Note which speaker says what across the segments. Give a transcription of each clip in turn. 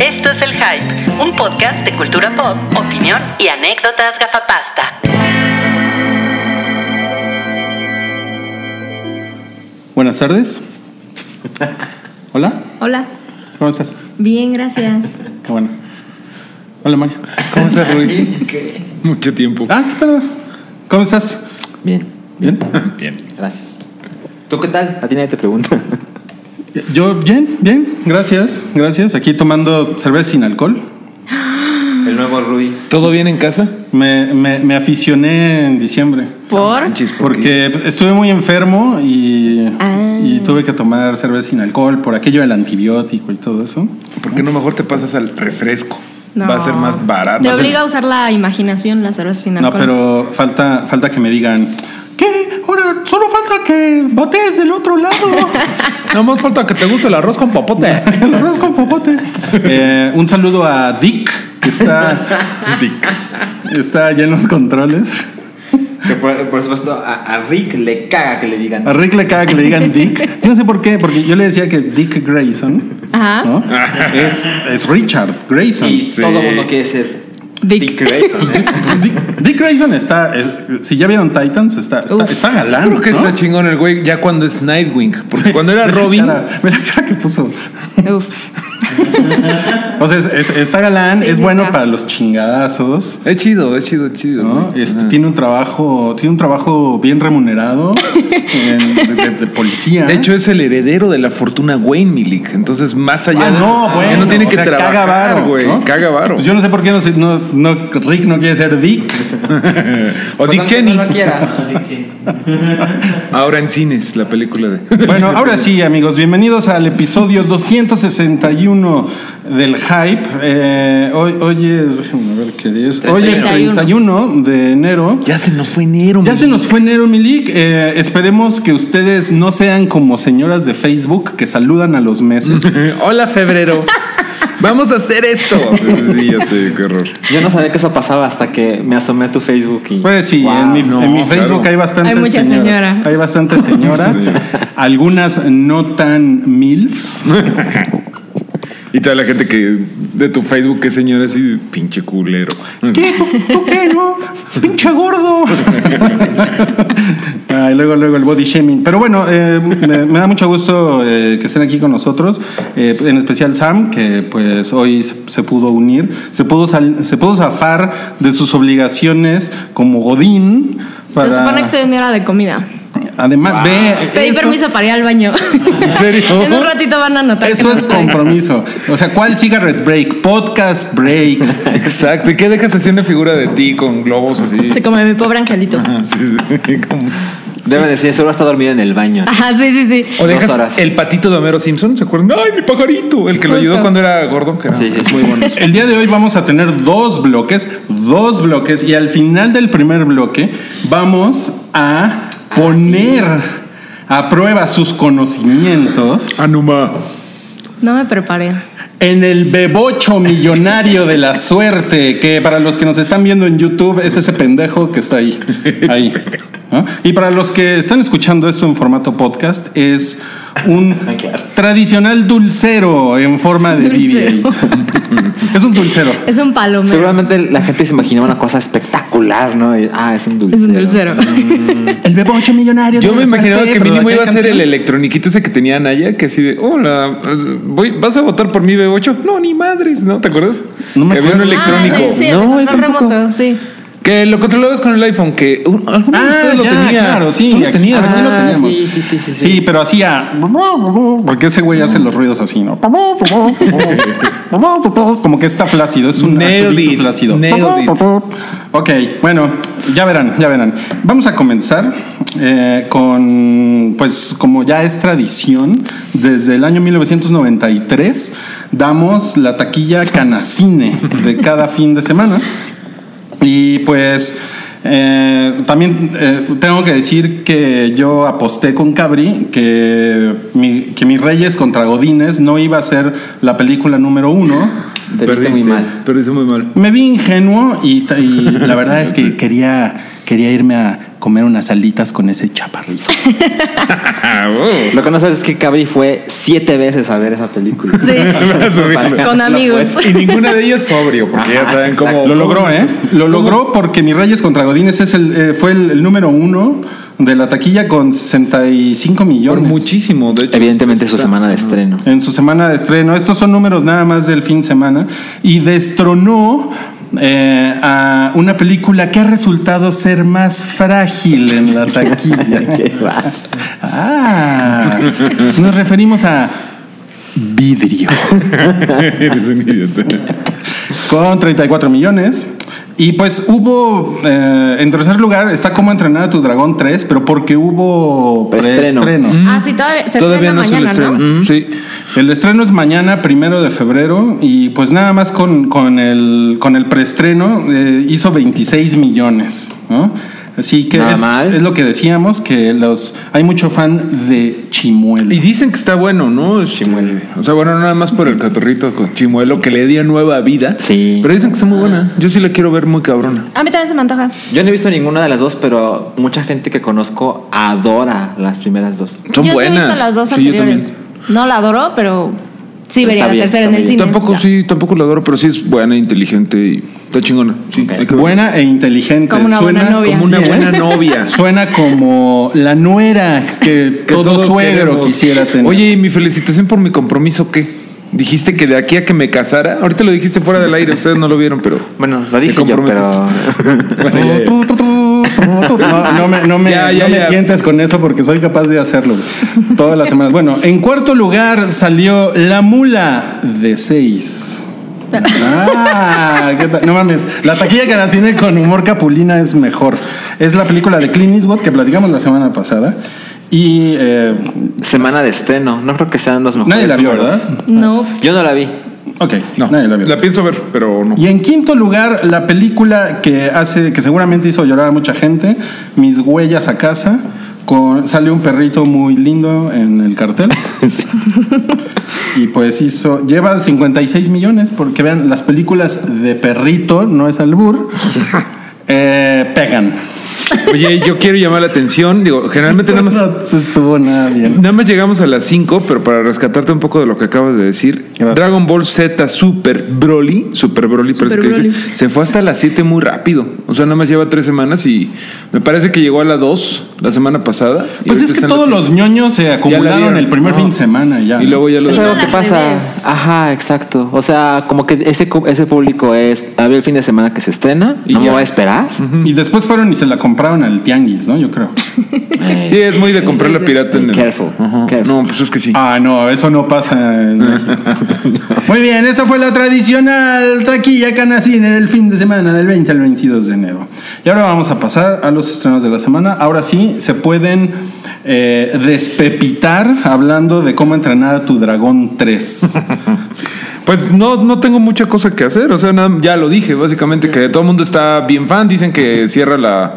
Speaker 1: Esto es El Hype, un podcast de cultura pop, opinión y anécdotas gafapasta.
Speaker 2: Buenas tardes. Hola,
Speaker 3: Hola.
Speaker 2: ¿cómo estás?
Speaker 3: Bien, gracias.
Speaker 2: Qué bueno. Hola, Mario. ¿Cómo estás, Ruiz?
Speaker 4: Mucho tiempo.
Speaker 2: Ah, qué pedo. ¿Cómo estás?
Speaker 5: Bien,
Speaker 2: Bien.
Speaker 4: Bien.
Speaker 5: gracias. ¿Tú qué tal? A ti nadie te pregunta.
Speaker 2: Yo, bien, bien. Gracias, gracias. Aquí tomando cerveza sin alcohol.
Speaker 5: El nuevo Rudy.
Speaker 4: ¿Todo bien en casa?
Speaker 2: Me, me, me aficioné en diciembre.
Speaker 3: ¿Por?
Speaker 5: Manches, ¿por qué?
Speaker 2: Porque estuve muy enfermo y,
Speaker 3: Ah.
Speaker 2: y tuve que tomar cerveza sin alcohol por aquello del antibiótico y todo eso.
Speaker 4: ¿Por qué no mejor te pasas al refresco?
Speaker 3: No.
Speaker 4: Va a ser más barato.
Speaker 3: Te obliga a usar la imaginación, la cerveza sin
Speaker 2: No,
Speaker 3: alcohol.
Speaker 2: pero falta, falta que me digan, ¿qué? Ahora solo falta que botes del otro lado.
Speaker 4: No más falta que te guste el arroz con papote.
Speaker 2: El arroz con popote. Eh, un saludo a Dick, que está,
Speaker 4: Dick.
Speaker 2: está allá en los controles.
Speaker 5: Que por, por supuesto, a, a Rick le caga que le digan.
Speaker 2: A Rick le caga que le digan Dick. Yo no sé por qué, porque yo le decía que Dick Grayson
Speaker 3: Ajá.
Speaker 2: ¿no? es, es Richard Grayson.
Speaker 5: Y
Speaker 4: Sí.
Speaker 5: todo el mundo quiere ser
Speaker 3: Dick.
Speaker 5: Grayson, ¿eh?
Speaker 2: Dick, Dick Grayson está, es- si ya vieron Titans, está, está,
Speaker 3: Uf.
Speaker 2: está galán.
Speaker 4: Creo que
Speaker 2: ¿no?
Speaker 4: está chingón el güey ya cuando es Nightwing. Porque cuando era
Speaker 2: Mira la
Speaker 4: Robin.
Speaker 2: cara, mira la cara que puso.
Speaker 3: Uf.
Speaker 2: O sea, es- es- está galán,
Speaker 3: Sí,
Speaker 2: es
Speaker 3: sí
Speaker 2: bueno
Speaker 3: está.
Speaker 2: para los chingadazos.
Speaker 4: Es chido, es chido, chido.
Speaker 2: ¿no?
Speaker 4: güey.
Speaker 2: Este,
Speaker 4: Ajá.
Speaker 2: tiene un trabajo, tiene un trabajo bien remunerado en- de, de- de policía.
Speaker 4: De hecho, es el heredero de la fortuna Wayne Milik. Entonces, más allá
Speaker 2: Ah,
Speaker 4: de.
Speaker 2: no,
Speaker 4: eso,
Speaker 2: bueno,
Speaker 4: ya no tiene
Speaker 2: o
Speaker 4: que
Speaker 2: sea, caga
Speaker 4: trabajar,
Speaker 2: varo,
Speaker 4: güey.
Speaker 2: ¿no?
Speaker 4: Caga varo.
Speaker 2: Pues yo no sé por qué no, se- no, no- Rick no quiere ser Dick.
Speaker 4: o
Speaker 5: Pues
Speaker 4: Dick
Speaker 5: aunque
Speaker 4: Cheney.
Speaker 5: No lo quiera.
Speaker 4: Ahora en cines, la película de.
Speaker 2: Bueno, ahora sí, amigos, bienvenidos al episodio 261 del Hype. Eh, hoy, hoy es, déjenme ver qué día es. Hoy es 31 de enero.
Speaker 4: ya se nos fue enero.
Speaker 2: Ya se nos fue enero, Milik. Eh, esperemos que ustedes no sean como señoras de Facebook que saludan a los meses.
Speaker 4: Hola, febrero. Vamos a hacer esto. Sí, ya sé, qué horror.
Speaker 5: Yo no sabía que eso pasaba hasta que me asomé a tu Facebook y.
Speaker 2: Pues sí,
Speaker 5: Wow,
Speaker 2: en mi,
Speaker 4: no,
Speaker 2: en mi
Speaker 4: claro.
Speaker 2: Facebook hay bastantes
Speaker 3: Hay muchas
Speaker 2: señoras.
Speaker 3: señoras.
Speaker 2: Hay bastantes señoras. Algunas no tan MILFs.
Speaker 4: Y toda la gente que de tu Facebook que señora así, pinche culero.
Speaker 2: ¿Qué? ¿Tú, tú qué, no? ¡Pinche gordo! Ay, luego, luego el body shaming. Pero bueno, eh, me, me da mucho gusto eh, que estén aquí con nosotros. eh, en especial Sam, que pues hoy se, se pudo unir. Se pudo, sal- se pudo zafar de sus obligaciones como Godín. para-
Speaker 3: Se supone que se mi hora de comida.
Speaker 2: Además, ve.
Speaker 3: Pedí
Speaker 2: eso-
Speaker 3: permiso para ir al baño.
Speaker 2: ¿En serio?
Speaker 3: en un ratito van a notar. que
Speaker 2: Eso
Speaker 3: no
Speaker 2: es
Speaker 3: estoy.
Speaker 2: compromiso. O sea, ¿cuál cigarette break? Podcast break.
Speaker 4: Exacto. ¿Y qué dejas haciendo figura de ti con globos así?
Speaker 3: Se come mi pobre angelito.
Speaker 4: Ajá, sí, sí, como-
Speaker 5: Debe decir, solo está dormida en el baño.
Speaker 4: Ah.
Speaker 3: Ajá, sí, sí, sí.
Speaker 4: O
Speaker 5: Dos
Speaker 4: dejas
Speaker 5: horas.
Speaker 4: el patito de Homero Simpson, ¿se acuerdan? ¡Ay, mi pajarito! El que lo
Speaker 3: Justo.
Speaker 4: ayudó cuando era gordo. que era-
Speaker 5: Sí, sí, es muy bonito.
Speaker 2: El día de hoy vamos a tener dos bloques, dos bloques, y al final del primer bloque vamos a
Speaker 3: Ah,
Speaker 2: poner a prueba sus conocimientos
Speaker 4: Anuma.
Speaker 3: Ah, No me preparé.
Speaker 2: en el bebocho millonario de la suerte, que para los que nos están viendo en YouTube es ese pendejo que está ahí. ahí. ¿no? Y para los que están escuchando esto en formato podcast, es un tradicional dulcero en forma de
Speaker 3: Dulcero.
Speaker 2: BB-8. es un dulcero.
Speaker 3: Es un palomero.
Speaker 5: Seguramente la gente se imaginaba una cosa espectacular, ¿no? Y, ah, es un dulce.
Speaker 3: Es un dulcero.
Speaker 2: El bebocho millonario.
Speaker 4: Yo
Speaker 2: de
Speaker 4: me
Speaker 2: la
Speaker 4: imaginaba
Speaker 2: suerte,
Speaker 4: que
Speaker 2: pero
Speaker 4: mínimo
Speaker 2: hacía
Speaker 4: iba a ser el
Speaker 2: canción.
Speaker 4: electroniquito ese que tenía Naya, que así de, hola, voy, ¿vas a votar por mi B8? No, ni madres, ¿no? ¿Te acuerdas?
Speaker 2: No me
Speaker 4: que había un
Speaker 2: acuerdo.
Speaker 4: electrónico.
Speaker 3: Ah, de- sí, el
Speaker 4: No,
Speaker 3: de
Speaker 4: el
Speaker 3: control
Speaker 4: tampoco.
Speaker 3: remoto, sí.
Speaker 4: Que lo controlabas con el iPhone, que uh, alguno de
Speaker 2: Ah,
Speaker 4: ustedes lo
Speaker 2: ya,
Speaker 4: tenía.
Speaker 2: claro, sí.
Speaker 4: Tú lo
Speaker 2: Aquí-
Speaker 4: tenías,
Speaker 2: aquí
Speaker 4: ¿no?
Speaker 2: lo
Speaker 5: Ah,
Speaker 2: teníamos.
Speaker 5: sí, sí, sí, sí, sí.
Speaker 2: Sí, pero hacía. Porque ese güey hace los ruidos así, ¿no? Como que está flácido, es un
Speaker 4: Nailed
Speaker 2: artefacto
Speaker 4: it,
Speaker 2: flácido.
Speaker 4: nailed it.
Speaker 2: Ok, bueno, ya verán, ya verán. Vamos a comenzar eh, con, pues como ya es tradición, desde el año 1993 damos la taquilla canacine de cada fin de semana. Y pues eh, también eh, tengo que decir que yo aposté con Cabri que mi, que mi Reyes contra Godines no iba a ser la película número uno.
Speaker 5: Te viste muy mal.
Speaker 4: Perdiste muy mal.
Speaker 2: Me vi ingenuo y, ta- y la verdad es que quería, quería irme a comer unas alitas con ese chaparrito. Ah,
Speaker 4: Oh.
Speaker 5: Lo que no sabes es que Cabri fue siete veces a ver esa película.
Speaker 3: Sí.
Speaker 4: Para subirlo.
Speaker 3: Con
Speaker 5: No
Speaker 3: amigos.
Speaker 4: Pues, Y ninguna de ellas sobrio, porque ya saben cómo.
Speaker 2: Lo logró, ¿eh? Lo logró porque Mi Reyes contra Godines es el, eh, fue el, el número uno de la taquilla con 65
Speaker 4: Por
Speaker 2: millones.
Speaker 4: muchísimo, de hecho.
Speaker 5: Evidentemente es su
Speaker 4: Está-
Speaker 5: semana de estreno.
Speaker 2: En su semana de estreno. Estos son números nada más del fin de semana. Y destronó eh, a una película que ha resultado ser más frágil en la taquilla.
Speaker 5: Qué bárbaro.
Speaker 2: ah, nos referimos a Vidrio.
Speaker 4: Eres un idiota.
Speaker 2: con 34 millones. Y pues hubo, eh, en tercer lugar, está como entrenar a tu dragón 3, pero porque hubo
Speaker 5: Preestreno.
Speaker 2: preestreno.
Speaker 3: Ah, sí, todavía se estrena
Speaker 4: es el
Speaker 3: mañana,
Speaker 4: estreno.
Speaker 3: ¿no?
Speaker 4: Mm, Sí.
Speaker 2: El estreno es mañana, primero de febrero, y pues nada más con, con el, con el preestreno eh, hizo 26 millones, ¿no? Así que
Speaker 5: Nada
Speaker 2: es,
Speaker 5: mal.
Speaker 2: es lo que decíamos, que los hay mucho fan de Chimuelo.
Speaker 4: Y dicen que está bueno, ¿no? Chimuelo. O sea, bueno, nada más por el catorrito con Chimuelo que le dio nueva vida.
Speaker 5: Sí.
Speaker 4: Pero dicen que está muy buena. Yo sí la quiero ver muy cabrona.
Speaker 3: A mí también se me antoja.
Speaker 5: Yo no he visto ninguna de las dos, pero mucha gente que conozco adora las primeras dos.
Speaker 3: yo
Speaker 4: Son
Speaker 3: sí
Speaker 4: buenas.
Speaker 3: he visto las dos
Speaker 4: Sí, yo
Speaker 3: anteriores.
Speaker 4: también.
Speaker 3: No la adoro, pero sí
Speaker 5: Está
Speaker 3: vería la
Speaker 5: bien,
Speaker 3: tercera en
Speaker 5: está
Speaker 3: el
Speaker 5: bien.
Speaker 3: cine.
Speaker 4: Tampoco,
Speaker 3: Ya.
Speaker 4: sí, tampoco la adoro, pero sí es buena, inteligente y está chingona. Sí,
Speaker 5: Ok.
Speaker 4: hay que verla.
Speaker 2: Buena e inteligente.
Speaker 3: Como una buena
Speaker 2: Suena
Speaker 3: novia.
Speaker 4: Como una
Speaker 2: Sí, ¿eh?
Speaker 4: buena novia.
Speaker 2: Suena como la nuera que,
Speaker 4: Que
Speaker 2: todo
Speaker 4: todos
Speaker 2: suegro
Speaker 4: queremos.
Speaker 2: quisiera tener.
Speaker 4: Oye, y mi felicitación por mi compromiso, ¿qué? Dijiste que de aquí a que me casara. Ahorita lo dijiste fuera del aire, ustedes no lo vieron, pero.
Speaker 5: Bueno, lo
Speaker 4: te
Speaker 5: dije yo, pero...
Speaker 2: Tu,
Speaker 4: comprometiste. Bueno, ya, ya.
Speaker 2: tu, tu, tu, tu, tu. No, no me, no me,
Speaker 4: Ya, ya,
Speaker 2: no me
Speaker 4: ya.
Speaker 2: tientes con eso porque soy capaz de hacerlo güey. todas las semanas. Bueno, en cuarto lugar salió La Mula de 6. Ah, ¿qué tal? No mames, la taquilla que la cine con humor capulina es mejor. Es la película de Clint Eastwood que platicamos la semana pasada. Y eh,
Speaker 5: Semana de estreno. No creo que sean los mejores.
Speaker 2: nadie la vio,
Speaker 5: números.
Speaker 2: ¿verdad?
Speaker 3: No.
Speaker 5: Yo no la vi.
Speaker 2: Ok,
Speaker 4: No,
Speaker 2: nadie la vio.
Speaker 4: la pienso ver, pero no.
Speaker 2: Y en quinto lugar, la película que hace, que seguramente hizo llorar a mucha gente, Mis huellas a casa, con, sale un perrito muy lindo en el cartel. y pues hizo, lleva 56 millones, porque vean, las películas de perrito, no es albur, eh, pegan.
Speaker 4: Oye, yo quiero llamar la atención. Digo, generalmente nada más.
Speaker 2: No estuvo nada bien.
Speaker 4: Nada más llegamos a las 5, pero para rescatarte un poco de lo que acabas de decir,
Speaker 2: Gracias.
Speaker 4: Dragon Ball Z Super Broly, Super Broly, parece
Speaker 3: Super
Speaker 4: que dice,
Speaker 3: Broly.
Speaker 4: se fue hasta las 7 muy rápido. O sea, nada más lleva 3 semanas y me parece que llegó a la 2 la semana pasada. y
Speaker 2: Pues
Speaker 4: ahorita
Speaker 2: es que
Speaker 4: está en la
Speaker 2: todos
Speaker 4: cinco.
Speaker 2: los ñoños se acumularon
Speaker 4: vieron.
Speaker 2: el primer
Speaker 4: No.
Speaker 2: fin de semana y ya.
Speaker 4: Y luego ya lo
Speaker 5: Es
Speaker 3: Pero
Speaker 5: algo
Speaker 3: no
Speaker 5: que
Speaker 3: la
Speaker 5: pasa.
Speaker 3: ves.
Speaker 5: Ajá, exacto. O sea, como que ese, cu- ese público es a ver el fin de semana que se estrena
Speaker 4: Y
Speaker 5: y no
Speaker 4: ya.
Speaker 5: va a esperar.
Speaker 2: Y después fueron y se la compraron al tianguis, ¿no? Yo creo.
Speaker 5: Eh,
Speaker 4: Sí, es muy de comprar la pirata en el.
Speaker 5: Careful,
Speaker 4: Ajá.
Speaker 5: careful.
Speaker 4: No, pues es que sí.
Speaker 2: Ah, no, eso no pasa en México. Muy bien, esa fue la tradicional taquilla canacine del fin de semana, del 20 al 22 de enero. Y ahora vamos a pasar a los estrenos de la semana. Ahora sí, se pueden eh, despepitar hablando de cómo entrenar a tu dragón 3.
Speaker 4: Pues no, no tengo mucha cosa que hacer. O sea, nada- ya lo dije, básicamente, que todo el mundo está bien fan. Dicen que cierra la.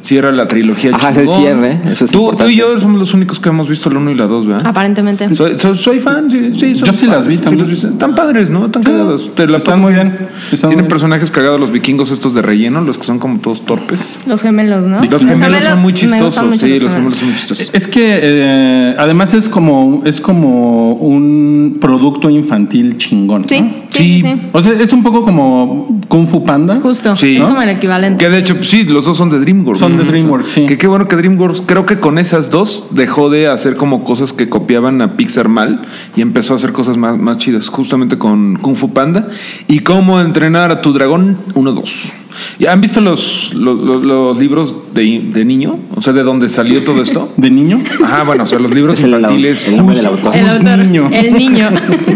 Speaker 4: Cierra la trilogía.
Speaker 5: Ajá, es el
Speaker 4: chingón.
Speaker 5: cierre, eso es
Speaker 4: tú, tú
Speaker 5: importante. Ah,
Speaker 4: y yo somos los únicos que hemos visto la 1 y la 2, ¿verdad?
Speaker 3: Aparentemente.
Speaker 4: Soy, soy- soy fan, sí, sí, son
Speaker 2: Yo sí las
Speaker 4: padres,
Speaker 2: vi también.
Speaker 4: las viste. Tan padres, ¿no? Tan cagados. Te la
Speaker 2: Están
Speaker 4: pasas
Speaker 2: muy bien. Están
Speaker 4: Tienen
Speaker 2: muy bien.
Speaker 4: personajes cagados los vikingos estos de relleno, los que son como todos torpes.
Speaker 3: Los gemelos, ¿no?
Speaker 4: Los gemelos son muy
Speaker 3: me
Speaker 4: chistosos.
Speaker 3: gustan mucho
Speaker 4: sí, los gemelos son muy chistosos.
Speaker 2: Es que eh, además es como, es como un producto infantil chingón. ¿no?
Speaker 3: Sí, sí, sí,
Speaker 4: Sí.
Speaker 3: sí.
Speaker 2: O sea, es un poco como Kung Fu Panda.
Speaker 3: Justo.
Speaker 4: Sí.
Speaker 3: Es
Speaker 4: ¿No?
Speaker 3: como el equivalente.
Speaker 4: Que de hecho, sí, los dos son de
Speaker 2: Son
Speaker 4: DreamWorks.
Speaker 2: de
Speaker 4: Ujú.
Speaker 2: DreamWorks, sí.
Speaker 4: Que qué bueno que DreamWorks, creo que con esas dos dejó de hacer como cosas que copiaban a Pixar mal y empezó a hacer cosas más, más chidas, justamente con Kung Fu Panda y cómo entrenar a tu dragón 1-2. ¿Y ¿Han visto los, los, los- los libros de, de niño? O sea, de dónde salió todo esto.
Speaker 2: ¿De niño?
Speaker 4: Ajá, bueno, o sea, los libros
Speaker 5: Es el-
Speaker 4: infantiles.
Speaker 5: el nombre del autor.
Speaker 3: el
Speaker 2: Los
Speaker 3: autor.
Speaker 2: niños.
Speaker 3: El niño.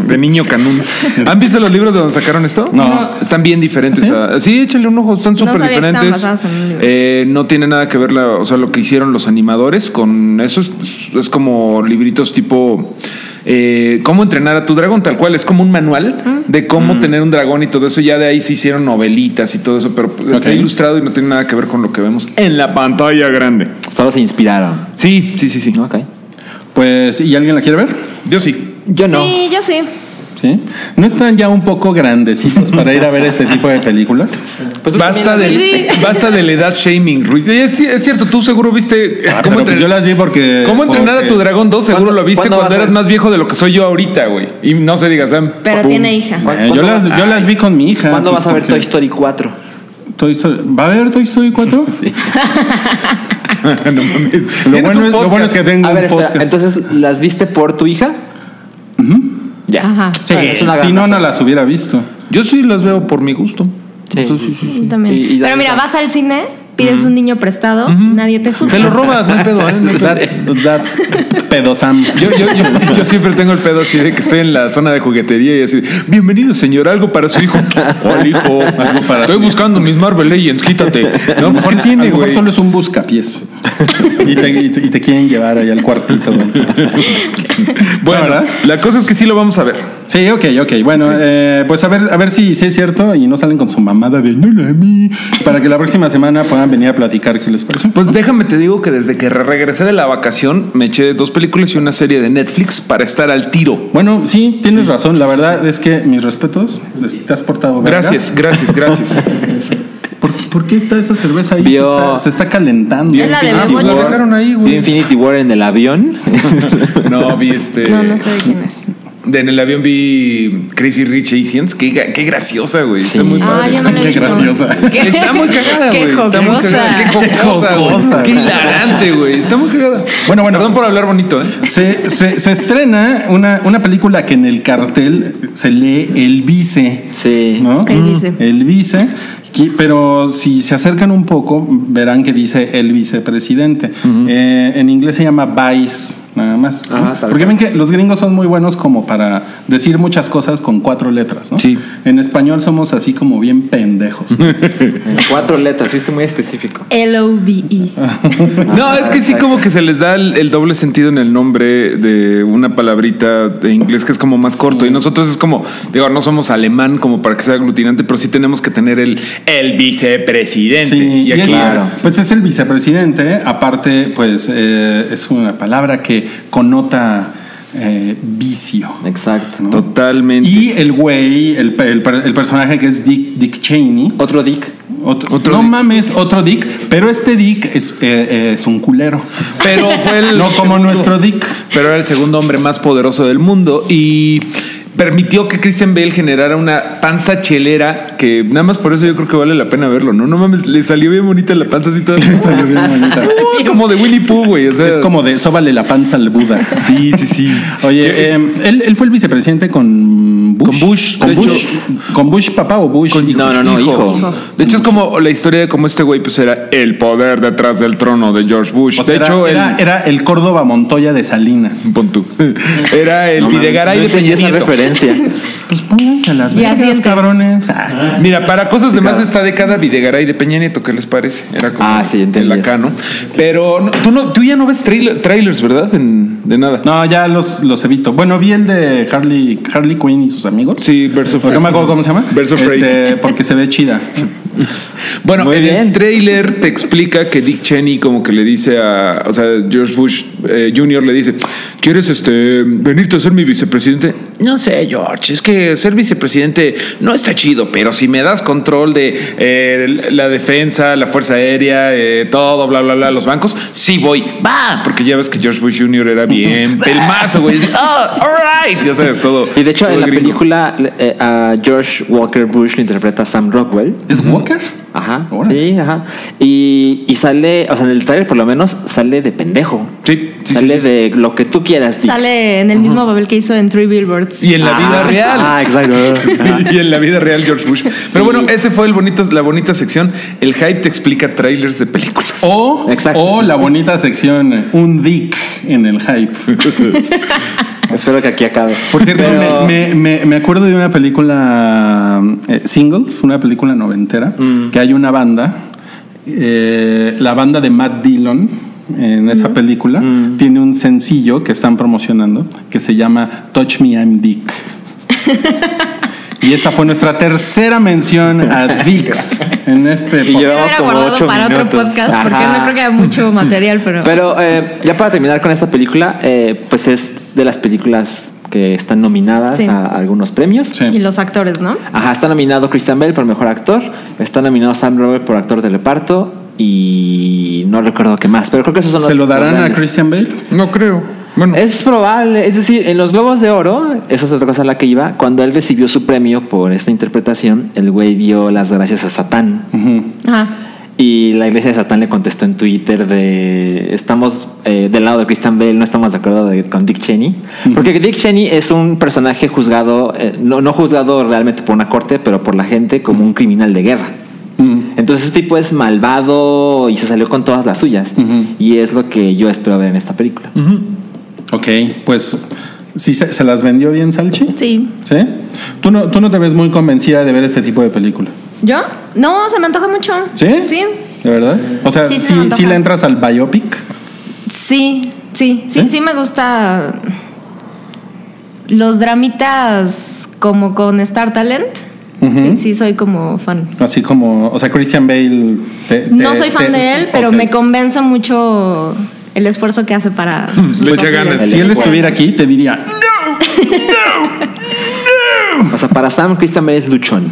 Speaker 4: De niño canún. ¿Han visto los libros de donde sacaron esto?
Speaker 2: No.
Speaker 4: Están bien diferentes.
Speaker 2: ¿Sí?
Speaker 4: a- ¿Sí? échale un ojo, están
Speaker 3: No
Speaker 4: súper
Speaker 3: sabía que estaban
Speaker 4: diferentes.
Speaker 3: basados en un libro.
Speaker 4: Eh, no tiene nada que ver la, o sea, lo que hicieron los animadores con eso. Es, es como libritos tipo. eh, cómo entrenar a tu dragón, tal cual, es como un manual de
Speaker 2: Mm.
Speaker 4: cómo tener un dragón y todo eso. Ya de ahí se hicieron novelitas y todo eso, pero pues, está
Speaker 2: Ok.
Speaker 4: ilustrado y no tiene nada que ver con lo que vemos en la pantalla grande.
Speaker 5: Solo se inspiraron.
Speaker 4: Sí, sí, sí, sí.
Speaker 5: Ok.
Speaker 2: Pues, ¿y alguien la quiere ver?
Speaker 4: Yo sí.
Speaker 5: Yo no.
Speaker 3: Sí, yo sí.
Speaker 2: ¿Sí? ¿No están ya un poco grandecitos para ir a ver este tipo de películas?
Speaker 5: Pues tú
Speaker 4: basta,
Speaker 5: también
Speaker 4: de,
Speaker 5: lo
Speaker 3: viste.
Speaker 4: basta de la edad shaming, Ruiz. Y Es, es cierto, tú seguro viste
Speaker 2: Ah,
Speaker 4: cómo,
Speaker 2: pero pues
Speaker 4: entren-
Speaker 2: yo las vi porque...
Speaker 4: cómo entrenar a
Speaker 2: porque-
Speaker 4: tu dragón 2, seguro
Speaker 5: ¿Cuándo-
Speaker 4: lo viste
Speaker 5: cuándo
Speaker 4: cuando
Speaker 5: vas a
Speaker 4: eras
Speaker 5: ver?
Speaker 4: más viejo de lo que soy yo ahorita, güey. Y no se diga, Sam.
Speaker 3: Pero
Speaker 4: Pum.
Speaker 3: tiene hija.
Speaker 5: ¿Cuál-
Speaker 2: Eh, yo,
Speaker 5: ¿Cuándo
Speaker 2: las,
Speaker 5: vas-
Speaker 2: yo las vi con mi hija.
Speaker 5: ¿Cuándo
Speaker 2: pues,
Speaker 5: vas a ver Toy
Speaker 2: porque-
Speaker 5: Story 4?
Speaker 2: Toy Story- ¿Va a haber Toy Story 4?
Speaker 4: No mames.
Speaker 2: Lo
Speaker 4: Tienes
Speaker 2: bueno,
Speaker 4: un
Speaker 2: es, lo
Speaker 4: podcast.
Speaker 2: bueno es que tengo
Speaker 5: A ver,
Speaker 2: un
Speaker 5: espera,
Speaker 2: podcast.
Speaker 5: entonces, ¿las viste por tu hija? Ya.
Speaker 3: Ajá.
Speaker 2: Sí,
Speaker 5: Bueno, es una
Speaker 2: si
Speaker 5: gran
Speaker 2: no, no
Speaker 5: razón.
Speaker 2: las hubiera visto.
Speaker 4: Yo sí las veo por mi gusto.
Speaker 5: Sí,
Speaker 4: Eso
Speaker 5: sí, sí.
Speaker 3: Yo también.
Speaker 5: Y- y la
Speaker 3: Pero mira,
Speaker 5: neta.
Speaker 3: vas al cine, pides un niño prestado, nadie te juzga.
Speaker 4: Se lo robas, no hay pedo, ¿eh? No hay pedo.
Speaker 2: That's, that's pedosam.
Speaker 4: Yo, yo, yo, yo siempre tengo el pedo así de que estoy en la zona de juguetería y así, bienvenido señor, algo para su hijo. Hola hijo, algo para estoy buscando mis Marvel Legends, quítate. No, mejor
Speaker 2: a
Speaker 4: tiene,
Speaker 2: lo mejor
Speaker 4: güey.
Speaker 2: solo es un buscapiés. y, te, y te- y te quieren llevar ahí al cuartito. güey.
Speaker 4: Bueno,
Speaker 2: ¿verdad?
Speaker 4: la cosa es que sí lo vamos a ver.
Speaker 2: Sí, ok, ok. Bueno, eh, pues a ver, a ver si, si es cierto y no salen con su mamada de no la vi", para que la próxima semana puedan venir a platicar qué les parece.
Speaker 4: Pues déjame te digo que desde que re- regresé de la vacación me eché dos películas y una serie de Netflix para estar al tiro.
Speaker 2: Bueno, sí, tienes razón. La verdad es que mis respetos, les- te has portado vergas.
Speaker 4: Gracias, gracias, gracias.
Speaker 2: ¿Por, por qué está esa cerveza ahí?
Speaker 5: Vio-
Speaker 2: Se, está, se está calententando.
Speaker 3: Es la de
Speaker 4: Ah, pues
Speaker 3: Begoña.
Speaker 4: la dejaron ahí,
Speaker 5: Vi
Speaker 4: güey.
Speaker 5: Infinity War en el avión.
Speaker 4: No, vi este.
Speaker 3: No, no sé de quién es.
Speaker 4: De- En el avión vi Crazy Rich Asians. Qué, ga- qué graciosa, güey. Está muy
Speaker 5: Ah,
Speaker 3: Ah,
Speaker 4: padre.
Speaker 3: yo no la he
Speaker 2: Qué
Speaker 3: visto.
Speaker 2: graciosa.
Speaker 4: Está muy cagada,
Speaker 3: Qué
Speaker 4: güey. Está muy
Speaker 3: jocosa.
Speaker 4: cagada. Qué jocosa, güey.
Speaker 2: jocosa,
Speaker 4: Qué
Speaker 2: güey.
Speaker 4: hilarante, güey. Está muy cagada.
Speaker 2: Bueno, bueno.
Speaker 4: Perdón por hablar bonito, ¿eh?
Speaker 2: Se, se- se estrena una, una película que en el cartel se lee El Vice.
Speaker 5: Sí.
Speaker 2: ¿no?
Speaker 3: El Vice.
Speaker 2: El Vice. que- Pero si se acercan un poco, verán que dice el vicepresidente. Eh, en inglés se llama Vice, nada más. ¿no?
Speaker 5: Ajá, tal
Speaker 2: Porque
Speaker 5: cual.
Speaker 2: ven que los gringos son muy buenos como para decir muchas cosas con cuatro letras, ¿no?
Speaker 4: Sí.
Speaker 2: En español somos así como bien pendejos.
Speaker 5: En cuatro letras, fuiste muy específico.
Speaker 3: L-O-V-E.
Speaker 4: No, es que sí como que se les da el, el doble sentido en el nombre de una palabrita de inglés que es como más corto. Y nosotros es como, digo, no somos alemán como para que sea aglutinante, pero sí tenemos que tener el, el vicepresidente.
Speaker 2: Sí,
Speaker 4: y aquí,
Speaker 2: es-
Speaker 5: claro.
Speaker 2: Pues es el vicepresidente, aparte, pues eh, es una palabra que connota eh, vicio.
Speaker 5: Exacto.
Speaker 2: ¿no?
Speaker 4: Totalmente.
Speaker 2: Y el güey, el, pe- el per- el personaje que es Dick, Dick Cheney.
Speaker 5: Otro Dick.
Speaker 2: Otro,
Speaker 4: Otro
Speaker 2: no
Speaker 4: Dick.
Speaker 2: mames, otro Dick, pero este Dick es, eh, eh, es un culero.
Speaker 4: Pero fue el.
Speaker 2: No como
Speaker 4: segundo-
Speaker 2: nuestro Dick.
Speaker 4: Pero era el segundo hombre más poderoso del mundo y permitió que Christian Bale generara una panza chelera que nada más por eso yo creo que vale la pena verlo, ¿no? No mames, le salió bien bonita la panza así toda.
Speaker 2: Salió bien bonita.
Speaker 4: como de Winnie Pooh, güey. O sea,
Speaker 2: Es como de sóbale la panza al Buda.
Speaker 4: Sí, sí, sí.
Speaker 2: Oye, eh, él, él fue el vicepresidente con Bush.
Speaker 4: Con Bush,
Speaker 2: Con
Speaker 4: de
Speaker 2: Bush, con Bush papá o Bush. hijo?
Speaker 5: No, no, no, hijo.
Speaker 4: De hecho, es como la historia de cómo este güey pues era el poder detrás del trono de George Bush.
Speaker 2: O sea,
Speaker 4: de
Speaker 2: era,
Speaker 4: hecho,
Speaker 2: era,
Speaker 4: el.
Speaker 2: era el Córdoba Montoya de Salinas.
Speaker 4: Pon tú. Era el
Speaker 5: No mames,
Speaker 4: Videgaray
Speaker 5: no
Speaker 4: de
Speaker 5: entendí
Speaker 4: Peña
Speaker 5: esa
Speaker 4: Nieto.
Speaker 5: referencia.
Speaker 2: Pues pónganse a las
Speaker 3: Ya
Speaker 2: vergas,
Speaker 3: sientes.
Speaker 2: cabrones. Ah.
Speaker 4: Mira, para cosas de más
Speaker 5: claro.
Speaker 4: de esta década, Videgaray de Peña Nieto, ¿qué les parece? Era como
Speaker 5: Ah, sí, entendí
Speaker 4: el acá,
Speaker 5: eso.
Speaker 4: ¿no? Pero no- tú, no, tú ya no ves trailer- trailers, ¿verdad? En- de nada.
Speaker 2: No, ya los, los evito. Bueno, vi el de Harley, Harley Quinn y sus amigos.
Speaker 4: Sí, Birds of
Speaker 2: O No me acuerdo cómo se llama.
Speaker 4: Birds of
Speaker 2: Este, porque se ve chida.
Speaker 4: Bueno,
Speaker 5: Muy
Speaker 4: en el
Speaker 5: bien.
Speaker 4: trailer te explica que Dick Cheney como que le dice a, o sea, George Bush eh, Jr. le dice, ¿quieres este venirte a ser mi vicepresidente? No sé, George, es que ser vicepresidente no está chido, pero si me das control de eh, la defensa, la fuerza aérea, eh, todo, bla, bla, bla, los bancos, sí voy, va, porque ya ves que George Bush Jr. era bien pelmazo, güey, así, "Ah, all right, ya sabes, todo.
Speaker 5: Y de hecho,
Speaker 4: todo
Speaker 5: en la
Speaker 4: gringo.
Speaker 5: película, eh, a George Walker Bush lo interpreta Sam Rockwell.
Speaker 2: ¿Es Walker?
Speaker 5: Ajá.
Speaker 2: Órale.
Speaker 5: Sí, ajá. Y, y sale, o sea, en el trailer por lo menos, sale de pendejo.
Speaker 4: Sí, sí, sí,
Speaker 5: sale
Speaker 4: sí.
Speaker 5: de lo que tú quieras. Dick.
Speaker 3: Sale en el mismo papel que hizo en Three Billboards.
Speaker 4: Y en la vida
Speaker 5: Ah,
Speaker 4: real.
Speaker 5: Ah, exacto. Ajá.
Speaker 4: y en la vida real George Bush. Pero bueno, ese fue el bonito, la bonita sección. El hype te explica trailers de películas.
Speaker 2: O,
Speaker 5: Exacto.
Speaker 2: o la bonita sección Un Dick en el hype.
Speaker 5: Espero que aquí acabe.
Speaker 2: Por cierto,
Speaker 5: Pero-
Speaker 2: me, me- me- me acuerdo de una película eh, Singles, una película noventera,
Speaker 5: Mm.
Speaker 2: que hay una banda, eh, la banda de Matt Dillon en esa
Speaker 5: Mm.
Speaker 2: película, tiene un sencillo que están promocionando que se llama Touch Me I'm Dick. y esa fue nuestra tercera mención a Dicks en este
Speaker 3: Yo
Speaker 2: podcast.
Speaker 5: Y
Speaker 3: lo
Speaker 5: llevamos
Speaker 3: hubiera
Speaker 5: como
Speaker 3: guardado
Speaker 5: ocho
Speaker 3: para otro
Speaker 5: minutos.
Speaker 3: podcast porque
Speaker 5: Ajá.
Speaker 3: no creo que haya mucho material, pero.
Speaker 5: Pero eh, ya para terminar con esta película, eh, pues es de las películas que están nominadas
Speaker 3: Sí.
Speaker 5: a algunos premios.
Speaker 2: Sí.
Speaker 3: Y los actores, ¿no?
Speaker 5: Ajá, está nominado Christian Bale por mejor actor, está nominado Sam Robert por actor de reparto y no recuerdo qué más, pero creo que esos son los
Speaker 2: ¿Se lo
Speaker 5: los
Speaker 2: darán a
Speaker 5: grandes.
Speaker 2: Christian Bale?
Speaker 4: No creo. Bueno,
Speaker 5: Es probable, es decir, en los Globos de Oro, esa es otra cosa a la que iba, cuando él recibió su premio por esta interpretación, el güey dio las gracias a Satán.
Speaker 2: Ujú.
Speaker 3: Ajá.
Speaker 5: Y la iglesia de Satán le contestó en Twitter de estamos eh, del lado de Christian Bale, no estamos de acuerdo de- con Dick Cheney. Porque Dick Cheney es un personaje juzgado, eh, no, no juzgado realmente por una corte, pero por la gente como un criminal de guerra.
Speaker 2: Ujú.
Speaker 5: Entonces este tipo es malvado y se salió con todas las suyas.
Speaker 2: Ujú.
Speaker 5: Y es lo que yo espero ver en esta película.
Speaker 2: Ok, pues sí se, se las vendió bien Salchi.
Speaker 3: Sí.
Speaker 2: ¿Sí? Tú no, tú no te ves muy convencida de ver este tipo de película.
Speaker 3: ¿Yo? No, se me antoja mucho.
Speaker 2: ¿Sí?
Speaker 3: Sí.
Speaker 2: ¿De verdad? O sea,
Speaker 3: Sí,
Speaker 2: sí,
Speaker 3: se me
Speaker 2: sí,
Speaker 3: antoja.
Speaker 2: le entras al biopic.
Speaker 3: Sí, sí, sí,
Speaker 2: ¿Eh?
Speaker 3: sí me gusta los dramitas como con Star Talent.
Speaker 2: Ujú.
Speaker 3: Sí, sí, soy como fan.
Speaker 2: Así como, o sea, Christian Bale. te-
Speaker 3: No
Speaker 2: te-
Speaker 3: soy fan
Speaker 2: te-
Speaker 3: de él, pero
Speaker 2: ok.
Speaker 3: me convence mucho el esfuerzo que hace para... sus
Speaker 4: le echa
Speaker 3: papeles.
Speaker 4: ganas.
Speaker 2: Pues, Si él estuviera aquí, te diría.
Speaker 5: O sea, para Sam, Christian Bale es luchón.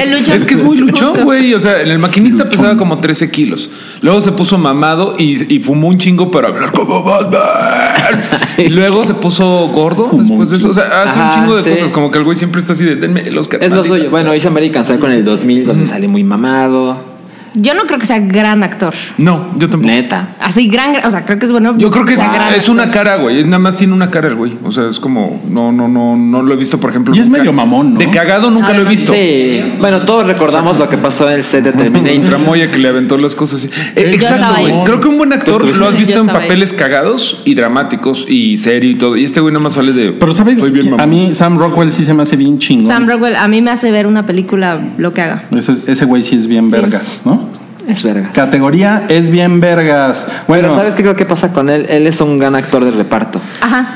Speaker 3: El luchón.
Speaker 4: es que es muy luchón,
Speaker 3: Justo.
Speaker 4: güey. O sea, en el maquinista pesaba como 13 kilos. Luego se puso mamado y, y fumó un chingo para hablar como Batman. Y luego se puso gordo
Speaker 2: Fumó
Speaker 4: después
Speaker 2: un
Speaker 4: de eso. O sea, hace
Speaker 5: Ajá,
Speaker 4: un chingo de
Speaker 5: sí.
Speaker 4: cosas. Como que el güey siempre está así de denme el Oscar.
Speaker 5: Es lo
Speaker 4: maldita
Speaker 5: suyo. Bueno, hizo American Psycho en el 2000, donde sale muy mamado.
Speaker 3: Yo no creo que sea gran actor.
Speaker 4: sea. No, yo tampoco.
Speaker 5: Neta.
Speaker 3: Así gran, gran- o sea, creo que es bueno.
Speaker 4: Yo creo que es,
Speaker 3: sea gran
Speaker 4: es una
Speaker 3: actor.
Speaker 4: cara, güey. Es- Nada más tiene una cara el güey. O sea, es como. No, no, no, no lo he visto, por ejemplo.
Speaker 2: Y es
Speaker 4: nunca.
Speaker 2: medio mamón, ¿no?
Speaker 4: De cagado nunca
Speaker 3: Ay,
Speaker 4: lo he
Speaker 3: no,
Speaker 4: visto.
Speaker 5: Sí. Bueno, todos recordamos lo que pasó en el set de
Speaker 4: En
Speaker 5: Terminator.
Speaker 4: tramoya que le aventó las cosas. así. Eh,
Speaker 2: Yo
Speaker 4: exacto,
Speaker 3: estaba
Speaker 4: güey.
Speaker 3: ahí.
Speaker 4: Creo que un buen
Speaker 5: Tú
Speaker 4: actor
Speaker 5: estuviste.
Speaker 4: lo has visto
Speaker 3: Yo
Speaker 4: en
Speaker 3: estaba ahí.
Speaker 4: papeles cagados y dramáticos y serio y todo. Y este güey nada más sale de.
Speaker 2: Pero ¿sabes?
Speaker 4: Soy bien
Speaker 2: que a
Speaker 4: mamón.
Speaker 2: mí Sam Rockwell sí se me hace bien chingón.
Speaker 3: Sam Rockwell a mí me hace ver una película lo que haga.
Speaker 2: Ese- ese güey sí es bien vergas, ¿no?
Speaker 5: Es verga.
Speaker 2: Categoría es bien vergas. Bueno,
Speaker 5: Pero ¿sabes qué creo que pasa con él? Él es un gran actor de reparto.
Speaker 3: Ajá,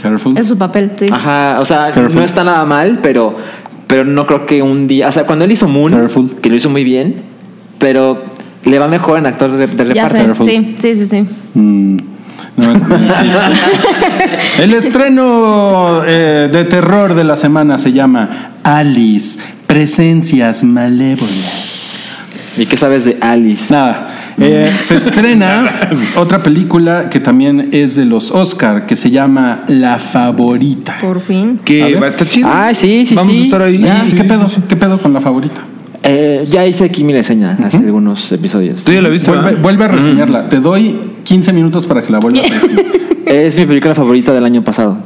Speaker 2: Careful.
Speaker 3: es su papel, sí.
Speaker 5: Ajá, o sea,
Speaker 2: Careful.
Speaker 5: no está nada mal, pero, pero no creo que un día... O sea, cuando él hizo Moon,
Speaker 2: Careful.
Speaker 5: que lo hizo muy bien, pero le va mejor en actor de, de
Speaker 3: Ya
Speaker 5: reparto.
Speaker 3: sé,
Speaker 2: Careful.
Speaker 3: sí, sí, sí, sí.
Speaker 2: Mm, no, no existe. El estreno eh, de terror de la semana se llama Alice, presencias malévolas.
Speaker 5: ¿Y qué sabes de Alice?
Speaker 2: Nada. Eh,
Speaker 4: Mm.
Speaker 2: se estrena otra película que también es de los Oscar, que se llama La Favorita.
Speaker 3: Por fin.
Speaker 2: A
Speaker 4: Que
Speaker 2: ver.
Speaker 4: va a estar chido.
Speaker 5: Ah, sí, sí,
Speaker 4: Vamos
Speaker 5: sí.
Speaker 4: a estar ahí.
Speaker 2: Ya,
Speaker 4: Sí,
Speaker 2: ¿Qué
Speaker 4: sí,
Speaker 2: pedo?
Speaker 4: sí.
Speaker 2: ¿Qué pedo con La Favorita?
Speaker 5: Eh, ya hice aquí mi reseña hace algunos episodios.
Speaker 4: ¿Tú ya la viste?
Speaker 2: Vuelve,
Speaker 4: verdad?
Speaker 2: vuelve a reseñarla. Te doy 15 minutos para que la vuelvas a reseñar.
Speaker 5: Es mi película favorita del año pasado.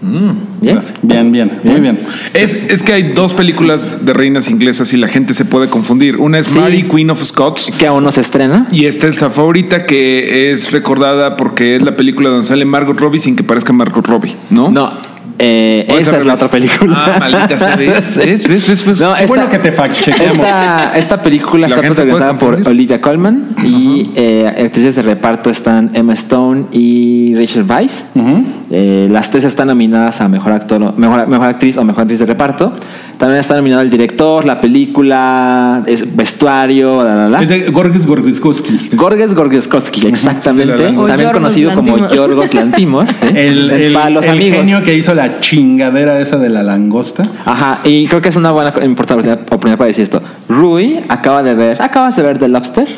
Speaker 5: ¿Bien?
Speaker 2: Gracias. Bien, bien, muy bien.
Speaker 4: Mm. Es, es que hay dos películas de reinas inglesas y la gente se puede confundir. Una es
Speaker 5: Sí.
Speaker 4: Mary, Queen of Scots.
Speaker 5: Que aún no se estrena.
Speaker 4: Y esta es la favorita que es recordada porque es la película donde sale Margot Robbie sin que parezca Margot Robbie, ¿no?
Speaker 5: No, eh,
Speaker 4: ¿O
Speaker 5: esa
Speaker 4: al
Speaker 5: es la
Speaker 4: revés?
Speaker 5: otra película.
Speaker 4: Ah, maldita sea. ¿Ves? ¿Ves? ¿Ves? ¿Ves? ¿Ves?
Speaker 5: No,
Speaker 2: Qué bueno que te fact-chequeamos.
Speaker 5: Esta, esta película
Speaker 4: La
Speaker 5: está
Speaker 4: gente se puede
Speaker 5: protagonizada por
Speaker 4: confundir.
Speaker 5: Olivia Colman y eh, actrices de reparto están Emma Stone y Rachel Weisz.
Speaker 2: Ujú.
Speaker 5: Eh, las tres están nominadas a mejor actor, o- mejor, mejor actriz o mejor actriz de reparto. También está nominado el director, la película, es- vestuario, la la la.
Speaker 2: Es de Gorgis Gorgiskowski.
Speaker 5: Gorges Gorgieskowski, exactamente.
Speaker 4: Sí, la, la,
Speaker 3: la. O
Speaker 5: También
Speaker 3: Yorgos
Speaker 5: conocido como
Speaker 3: Lantimos.
Speaker 5: Yorgos Lantimos. ¿eh?
Speaker 2: El, el-
Speaker 5: Para los
Speaker 2: el
Speaker 5: amigos.
Speaker 2: genio que hizo la chingadera esa de la langosta.
Speaker 5: Ajá, y creo que es una buena importante oportunidad para decir esto. Rui acaba de ver, acabas de ver The Lobster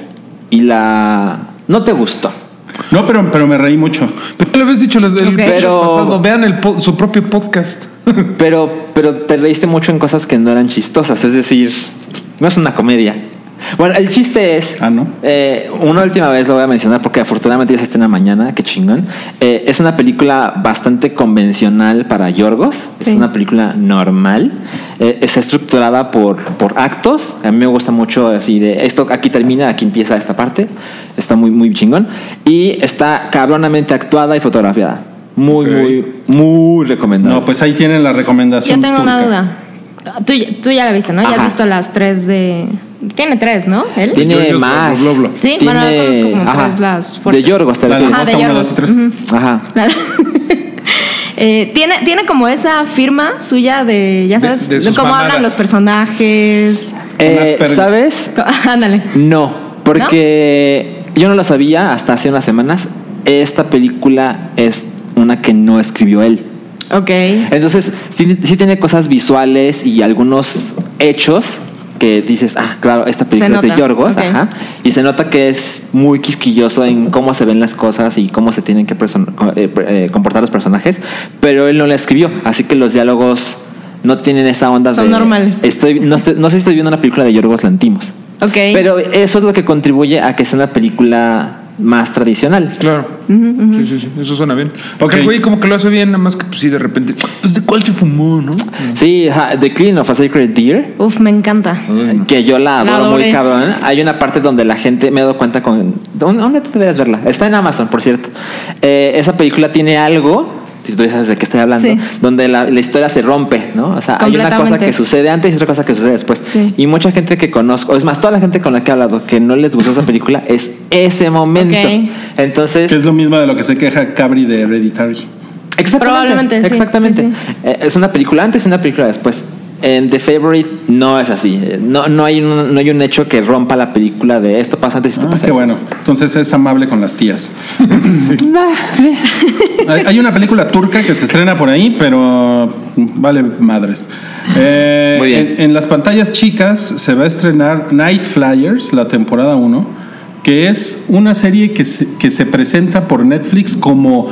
Speaker 5: y la no te gustó.
Speaker 2: No, pero, pero me reí mucho.
Speaker 4: Pero ya lo habías dicho las del
Speaker 3: Ok.
Speaker 5: Pero-
Speaker 4: pasado. Vean el po- su propio podcast.
Speaker 5: Pero pero te reíste mucho en cosas que no eran chistosas, es decir, no es una comedia. Bueno, el chiste es.
Speaker 2: Ah, ¿no?
Speaker 5: eh, una última vez lo voy a mencionar porque afortunadamente ya se estrena mañana, qué chingón. Eh, es una película bastante convencional para Yorgos.
Speaker 3: Sí.
Speaker 5: Es una película normal. Eh, está estructurada por, por actos. A mí me gusta mucho así de esto aquí termina, aquí empieza esta parte. Está muy, muy chingón. Y está cabronamente actuada y fotografiada. Muy,
Speaker 4: Ok.
Speaker 5: muy, muy recomendable.
Speaker 2: No, pues ahí tienen la recomendación.
Speaker 3: Yo tengo una
Speaker 2: turca.
Speaker 3: duda. Tú, ya- tú ya la viste, ¿no? Ya
Speaker 5: Ajá.
Speaker 3: has visto las tres de... Tiene tres, ¿no? Él.
Speaker 5: Tiene
Speaker 4: Yorgos,
Speaker 5: más.
Speaker 4: bla, bla, bla.
Speaker 3: Sí, bueno, yo conozco como tres las
Speaker 5: De
Speaker 3: fuertes.
Speaker 5: Yorgos, te
Speaker 2: La
Speaker 5: refieres.
Speaker 3: Ajá, de
Speaker 2: langosta, uno,
Speaker 3: Yorgos.
Speaker 2: dos y tres.
Speaker 3: Ujú.
Speaker 5: Ajá.
Speaker 3: La- Eh, tiene, tiene como esa firma suya de, ya
Speaker 4: De-
Speaker 3: sabes,
Speaker 4: de
Speaker 3: de,
Speaker 4: sus
Speaker 3: cómo
Speaker 4: mamadas.
Speaker 3: hablan los personajes.
Speaker 5: Eh,
Speaker 2: Unas per-
Speaker 5: ¿Sabes?
Speaker 3: Ándale.
Speaker 5: No, porque yo no lo sabía hasta hace unas semanas. Esta película es una que no escribió él.
Speaker 3: Ok.
Speaker 5: Entonces, sí, sí tiene cosas visuales y algunos hechos que dices, ah, claro, esta película
Speaker 3: Se
Speaker 5: es de
Speaker 3: nota,
Speaker 5: Yorgos,
Speaker 3: ok.
Speaker 5: ajá. Y se nota que es muy quisquilloso en cómo se ven las cosas y cómo se tienen que person- eh, eh, comportar los personajes, pero él no la escribió, así que los diálogos no tienen esa onda
Speaker 3: Son
Speaker 5: de-
Speaker 3: normales.
Speaker 5: Estoy, no, estoy- no sé si estoy viendo una película de Yorgos Lantimos.
Speaker 3: Ok.
Speaker 5: Pero eso es lo que contribuye a que sea una película más tradicional.
Speaker 4: Claro. Sí, sí, sí. Eso suena bien. Porque el güey como que lo hace bien, nada más que pues sí, de repente. Pues, ¿De cuál se fumó, no?
Speaker 5: Sí, ajá, The Clean of a Sacred Deer.
Speaker 3: Uf, me encanta.
Speaker 2: Mm.
Speaker 5: que yo la
Speaker 3: La
Speaker 5: adoro muy
Speaker 3: adoré.
Speaker 5: cabrón. Hay una parte donde la gente me he dado cuenta con. ¿Dónde, dónde te deberías verla? Está en Amazon, por cierto. Eh, esa película tiene algo. Si tú ya sabes de qué estoy hablando,
Speaker 3: Sí.
Speaker 5: donde la, la historia se rompe, ¿no? O sea, hay una cosa
Speaker 3: Completamente.
Speaker 5: que sucede antes y otra cosa que sucede después.
Speaker 3: Sí.
Speaker 5: Y mucha gente que conozco, es más, toda la gente con la que he hablado que no les gustó esa película es ese momento.
Speaker 3: Ok.
Speaker 5: Entonces,
Speaker 2: Que es lo mismo de lo que se queja Cabri de Hereditary.
Speaker 5: Exactamente.
Speaker 3: Probablemente, sí,
Speaker 5: exactamente.
Speaker 3: sí,
Speaker 5: Eh, Es una película antes y una película después. En The Favorite no es así. Eh, No, no, hay un, no hay un hecho que rompa la película de esto pasa antes y esto
Speaker 2: Ah,
Speaker 5: pasa
Speaker 2: qué
Speaker 5: después.
Speaker 2: bueno. Entonces es amable con las tías. Hay, hay una película turca que se estrena por ahí, pero vale madres. Eh,
Speaker 5: Muy bien.
Speaker 2: En, en las pantallas chicas se va a estrenar Night Flyers, la temporada 1, que es una serie que se, que se presenta por Netflix como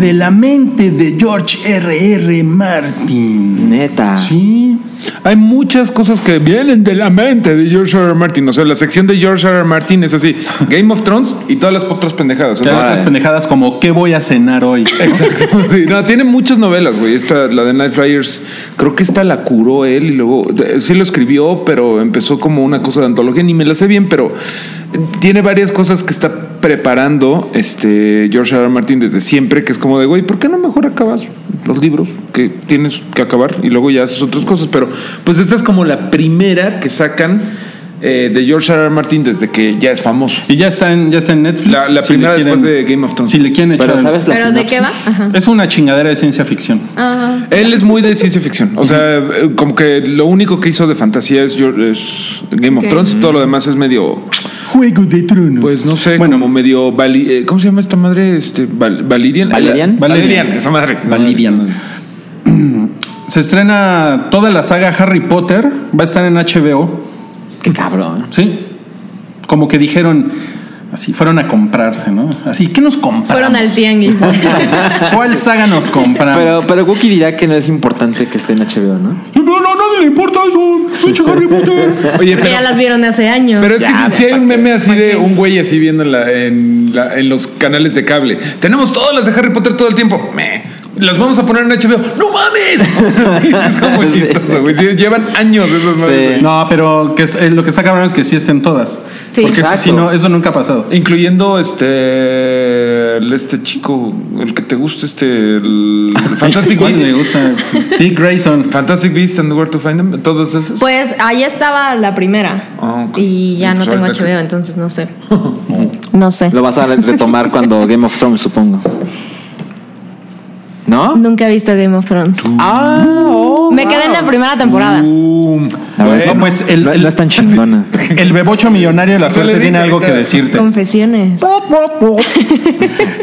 Speaker 2: de la mente de George R.R. Martin.
Speaker 5: Neta.
Speaker 2: Sí.
Speaker 4: Hay muchas cosas que vienen de la mente de George R. R. Martin. O sea, la sección de George R. R. Martin es así: Game of Thrones y todas las otras pendejadas. O
Speaker 2: Hay
Speaker 4: sea,
Speaker 2: otras pendejadas como ¿qué voy a cenar hoy?
Speaker 4: Exacto. Sí, no, tiene muchas novelas, güey. Esta, la de Night Flyers, creo que esta la curó él y luego de- sí lo escribió, pero empezó como una cosa de antología. Ni me la sé bien, pero tiene varias cosas que está preparando este George R. R. Martin desde siempre, que es como de, güey, ¿por qué no mejor acabas los libros que tienes que acabar y luego ya haces otras cosas? Pero pues esta es como la primera que sacan eh, de George R. R. Martin desde que ya es famoso.
Speaker 2: Y ya está en, ya está en Netflix.
Speaker 4: La- la
Speaker 2: Si
Speaker 4: primera
Speaker 2: le
Speaker 4: después de Game of Thrones.
Speaker 2: Si le quieren
Speaker 5: Pero
Speaker 2: echar-
Speaker 5: ¿sabes la
Speaker 3: ¿Pero de qué va?
Speaker 5: sinopsis?
Speaker 3: Ajá.
Speaker 2: Es una chingadera de ciencia ficción.
Speaker 3: Ah,
Speaker 4: Él es muy de ciencia ficción. O sea, eh, como que lo único que hizo de fantasía es, George- es Game of
Speaker 3: Ok.
Speaker 4: Thrones. Todo lo demás es medio,
Speaker 2: Juego de Tronos.
Speaker 4: pues no sé,
Speaker 2: Bueno,
Speaker 4: como medio. vali- eh, ¿Cómo se llama esta madre? Este, Val- Valirian.
Speaker 5: ¿Valerian?
Speaker 4: Valerian, esa madre.
Speaker 2: Valerian. Se estrena toda la saga Harry Potter. Va a estar en HBO.
Speaker 5: Qué cabrón.
Speaker 2: Sí. Como que dijeron. Así, fueron a comprarse, ¿no? Así, ¿qué nos compramos?
Speaker 3: fueron al tianguis.
Speaker 2: ¿Cuál saga nos compramos?
Speaker 5: Pero, pero Wookie dirá que no es importante que esté en HBO, ¿no?
Speaker 2: No, no, a nadie le importa eso. Pinche Harry Potter.
Speaker 4: Oye,
Speaker 3: Porque
Speaker 4: pero,
Speaker 3: ya las vieron hace años.
Speaker 4: pero es que
Speaker 5: Ya,
Speaker 4: si, hay un meme así de un güey así viendo en, la- en la- en los canales de cable. Tenemos todas las de Harry Potter todo el tiempo. Meh. Las vamos a poner en HBO. ¡No mames! Sí, es como chistoso, güey. Sí, llevan años esas madres.
Speaker 5: Sí.
Speaker 4: güey.
Speaker 2: No, pero que es- eh, lo que está cabrón es que sí estén todas.
Speaker 3: Sí.
Speaker 2: Porque eso,
Speaker 5: Exacto.
Speaker 2: sí no, eso nunca ha pasado.
Speaker 4: Incluyendo este el- este chico, el que te gusta, este el Fantastic
Speaker 2: ¿Cuál le
Speaker 4: Beasts.
Speaker 2: gusta? Dick Grayson.
Speaker 4: Fantastic Beasts and Where to Find Them, todos esos.
Speaker 3: Pues ahí estaba la primera.
Speaker 4: Ah, ok.
Speaker 3: Y ya no
Speaker 4: Entonces,
Speaker 3: tengo
Speaker 4: ahorita
Speaker 3: HBO, entonces no sé. No sé.
Speaker 5: Lo vas a re- retomar cuando Game of Thrones, supongo. ¿No?
Speaker 3: Nunca he visto Game of Thrones.
Speaker 5: Ah, oh,
Speaker 3: Me quedé en la
Speaker 5: wow.
Speaker 3: primera temporada.
Speaker 4: Boom.
Speaker 5: La verdad es que
Speaker 2: Mm, No,
Speaker 5: no,
Speaker 2: pues, el-
Speaker 5: no-
Speaker 2: el-
Speaker 5: no es tan chingona.
Speaker 2: El bebocho millonario de la
Speaker 4: Eso
Speaker 2: suerte
Speaker 4: le dije
Speaker 2: tiene algo que
Speaker 4: ahorita.
Speaker 2: decirte.
Speaker 3: Confesiones.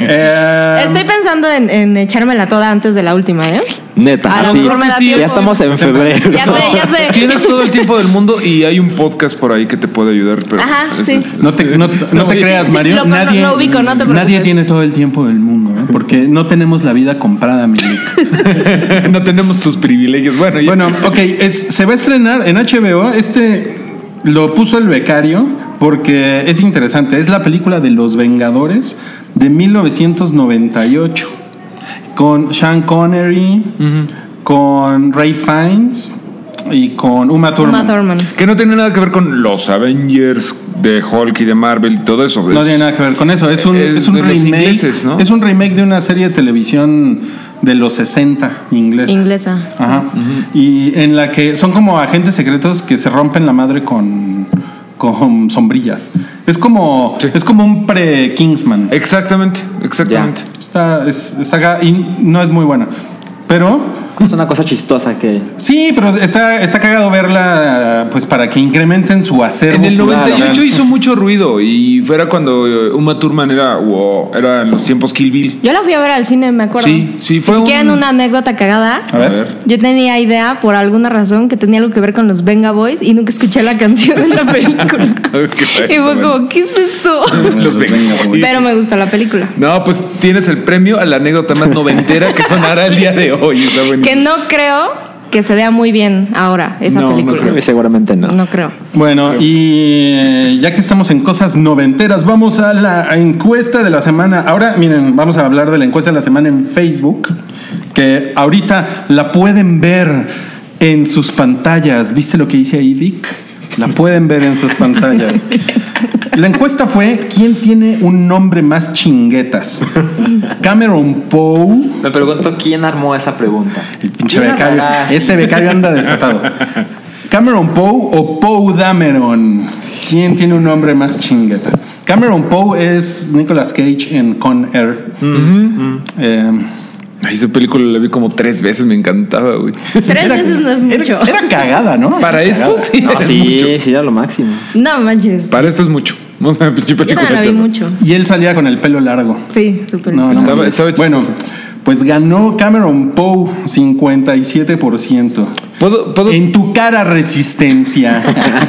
Speaker 2: Eh,
Speaker 3: Estoy pensando en, en echármela toda antes de la última, ¿eh?
Speaker 5: Neta,
Speaker 3: A lo
Speaker 5: así.
Speaker 3: mejor me da tiempo.
Speaker 5: ya estamos en febrero.
Speaker 3: Ya sé, ya sé.
Speaker 4: Tienes todo el tiempo del mundo y hay un podcast por ahí que te puede ayudar. Pero
Speaker 3: Ajá, sí.
Speaker 2: No te, no, no te
Speaker 4: oye,
Speaker 2: creas,
Speaker 3: sí,
Speaker 2: Mario.
Speaker 3: lo con-
Speaker 2: nadie,
Speaker 3: lo ubico, no te preocupes.
Speaker 2: nadie tiene todo el tiempo del mundo, ¿eh? porque no tenemos la vida comprada, Milik.
Speaker 4: no tenemos tus privilegios. Bueno, ya.
Speaker 2: bueno, ok, es- se va a estrenar en HBO. Este lo puso el becario porque es interesante. Es la película de Los Vengadores de 1998 con Sean Connery, con Ray Fiennes y con Uma Thurman.
Speaker 3: Uma Thurman.
Speaker 4: que no tiene nada que ver con los Avengers de Hulk y de Marvel y todo eso.
Speaker 2: No
Speaker 4: Es-
Speaker 2: tiene nada que ver con eso. Es un,
Speaker 4: Eh,
Speaker 2: es un
Speaker 4: de los
Speaker 2: remake.
Speaker 4: ingleses, ¿no?
Speaker 2: Es un remake de una serie de televisión de los 60 inglesa.
Speaker 3: Inglesa.
Speaker 2: Ajá. Y en la que son como agentes secretos que se rompen la madre con, con sombrillas. Es como,
Speaker 4: Sí. Eh.
Speaker 2: es como un pre-Kingsman.
Speaker 4: Exactamente, exactamente.
Speaker 2: Está, es- está acá y no es muy buena. Pero
Speaker 5: Es una cosa chistosa que.
Speaker 2: Sí, pero está, está cagado verla pues para que incrementen su acervo.
Speaker 4: En el
Speaker 2: cultural.
Speaker 4: 98 hizo mucho ruido y fuera cuando eh, Uma Thurman era, wow, era en los tiempos Kill Bill.
Speaker 3: Yo la fui a ver al cine, me acuerdo.
Speaker 4: Sí, sí, fue
Speaker 3: Si
Speaker 4: un-
Speaker 3: quieren una anécdota cagada,
Speaker 2: A ver.
Speaker 3: yo tenía idea, por alguna razón, que tenía algo que ver con los Venga Boys y nunca escuché la canción en la película.
Speaker 4: Ok,
Speaker 3: y fue
Speaker 4: bueno.
Speaker 3: como, ¿qué es esto?
Speaker 4: Los
Speaker 2: Venga
Speaker 4: Venga
Speaker 2: Boys.
Speaker 4: Boys.
Speaker 3: Pero me gustó la película.
Speaker 4: No, pues tienes el premio a la anécdota más noventera que sonará el día de hoy. Está
Speaker 3: Que
Speaker 4: buenísimo.
Speaker 3: no creo que se vea muy bien ahora esa
Speaker 4: No, no
Speaker 3: película.
Speaker 4: creo.
Speaker 5: Seguramente no.
Speaker 3: No creo.
Speaker 2: Bueno, y eh, ya que estamos en cosas noventeras, vamos a la encuesta de la semana. Ahora, miren, vamos a hablar de la encuesta de la semana en Facebook, que ahorita la pueden ver en sus pantallas. ¿Viste lo que hice ahí, Dick? La pueden ver en sus pantallas. La encuesta fue ¿quién tiene un nombre más chinguetas? Cameron Poe,
Speaker 5: Me pregunto quién armó esa pregunta.
Speaker 2: el pinche
Speaker 5: ¿Quién
Speaker 2: becario.
Speaker 5: armará así?
Speaker 2: Ese becario anda desatado. Cameron Poe o Poe Dameron. ¿Quién tiene un nombre más chinguetas? Cameron Poe es Nicolas Cage en Con Air.
Speaker 4: Mm.
Speaker 2: Eh,
Speaker 4: Ay, esa película la vi como tres veces, me encantaba, güey.
Speaker 3: Tres
Speaker 2: era-
Speaker 3: veces no es
Speaker 2: era-
Speaker 3: mucho.
Speaker 2: Era, cagada, ¿no?
Speaker 4: Para
Speaker 2: Era
Speaker 4: esto
Speaker 2: cagada.
Speaker 4: sí.
Speaker 5: No,
Speaker 4: es
Speaker 5: Ah, sí,
Speaker 4: mucho.
Speaker 5: sí, era lo máximo.
Speaker 3: No manches.
Speaker 4: Para esto es mucho. Vamos a ver, pinche
Speaker 3: Yo
Speaker 4: película.
Speaker 3: también la vi
Speaker 4: chaval.
Speaker 3: mucho.
Speaker 2: Y él salía con el pelo largo.
Speaker 3: Sí, su
Speaker 2: No,
Speaker 3: película.
Speaker 2: no,
Speaker 4: Estaba-
Speaker 2: sí.
Speaker 4: estaba chistoso.
Speaker 2: bueno, pues ganó Cameron Poe 57%.
Speaker 4: ¿Puedo, puedo,
Speaker 2: En tu cara resistencia.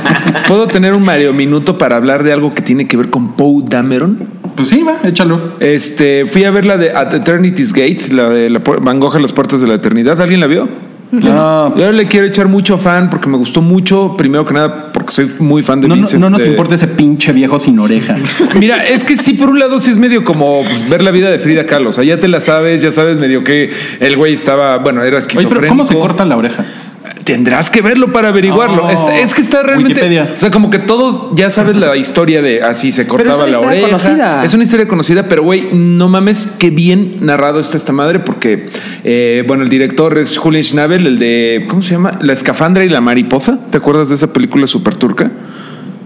Speaker 4: ¿Puedo tener un Mario Minuto para hablar de algo que tiene que ver con Poe Dameron?
Speaker 2: pues sí, va, échalo.
Speaker 4: Este, fui a ver la de At Eternity's Gate, la de la, pu- Van Gogh en las puertas de la eternidad. ¿Alguien la vio?
Speaker 2: No,
Speaker 4: Yo le quiero echar mucho fan porque me gustó mucho. Primero que nada, porque soy muy fan de
Speaker 2: no, no-
Speaker 4: Vincent-
Speaker 2: no nos
Speaker 4: de-
Speaker 2: importa ese pinche viejo sin oreja.
Speaker 4: Mira, es que sí, por un lado, sí es medio como pues, ver la vida de Frida Kahlo. O sea, ya te la sabes, ya sabes medio que el güey estaba, bueno, era
Speaker 2: Oye,
Speaker 4: esquizofrénico.
Speaker 2: pero ¿cómo se corta la oreja?
Speaker 4: Tendrás que verlo para averiguarlo.
Speaker 2: Oh,
Speaker 4: es, es que está realmente.
Speaker 2: Wikipedia.
Speaker 4: O sea, como que todos ya sabes la historia de así se
Speaker 5: es
Speaker 4: cortaba
Speaker 5: una
Speaker 4: la
Speaker 5: historia
Speaker 4: oreja.
Speaker 5: conocida.
Speaker 4: Es una historia conocida, pero güey, no mames, qué bien narrado está esta madre, porque, eh, bueno, el director es Julian Schnabel, el de, ¿cómo se llama? La escafandra y la mariposa. ¿Te acuerdas de esa película super turca?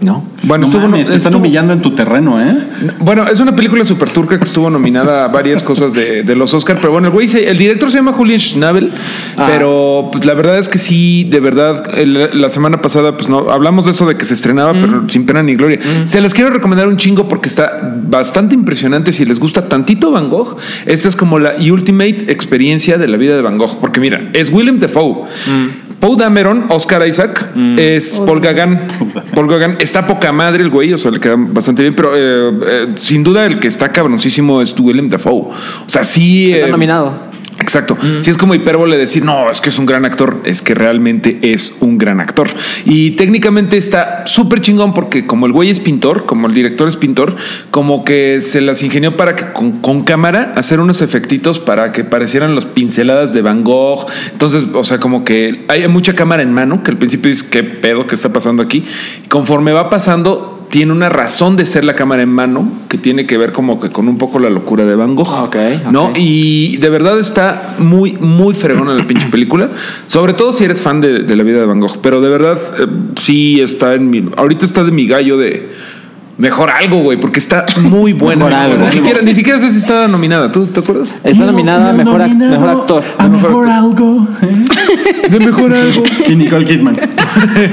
Speaker 5: No.
Speaker 2: no
Speaker 4: Bueno, estuvo-
Speaker 2: mames, te están
Speaker 4: estuvo-
Speaker 2: humillando en tu terreno, ¿eh?
Speaker 4: Bueno, es una película super turca que estuvo nominada a varias cosas de, de los Oscar, pero bueno, el güey, se- el director se llama Julian Schnabel,
Speaker 5: Ah.
Speaker 4: pero pues la verdad es que sí, de verdad, el- la semana pasada pues no hablamos de eso de que se estrenaba, pero sin pena ni gloria. Se las quiero recomendar un chingo porque está bastante impresionante si les gusta tantito Van Gogh. Esta es como la ultimate experiencia de la vida de Van Gogh, porque mira, es Willem Dafoe.
Speaker 5: Mm.
Speaker 4: Poe Dameron, Oscar Isaac, es Paul Gauguin. Paul Gauguin está poca madre el güey, o sea, le queda bastante bien, pero eh, eh, sin duda el que está cabroncísimo es Willem Dafoe. O sea, sí.
Speaker 5: Está
Speaker 4: eh,
Speaker 5: nominado.
Speaker 4: Exacto. Si es como hipérbole decir, no, es que es un gran actor, es que realmente es un gran actor. Y técnicamente está súper chingón porque como el güey es pintor, como el director es pintor, como que se las ingenió para que con, con cámara hacer unos efectitos para que parecieran las pinceladas de Van Gogh. Entonces, o sea, como que hay mucha cámara en mano, que al principio dices, ¿qué pedo que está pasando aquí? Y conforme va pasando... Tiene una razón de ser la cámara en mano que tiene que ver como que con un poco la locura de Van Gogh.
Speaker 5: Ok,
Speaker 4: ¿No?
Speaker 5: ok.
Speaker 4: Y y de verdad está muy, muy fregona la pinche película. Sobre todo si eres fan de, de la vida de Van Gogh. Pero de verdad, eh, sí está en mi. Ahorita está de mi gallo de. Mejor algo, güey, porque está muy buena.
Speaker 5: Mejor algo.
Speaker 4: Ni siquiera, ni siquiera sé si está nominada. ¿Tú te acuerdas?
Speaker 5: Está
Speaker 2: No,
Speaker 5: nominada a
Speaker 2: no,
Speaker 5: mejor, ac-
Speaker 2: nominado
Speaker 5: mejor actor.
Speaker 2: A
Speaker 5: Mejor
Speaker 2: mejor,
Speaker 5: actor.
Speaker 2: algo. ¿eh?
Speaker 4: De mejor algo.
Speaker 2: Y Nicole Kidman.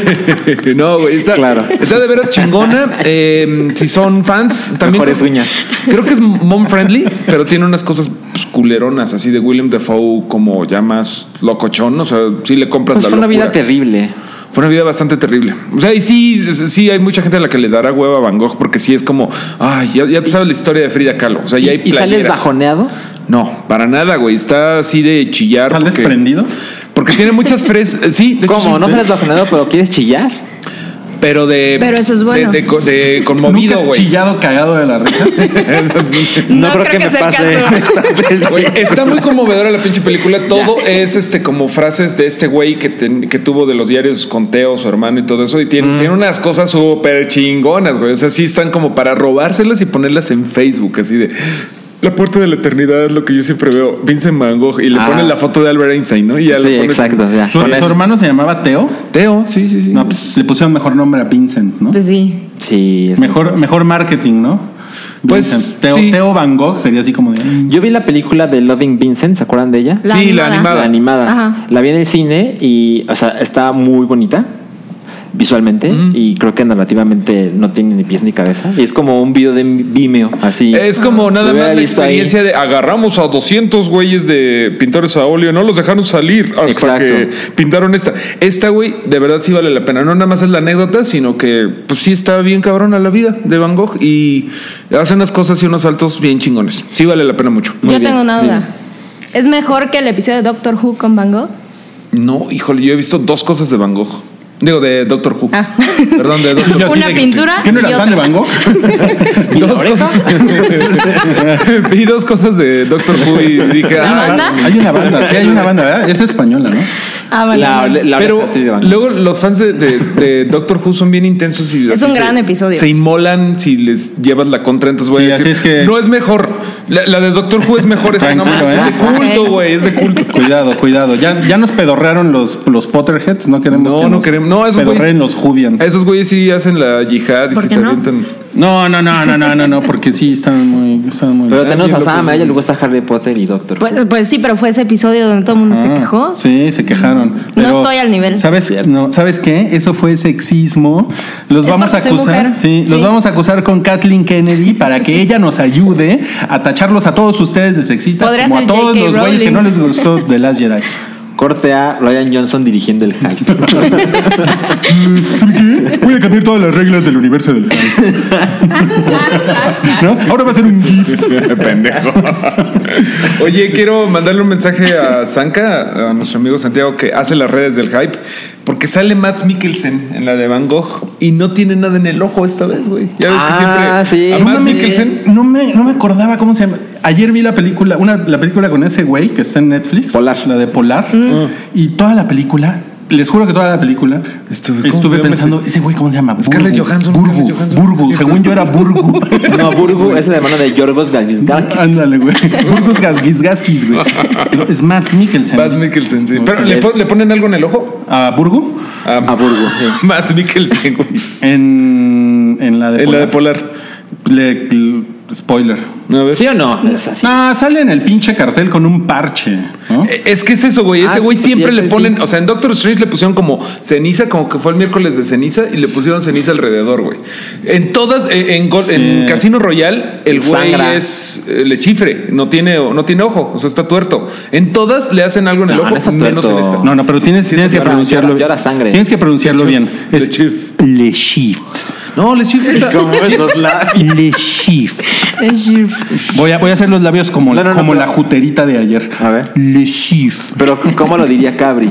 Speaker 4: no, güey, está,
Speaker 5: Claro.
Speaker 4: está de veras chingona. Eh, si son fans, también.
Speaker 5: Mejores uñas.
Speaker 4: Creo que es mom friendly, pero tiene unas cosas pues, culeronas, así de William Dafoe, como ya más locochón. O sea, sí le compras
Speaker 5: Pues
Speaker 4: la
Speaker 5: fue una vida
Speaker 4: locura.
Speaker 5: terrible.
Speaker 4: Fue una vida bastante terrible. O sea, y sí, sí, hay mucha gente a la que le dará hueva a Van Gogh porque sí es como, ay, ya, ya te sabes la historia de Frida Kahlo. O sea, ya hay
Speaker 5: ¿Y sales
Speaker 4: playeras.
Speaker 5: bajoneado?
Speaker 4: No, para nada, güey. Está así de chillar.
Speaker 2: ¿Sales
Speaker 4: porque,
Speaker 2: prendido?
Speaker 4: Porque tiene muchas fresas. Sí, de hecho,
Speaker 5: ¿Cómo?
Speaker 4: sí.
Speaker 5: ¿No sales bajoneado pero quieres chillar?
Speaker 4: Pero de.
Speaker 3: Pero eso es
Speaker 4: de-
Speaker 3: bueno.
Speaker 4: De, co- de
Speaker 2: Nunca
Speaker 4: conmovido,
Speaker 2: has
Speaker 4: güey.
Speaker 2: chillado cagado de la risa.
Speaker 3: No creo que sea el caso.
Speaker 2: Este
Speaker 4: Güey, Está muy conmovedora la pinche película. Todo es este como frases de este güey que, ten- que tuvo de los diarios con Teo, su hermano y todo eso. Y tiene, tiene unas cosas súper chingonas, güey. O sea, sí están como para robárselas y ponerlas en Facebook, así de. La puerta de la eternidad es lo que yo siempre veo. Vincent Van Gogh. Y le
Speaker 5: Ah.
Speaker 4: ponen la foto de Albert Einstein, ¿no? Y ya
Speaker 5: Sí,
Speaker 4: le pones-
Speaker 5: exacto. ya,
Speaker 2: ¿Su,
Speaker 5: con
Speaker 2: su
Speaker 5: eso.
Speaker 2: hermano se llamaba Teo.
Speaker 4: Teo, sí, sí, sí.
Speaker 2: pues, No, pues le pusieron mejor nombre a Vincent, ¿no?
Speaker 3: Pues sí.
Speaker 5: Sí, es-
Speaker 2: Mejor, mejor marketing, ¿no?
Speaker 4: Pues,
Speaker 2: Teo,
Speaker 4: sí.
Speaker 2: Teo Van Gogh sería así como de. "Mm".
Speaker 5: Yo vi la película de Loving Vincent, ¿se acuerdan de ella?
Speaker 3: La
Speaker 4: sí,
Speaker 3: animada.
Speaker 4: la animada.
Speaker 5: La animada.
Speaker 3: Ajá.
Speaker 5: La vi en el cine y, o sea, está muy bonita visualmente
Speaker 4: Mm.
Speaker 5: y creo que narrativamente no tiene ni pies ni cabeza. Y es como un video de Vimeo, así.
Speaker 4: Es como nada
Speaker 5: Lo hubiera
Speaker 4: más la
Speaker 5: visto ahí.
Speaker 4: experiencia de agarramos a 200 güeyes de pintores a óleo, no los dejaron salir hasta
Speaker 5: Exacto.
Speaker 4: que pintaron esta. Esta, güey, de verdad sí vale la pena. No nada más es la anécdota, sino que pues sí está bien cabrona la vida de Van Gogh y hace unas cosas y unos saltos bien chingones. Sí vale la pena mucho.
Speaker 5: Muy
Speaker 3: Yo
Speaker 5: bien,
Speaker 3: tengo una duda.
Speaker 5: dime.
Speaker 6: ¿Es mejor que el episodio de Doctor Who con Van Gogh?
Speaker 4: No, híjole, yo he visto dos cosas de Van Gogh. Digo, de Doctor Who.
Speaker 3: Ah.
Speaker 4: Perdón, de Doctor
Speaker 2: Yo así
Speaker 6: Una
Speaker 2: de-
Speaker 6: pintura
Speaker 2: ¿Qué no eras
Speaker 6: y
Speaker 2: fan de Van Gogh?
Speaker 4: Vi dos cosas. Vi dos cosas de Doctor Who y dije,
Speaker 6: ¿La
Speaker 4: ah,
Speaker 6: banda?
Speaker 2: Hay una banda, sí, hay una banda, ¿verdad? Es española, ¿no?
Speaker 6: Ah, vale.
Speaker 5: La,
Speaker 6: vale.
Speaker 5: la- la
Speaker 4: pero
Speaker 5: oreja así de Van Gogh.
Speaker 4: luego los fans de, de- de Doctor Who son bien intensos y
Speaker 6: Es
Speaker 4: así
Speaker 6: un
Speaker 4: se-
Speaker 6: gran episodio.
Speaker 4: Se inmolan si les llevas la contra, entonces voy
Speaker 2: Sí,
Speaker 4: a decir,
Speaker 2: así es que-
Speaker 4: no es mejor. La, la de Doctor Who es mejor, esa no
Speaker 2: Tranquilo,
Speaker 4: mames,
Speaker 2: ¿eh?
Speaker 4: es de culto,
Speaker 3: Ok.
Speaker 4: güey, es de culto.
Speaker 2: Cuidado, cuidado. Ya, ya nos pedorrearon los, los Potterheads, no queremos
Speaker 4: No,
Speaker 2: que
Speaker 4: no
Speaker 2: nos
Speaker 4: queremos- no, esos
Speaker 2: pedorreen
Speaker 4: güeyes-
Speaker 2: los Jubians.
Speaker 4: Esos güeyes sí hacen la yihad y
Speaker 3: ¿Por
Speaker 4: se
Speaker 3: qué
Speaker 4: te
Speaker 3: no?
Speaker 4: avientan.
Speaker 2: No, no, no, no, no, no, no, porque sí están muy, están muy.
Speaker 5: Pero tenemos
Speaker 4: bien
Speaker 5: a
Speaker 4: loco,
Speaker 5: Sam, a ella
Speaker 4: güey.
Speaker 5: le gusta Harry Potter y Doctor. Who.
Speaker 3: Pues, pues sí, pero fue ese episodio donde todo el mundo se
Speaker 2: Ah,
Speaker 3: quejó.
Speaker 2: Sí, se quejaron. pero,
Speaker 3: estoy al nivel.
Speaker 2: ¿Sabes? No, ¿Sabes qué? Eso fue sexismo. Los
Speaker 6: Es
Speaker 2: vamos a
Speaker 6: porque soy
Speaker 2: acusar.
Speaker 6: mujer.
Speaker 2: Sí, los
Speaker 6: Sí.
Speaker 2: vamos a acusar con Kathleen Kennedy para que ella nos ayude a tacharlos a todos ustedes de sexistas
Speaker 3: Podría
Speaker 2: como a
Speaker 3: ser
Speaker 2: todos
Speaker 3: J.K.
Speaker 2: los güeyes que no
Speaker 3: Rowling.
Speaker 2: les gustó de Last Jedi.
Speaker 5: Corte a Ryan Johnson dirigiendo el hype.
Speaker 2: ¿Por qué? Voy a cambiar todas las reglas del universo del ¿No? Ahora va a ser un GIF.
Speaker 4: Pendejo. Oye, quiero mandarle un mensaje a Zanka, a nuestro amigo Santiago, que hace las redes del hype, porque sale Max Mikkelsen en la de Van Gogh y no tiene nada en el ojo esta vez, güey. Ya ves
Speaker 5: Ah,
Speaker 4: que siempre.
Speaker 5: sí.
Speaker 4: A
Speaker 2: No
Speaker 4: Max
Speaker 2: mames,
Speaker 4: Mikkelsen.
Speaker 2: No me, no me acordaba cómo se llama. Ayer vi la película, una, la película con ese güey que está en Netflix.
Speaker 5: Polar.
Speaker 2: La de Polar. Y toda la película, les juro que toda la película,
Speaker 4: Estuve-
Speaker 2: estuve,
Speaker 4: ¿cómo se llama
Speaker 2: pensando, ese güey, ¿cómo se llama?
Speaker 4: Scarlett
Speaker 2: Burgu,
Speaker 4: Johansson,
Speaker 2: Burgu,
Speaker 4: Scarlett Johansson.
Speaker 2: Burgu.
Speaker 4: Sí.
Speaker 2: Según yo era Burgu.
Speaker 5: No, Burgu es la hermana de Yorgos Galgisgalkis.
Speaker 2: Ándale, güey. Burgus Gasgisgaskis, güey. No, Es Matt Mikkelsen.
Speaker 4: Max Mikkelsen, sí. Pero ¿le, pon- le ponen algo en el ojo?
Speaker 2: ¿A Burgu?
Speaker 5: A Burgu. sí.
Speaker 4: Max Mikkelsen, güey.
Speaker 2: En, en la de
Speaker 4: En la de
Speaker 2: Polar.
Speaker 4: Polar.
Speaker 2: Le- le- spoiler.
Speaker 4: A ver.
Speaker 5: ¿Sí o no? Es así.
Speaker 2: Ah, sale en el pinche cartel con un parche, ¿no?
Speaker 4: Eh, Es que es eso, güey. Ese
Speaker 5: Ah,
Speaker 4: güey
Speaker 5: sí,
Speaker 4: siempre
Speaker 5: sí,
Speaker 4: le
Speaker 5: sí,
Speaker 4: ponen.
Speaker 5: sí.
Speaker 4: O sea, en Doctor Strange le pusieron como ceniza, como que fue el miércoles de ceniza, y le pusieron ceniza alrededor, güey. En todas, eh, en, Go-
Speaker 2: Sí.
Speaker 4: en Casino Royal, el güey
Speaker 5: Sangra.
Speaker 4: es eh, lechifre, no tiene, no tiene ojo, o sea, está tuerto. En todas le hacen algo en el
Speaker 5: No,
Speaker 4: ojo,
Speaker 5: no está
Speaker 4: menos en
Speaker 5: tuerto.
Speaker 4: esta.
Speaker 2: No, no, pero tienes, tienes que
Speaker 5: llora,
Speaker 2: pronunciarlo
Speaker 5: llora,
Speaker 2: bien.
Speaker 5: llora sangre.
Speaker 2: Tienes que pronunciarlo
Speaker 4: Le
Speaker 2: bien.
Speaker 4: Chief, Le
Speaker 2: Es
Speaker 4: Chief.
Speaker 2: Le Chief.
Speaker 4: No, lechifre está.
Speaker 2: Le Chief. Voy a, voy a hacer los labios como,
Speaker 5: No, no, no,
Speaker 2: como la
Speaker 5: pero-
Speaker 2: juterita de ayer.
Speaker 5: A ver.
Speaker 2: Le Chief.
Speaker 5: Pero ¿cómo lo diría Cabri?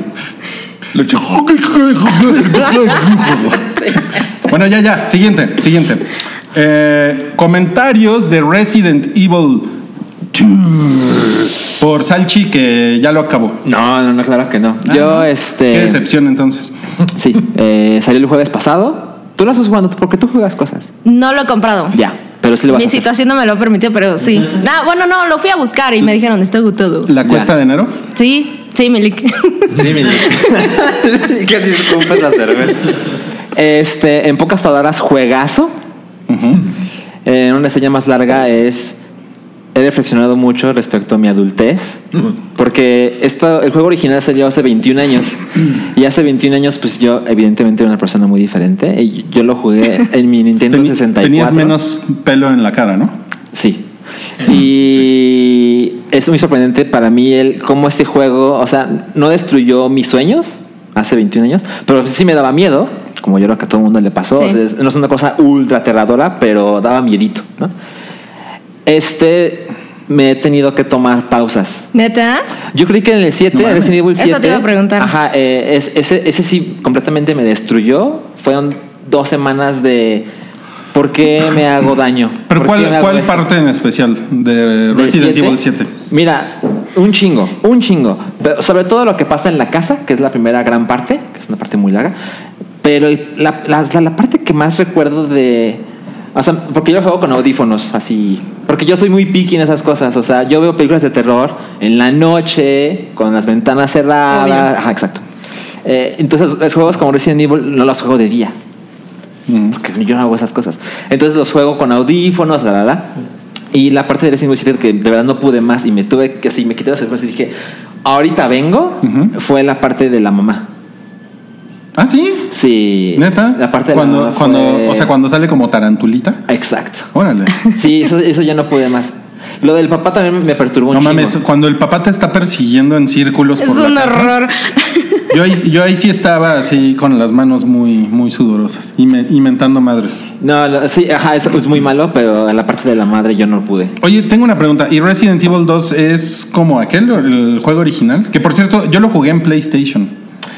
Speaker 4: Le Chief.
Speaker 2: Bueno, ya, ya. Siguiente, siguiente. Eh, comentarios de Resident Evil 2 por Salchi, que ya lo acabó.
Speaker 5: No, no, no, claro que no.
Speaker 2: Ah,
Speaker 5: Yo,
Speaker 2: ¿no? Qué
Speaker 5: este...
Speaker 2: decepción, entonces.
Speaker 5: Sí, eh, salió el jueves pasado. Tú lo estás jugando porque tú juegas cosas.
Speaker 6: No lo he comprado.
Speaker 5: Ya, pero sí lo vas
Speaker 6: Mi
Speaker 5: a hacer.
Speaker 6: situación no me lo permitió, pero sí. Ah, bueno, no, lo fui a buscar y me dijeron, está agotado.
Speaker 2: La cuesta de enero.
Speaker 6: Sí, sí, Milik.
Speaker 5: Dime. ¿Qué haces? Compras la cerveza. Este, en pocas palabras, juegazo. Eh, En una reseña más larga es... He reflexionado mucho respecto a mi adultez. Porque esto, el juego original salió hace 21 años. Y hace 21 años, pues yo, evidentemente, era una persona muy diferente. Y yo lo jugué en mi Nintendo
Speaker 2: Teni-
Speaker 5: 64.
Speaker 2: Tenías menos pelo en la cara, ¿no?
Speaker 5: Sí. Y es muy sorprendente para mí el cómo este juego, o sea, no destruyó mis sueños hace 21 años, pero sí me daba miedo, como yo creo que a todo el mundo le pasó.
Speaker 6: Sí.
Speaker 5: O sea, es- no es una cosa ultra aterradora, pero daba miedito, ¿no? Este me he tenido que tomar pausas.
Speaker 6: ¿Neta?
Speaker 5: Yo creí que en el 7,
Speaker 2: No mames.
Speaker 5: Resident Evil
Speaker 6: Eso
Speaker 5: 7.
Speaker 6: te iba a preguntar.
Speaker 5: Ajá, eh, es- ese, ese sí completamente me destruyó. Fueron dos semanas de. ¿Por qué me hago daño?
Speaker 2: Pero
Speaker 5: ¿Por qué me
Speaker 2: ¿cuál,
Speaker 5: hago
Speaker 2: cuál
Speaker 5: esto?
Speaker 2: parte en especial de
Speaker 5: ¿Del
Speaker 2: Resident
Speaker 5: siete?
Speaker 2: Evil 7?
Speaker 5: Mira, un chingo, un chingo. Pero sobre todo lo que pasa en la casa, que es la primera gran parte, que es una parte muy larga. Pero el- la, la- la- la parte que más recuerdo de. O sea, porque yo juego con audífonos, así. Porque yo soy muy picky en esas cosas. O sea, yo veo películas de terror en la noche, con las ventanas cerradas.
Speaker 6: Obvio.
Speaker 5: Ajá, exacto. Eh, entonces, los juegos como Resident Evil no los juego de día. Porque yo no hago esas cosas. Entonces los juego con audífonos, la, la, la. Y la parte del Resident Evil 7 que de verdad no pude más y me tuve que así, me quité los esfuerzos y dije, ahorita vengo,
Speaker 2: Ujú.
Speaker 5: fue la parte de la mamá.
Speaker 2: Ah, sí.
Speaker 5: Sí.
Speaker 2: Neta.
Speaker 5: La parte de la
Speaker 2: cuando,
Speaker 5: mamá
Speaker 2: cuando,
Speaker 5: fue-
Speaker 2: o sea, cuando sale como tarantulita.
Speaker 5: Exacto.
Speaker 2: Órale.
Speaker 5: Sí, eso, eso ya no pude más. Lo del papá también me perturbó un
Speaker 2: No mames,
Speaker 5: chingo.
Speaker 2: cuando el papá te está persiguiendo en círculos.
Speaker 6: Es
Speaker 2: por la
Speaker 6: un
Speaker 2: casa.
Speaker 6: horror.
Speaker 2: Yo ahí, yo ahí sí estaba así con las manos muy, muy sudorosas, inme- inventando madres.
Speaker 5: No, lo- sí, ajá, eso es muy malo, pero en la parte de la madre yo no pude.
Speaker 2: Oye, tengo una pregunta. ¿Y Resident Evil 2 es como aquel, el juego original? Que por cierto, yo lo jugué en PlayStation.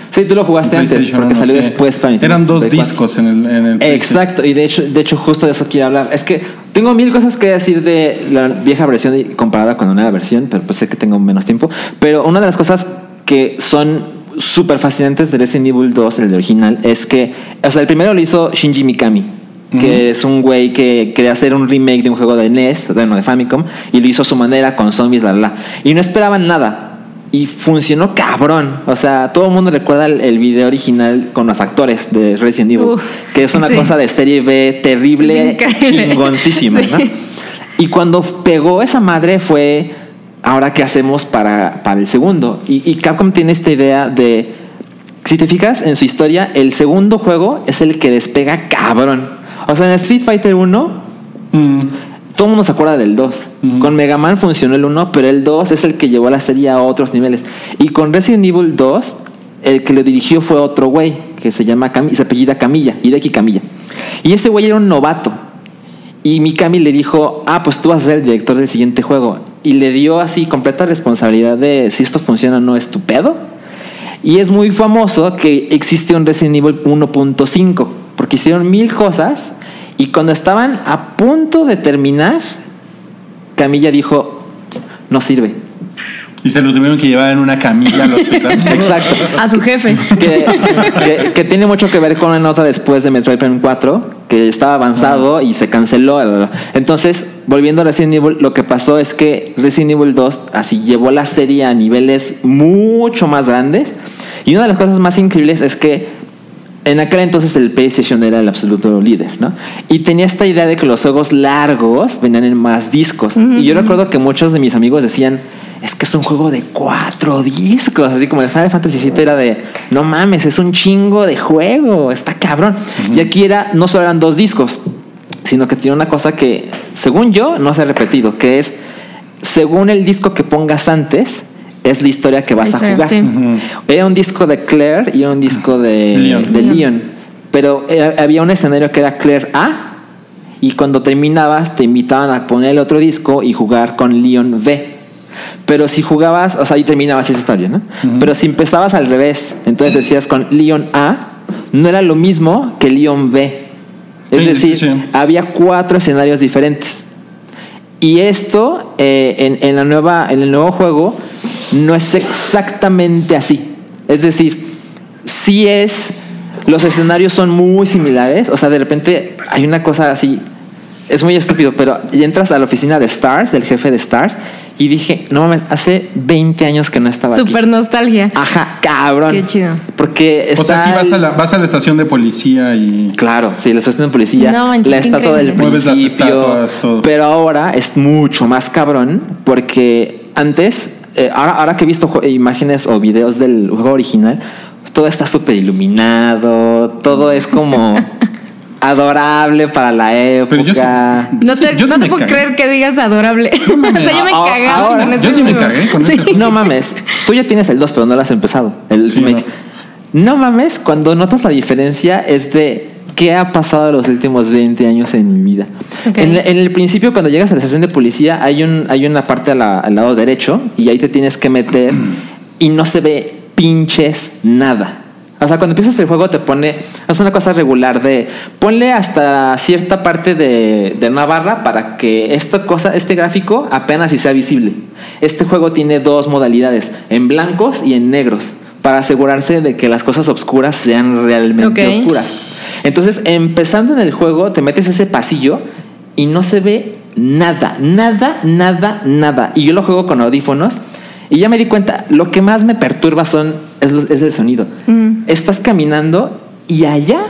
Speaker 5: Sí, tú lo jugaste antes,
Speaker 2: PlayStation
Speaker 5: porque
Speaker 2: uno,
Speaker 5: salió
Speaker 2: Pues sí.
Speaker 5: después para Nintendo
Speaker 2: Eran dos
Speaker 5: 64.
Speaker 2: discos en el, en el PlayStation.
Speaker 5: Exacto, y de hecho, de hecho justo de eso quiero hablar. Es que tengo mil cosas que decir de la vieja versión y- comparada con la nueva versión, pero pues sé que tengo menos tiempo. Pero una de las cosas que son súper fascinantes de Resident Evil 2, el de original, es que, o sea, el primero lo hizo Shinji Mikami. Que es un güey que quería hacer un remake de un juego de NES, bueno, de Famicom, y lo hizo a su manera con zombies, la, la, la. Y no esperaban nada. Y funcionó cabrón. O sea, todo el mundo recuerda el, el video original con los actores de Resident Evil,
Speaker 6: Uf,
Speaker 5: que es una
Speaker 6: sí.
Speaker 5: cosa de serie B terrible,
Speaker 6: Es increíble.
Speaker 5: chingoncísima,
Speaker 6: Sí.
Speaker 5: ¿no? Y cuando pegó esa madre fue, ahora qué hacemos para, para el segundo. Y, y Capcom tiene esta idea de, si te fijas en su historia, el segundo juego es el que despega cabrón. O sea, en Street Fighter 1
Speaker 2: Mm.
Speaker 5: todo el mundo se acuerda del 2.
Speaker 2: Ujú.
Speaker 5: Con Mega Man funcionó el 1, pero el 2 es el que llevó la serie a otros niveles. Y con Resident Evil 2, el que lo dirigió fue otro güey, que se llama Cam- se apellida Camilla, Hideki Camilla. Y ese güey era un novato. Y Mikami le dijo, ah, pues tú vas a ser el director del siguiente juego. Y le dio así completa responsabilidad de si esto funciona o no es tu pedo. Y es muy famoso que existe un Resident Evil 1.5, porque hicieron mil cosas y cuando estaban a punto de terminar, Camilla dijo, no sirve.
Speaker 2: Y se lo tuvieron que llevar en una camilla al hospital.
Speaker 5: Exacto.
Speaker 6: A su jefe.
Speaker 5: Que, que- que tiene mucho que ver con una nota después de Metroid Prime 4, que estaba avanzado y se canceló. bla, bla, bla. Entonces, volviendo a Resident Evil, lo que pasó es que Resident Evil 2 así llevó la serie a niveles mucho más grandes. Y una de las cosas más increíbles es que en aquel entonces el PlayStation era el absoluto líder, ¿no? Y tenía esta idea de que los juegos largos venían en más discos. Y yo recuerdo que muchos de mis amigos decían, es que es un juego de cuatro discos, así como el Final Fantasy VII era de, no mames, es un chingo de juego, está cabrón. Y aquí era, no solo eran dos discos, sino que tiene una cosa que, según yo, no se ha repetido, que es, según el disco que pongas antes, es la historia que vas a
Speaker 6: Historia,
Speaker 5: jugar.
Speaker 6: sí.
Speaker 2: Ujú.
Speaker 5: Era un disco de Claire y era un disco de
Speaker 2: Leon.
Speaker 5: de Leon. Pero eh, había un escenario que era Claire A. Y cuando terminabas, te invitaban a poner el otro disco y jugar con Leon B. Pero si jugabas, o sea, ahí terminabas esa historia, ¿no? Pero si empezabas al revés, entonces decías con Leon A, no era lo mismo que Leon B. Es
Speaker 2: Sí, sí,
Speaker 5: decir,
Speaker 2: sí.
Speaker 5: había cuatro escenarios diferentes. Y esto eh, en, en la nueva, en el nuevo juego no es exactamente así. Es decir, sí es. Los escenarios son muy similares. O sea, de repente hay una cosa así. Es muy estúpido, pero y entras a la oficina de Stars, del jefe de Stars, y dije, no mames, hace 20 años que no estaba
Speaker 6: Super
Speaker 5: aquí. Ah,
Speaker 6: nostalgia.
Speaker 5: Ajá, cabrón.
Speaker 6: Qué chido.
Speaker 5: Porque está
Speaker 2: o sea, sí vas a, la, vas a la estación de policía y...
Speaker 5: Claro, sí, la estación de policía,
Speaker 6: No manches,
Speaker 5: la
Speaker 6: qué
Speaker 5: estatua del
Speaker 6: increíble.
Speaker 2: Mueves las
Speaker 5: principio,
Speaker 2: estatuas, todo.
Speaker 5: pero ahora es mucho más cabrón porque antes, eh, ahora, ahora que he visto jue- imágenes o videos del juego original, todo está súper iluminado, todo es como adorable para la época.
Speaker 2: Pero yo sí-
Speaker 6: No
Speaker 2: Sí,
Speaker 6: te,
Speaker 2: yo sí
Speaker 6: no
Speaker 2: me
Speaker 6: te puedo
Speaker 2: cagué.
Speaker 6: creer que digas adorable. o sea, yo me
Speaker 5: Ah,
Speaker 6: cagaba
Speaker 5: ahora.
Speaker 6: con ese
Speaker 2: Yo sí me
Speaker 6: juego.
Speaker 2: cagué con ese
Speaker 5: No mames, tú ya tienes el 2, pero no lo has empezado, el
Speaker 2: Sí,
Speaker 5: remake. No. mames, cuando notas la diferencia es de qué ha pasado los últimos 20 años en mi vida.
Speaker 6: Ok.
Speaker 5: En, en el principio, cuando llegas a la estación de policía, hay, un, hay una parte a la- al lado derecho y ahí te tienes que meter y no se ve pinches nada. O sea, cuando empiezas el juego te pone, es una cosa regular de ponle hasta cierta parte de, de una barra para que esta cosa, este gráfico apenas si sea visible. Este juego tiene dos modalidades, en blancos y en negros, para asegurarse de que las cosas oscuras sean realmente
Speaker 6: Ok.
Speaker 5: oscuras. Entonces, empezando en el juego, te metes a ese pasillo y no se ve nada, nada, nada, nada. Y yo lo juego con audífonos y ya me di cuenta, lo que más me perturba son, es, lo- es el sonido.
Speaker 6: Mm.
Speaker 5: Estás caminando y allá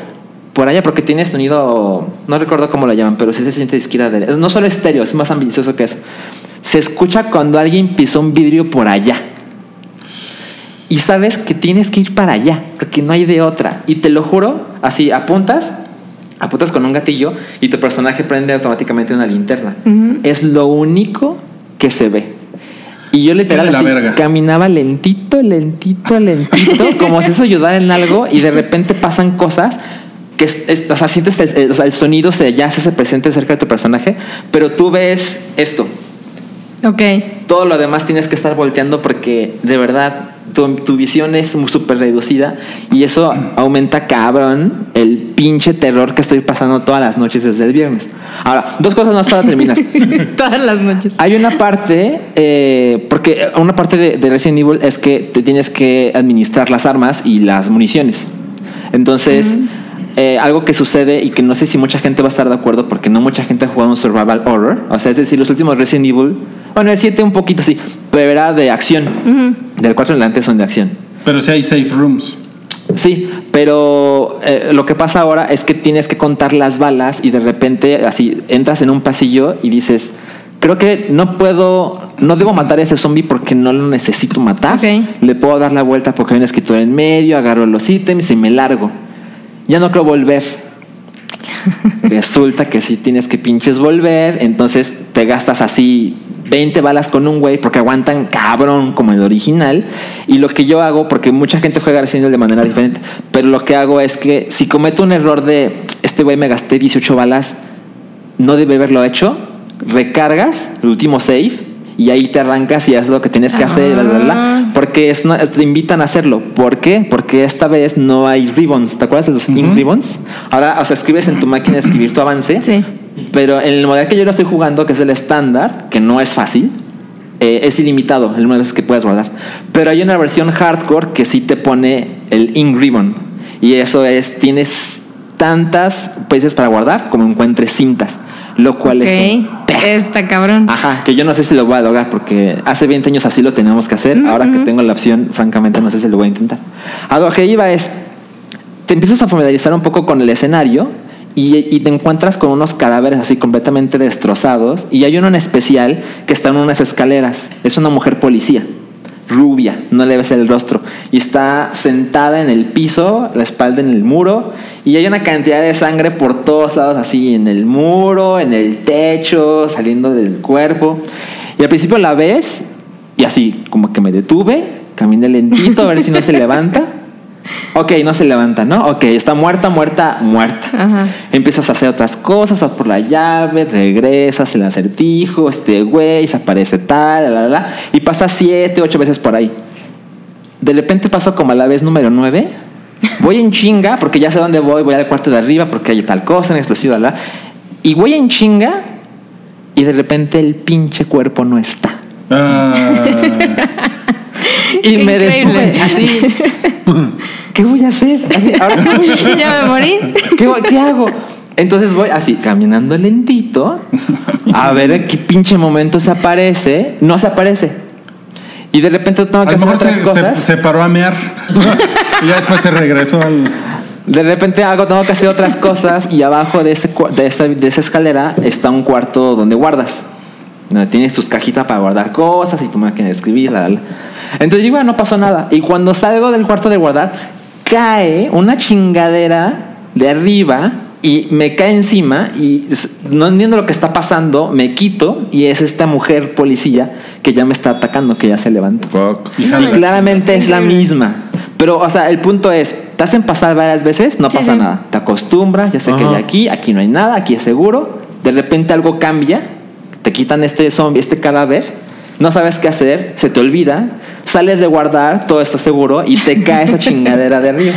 Speaker 5: por allá, porque tiene sonido, no recuerdo cómo lo llaman, pero sí se siente izquierda. derecha. No solo estéreo, es más ambicioso que eso. Se escucha cuando alguien pisó un vidrio por allá. Y sabes que tienes que ir para allá, porque no hay de otra. Y te lo juro, así apuntas, apuntas con un gatillo y tu personaje prende automáticamente una linterna. Es lo único que se ve. Y yo literal
Speaker 2: de la
Speaker 5: así,
Speaker 2: verga.
Speaker 5: caminaba lentito, lentito, lentito, como si eso ayudara en algo y de repente pasan cosas que, es- es- o sea, sientes el, el- o sea, el sonido se, ya se hace presente cerca de tu personaje, pero tú ves esto,
Speaker 6: Ok.
Speaker 5: todo lo demás tienes que estar volteando porque de verdad tu, tu visión es muy súper reducida y eso aumenta cabrón el pinche terror que estoy pasando todas las noches desde el viernes. Ahora, dos cosas más para terminar.
Speaker 6: Todas las noches.
Speaker 5: Hay una parte, eh, porque una parte de, de Resident Evil es que te tienes que administrar las armas y las municiones. Entonces, eh, algo que sucede y que no sé si mucha gente va a estar de acuerdo porque no mucha gente ha jugado un survival horror. O sea, es decir, los últimos Resident Evil, bueno, el 7 un poquito así, pero era de acción. Del 4 en adelante son de acción.
Speaker 2: Pero sí hay safe rooms.
Speaker 5: Sí, pero eh, lo que pasa ahora es que tienes que contar las balas y de repente así entras en un pasillo y dices, creo que no puedo, no debo matar a ese zombie porque no lo necesito matar.
Speaker 6: Ok.
Speaker 5: Le puedo dar la vuelta porque hay una escritura en medio, agarro los ítems y me largo. Ya no creo volver. Resulta que si tienes que pinches volver, entonces te gastas así 20 balas con un güey porque aguantan cabrón como el original. Y lo que yo hago, porque mucha gente juega Resident Evil de manera diferente, pero lo que hago es que si cometo un error de este güey me gasté 18 balas, no debe haberlo hecho, recargas el último save y ahí te arrancas y haces lo que tienes que hacer, bla, bla, bla, porque es una- te invitan a hacerlo. ¿Por qué? Porque esta vez no hay ribbons. ¿Te acuerdas de los ink ribbons? Ahora, o sea, escribes en tu máquina de escribir tu avance,
Speaker 6: Sí.
Speaker 5: pero en el modelo que yo lo estoy jugando, que es el estándar, que no es fácil, eh, es ilimitado el número de veces que puedes guardar. Pero hay una versión hardcore que sí te pone el ink ribbon. Y eso es, tienes tantas veces para guardar como encuentres cintas. Lo cual
Speaker 6: Ok.
Speaker 5: es un pedo. Ah,
Speaker 6: Está cabrón.
Speaker 5: Ajá, que yo no sé si lo voy a lograr porque hace 20 años así lo teníamos que hacer. Ahora que tengo la opción, francamente no sé si lo voy a intentar. A lo que iba es, te empiezas a familiarizar un poco con el escenario y, y te encuentras con unos cadáveres así completamente destrozados y hay uno en especial que está en unas escaleras. Es una mujer policía, rubia, no le ves el rostro y está sentada en el piso, la espalda en el muro y hay una cantidad de sangre por todos lados así en el muro, en el techo, saliendo del cuerpo. Y al principio la ves y así como que me detuve, caminé lentito a ver si no se levanta. Ok, no se levanta, ¿no? Ok, está muerta, muerta, muerta.
Speaker 6: Ajá.
Speaker 5: Empiezas a hacer otras cosas, vas por la llave, regresas, el acertijo, este güey, se aparece tal, la, la, la. Y pasa siete, ocho veces por ahí. De repente paso como a la vez número nueve. Voy en chinga, porque ya sé dónde voy, voy al cuarto de arriba, porque hay tal cosa, en explosiva, la. la. Y voy en chinga, y de repente el pinche cuerpo no está.
Speaker 2: Ah,
Speaker 5: Y
Speaker 6: Qué
Speaker 5: me
Speaker 6: increíble.
Speaker 5: detuve, así. ¿Qué voy a hacer? Así, ahora, ¿qué voy a hacer?
Speaker 6: ya me morí.
Speaker 5: ¿Qué, voy- qué hago? Entonces voy así, caminando lentito, a ver qué pinche momento se aparece. No se aparece. Y de repente tengo
Speaker 2: a
Speaker 5: que
Speaker 2: lo
Speaker 5: hacer
Speaker 2: mejor
Speaker 5: otras
Speaker 2: se, se-
Speaker 5: cosas.
Speaker 2: se paró a mear. y ya después se regresó al.
Speaker 5: De repente hago, tengo que hacer otras cosas. Y abajo de, ese, cua- de, esa, de esa escalera está un cuarto donde guardas. Donde tienes tus cajitas para guardar cosas y tu máquina de escribir. la, la, la. Entonces digo, "Ah, no pasó nada. Y cuando salgo del cuarto de guardar, cae una chingadera de arriba y me cae encima y s- no entiendo lo que está pasando, me quito y es esta mujer policía que ya me está atacando, que ya se levanta.
Speaker 4: Fuck.
Speaker 2: y
Speaker 5: Y
Speaker 2: jala.
Speaker 5: claramente es la misma. Pero, o sea, el punto es, te hacen pasar varias veces, no
Speaker 6: Sí,
Speaker 5: pasa
Speaker 6: sí.
Speaker 5: nada. Te acostumbras, ya sé que
Speaker 4: Ajá.
Speaker 5: hay aquí, aquí no hay nada, aquí es seguro. De repente algo cambia, te quitan este zombie, este cadáver, no sabes qué hacer, se te olvida, sales de guardar, todo está seguro y te cae esa chingadera de arriba.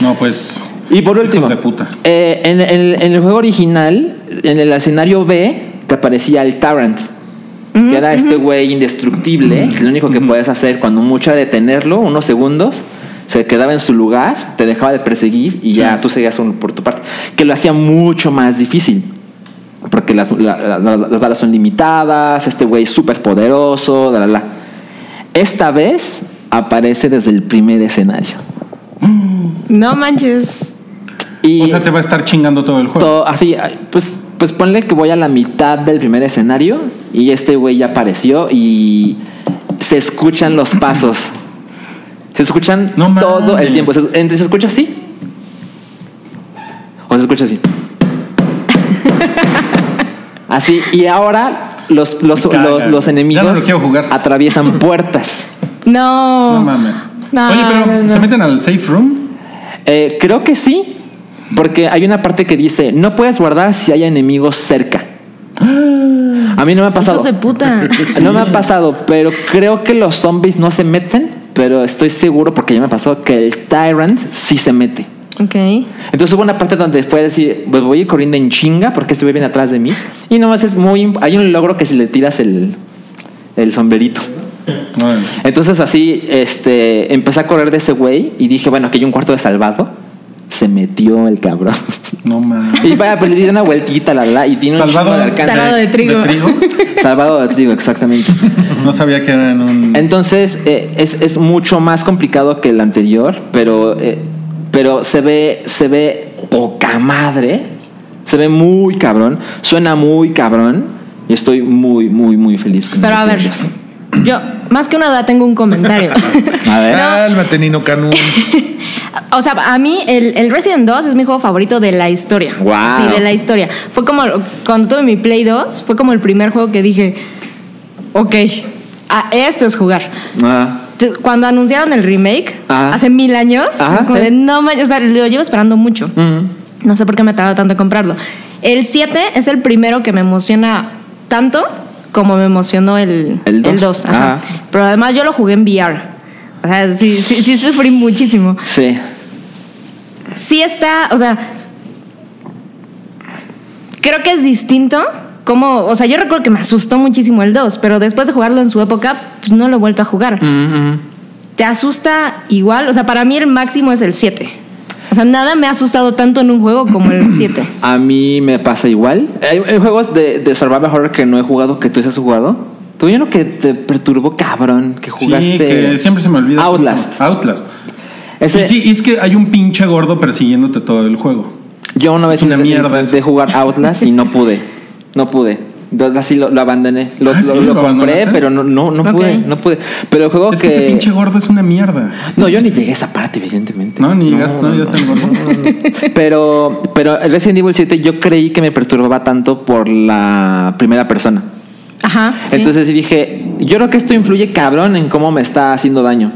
Speaker 2: No, pues.
Speaker 5: Y por último,
Speaker 2: Hijos de puta.
Speaker 5: eh, en, en- en el juego original, en el escenario B, te aparecía el Tarrant. Que era este güey indestructible. que Lo único que podías hacer cuando mucho era detenerlo, unos segundos, se quedaba en su lugar, te dejaba de perseguir y ya tú seguías un- por tu parte. Que lo hacía mucho más difícil. Porque las, la- la- la- las balas son limitadas, este güey es súper poderoso, la, la, la. Esta vez aparece desde el primer escenario.
Speaker 6: No manches.
Speaker 5: Y
Speaker 2: o sea, te va a estar chingando todo el juego.
Speaker 5: todo- así, pues, pues ponle que voy a la mitad del primer escenario y este güey ya apareció y se escuchan los pasos. Se escuchan
Speaker 2: No mames.
Speaker 5: todo el tiempo. Se, entre- se escucha así. O se escucha así. así. Y ahora los, los,
Speaker 2: Me caga.
Speaker 5: los- los
Speaker 2: Ya no
Speaker 5: enemigos
Speaker 2: lo quiero jugar.
Speaker 5: atraviesan puertas.
Speaker 6: No.
Speaker 2: No mames.
Speaker 6: No,
Speaker 2: Oye, pero
Speaker 6: no, no.
Speaker 2: ¿se meten al safe room?
Speaker 5: Eh, creo que sí, porque hay una parte que dice, no puedes guardar si hay enemigos cerca. A mí no me ha pasado.
Speaker 6: Hijos de puta.
Speaker 5: No me ha pasado, pero creo que los zombies no se meten, pero estoy seguro porque ya me ha pasado que el Tyrant sí se mete.
Speaker 6: ok.
Speaker 5: Entonces hubo una parte donde fue decir, pues voy a ir corriendo en chinga porque este güey viene atrás de mí. Y nomás es muy... Hay un logro que si le tiras el, el sombrerito.
Speaker 2: Bueno.
Speaker 5: Entonces así, este, empecé a correr de ese güey y dije, bueno, aquí hay un cuarto de salvado. Se metió el cabrón.
Speaker 2: No mames.
Speaker 5: Y vaya, pues le di una vueltita, la la, y tiene un
Speaker 2: Salvado
Speaker 5: chingo de alcance.
Speaker 6: Salvado de trigo.
Speaker 5: Salvado de trigo, exactamente.
Speaker 2: No sabía que era en un.
Speaker 5: Entonces, eh, es, es mucho más complicado que el anterior, pero, eh, pero se ve, se ve poca madre. Se ve muy cabrón. Suena muy cabrón. Y estoy muy, muy, muy feliz con
Speaker 6: Pero a
Speaker 5: estos
Speaker 6: ver,
Speaker 5: juegos.
Speaker 6: yo más que una duda tengo un comentario.
Speaker 5: A ver.
Speaker 4: Cálmate, Nino Canún.
Speaker 6: o sea, a mí el, el Resident 2 es mi juego favorito de la historia.
Speaker 5: Guau.
Speaker 6: Sí, de la historia. Fue como, cuando tuve mi Play 2, fue como el primer juego que dije, ok, a esto es jugar.
Speaker 5: Ah.
Speaker 6: Tú- Cuando anunciaron el remake,
Speaker 5: Ajá.
Speaker 6: hace mil años,
Speaker 5: Ajá,
Speaker 6: como
Speaker 5: sí.
Speaker 6: de, no manches, o sea, lo llevo esperando mucho.
Speaker 5: Mm.
Speaker 6: No sé por qué me tardó tanto en comprarlo. El 7 es el primero que me emociona tanto como me emocionó el
Speaker 5: El
Speaker 6: 2.
Speaker 5: dos.
Speaker 6: ajá.
Speaker 5: Ah.
Speaker 6: Pero además yo lo jugué en VR. O sea, sí, sí, sí sufrí muchísimo.
Speaker 5: Sí.
Speaker 6: Sí está, o sea, creo que es distinto. Como, o sea, yo recuerdo que me asustó muchísimo el 2, pero después de jugarlo en su época, pues no lo he vuelto a jugar.
Speaker 2: Mm.
Speaker 6: ¿Te asusta igual? O sea, para mí el máximo es el 7. O sea, nada me ha asustado tanto en un juego como el 7.
Speaker 5: A mí me pasa igual. Hay, hay juegos de, de Survival Horror que no he jugado, que tú sí has jugado. Tuve uno que te perturbó, cabrón, que jugaste.
Speaker 2: Sí, que siempre se me olvida.
Speaker 5: Outlast.
Speaker 2: Outlast.
Speaker 5: Ese-
Speaker 2: Y sí, y es que hay un pinche gordo persiguiéndote todo el juego.
Speaker 5: Yo una vez
Speaker 2: Es una
Speaker 5: intenté-
Speaker 2: mierda
Speaker 5: intenté
Speaker 2: eso.
Speaker 5: jugar Outlast y no pude. No pude. Entonces, así lo, lo abandoné. Lo,
Speaker 2: Ah,
Speaker 5: lo-
Speaker 2: sí,
Speaker 5: lo
Speaker 2: lo
Speaker 5: compré,
Speaker 2: abandonaste.
Speaker 5: pero no, no, no
Speaker 6: Ok.
Speaker 5: pude. No pude. Pero el juego
Speaker 2: Es que... ese pinche gordo es una mierda.
Speaker 5: No, yo ni llegué a esa parte, evidentemente.
Speaker 2: No, ni llegas, no, ya está el gordo.
Speaker 5: Pero, pero el Resident Evil 7 yo creí que me perturbaba tanto por la primera persona.
Speaker 6: Ajá. sí.
Speaker 5: Entonces sí dije, yo creo que esto influye cabrón en cómo me está haciendo daño.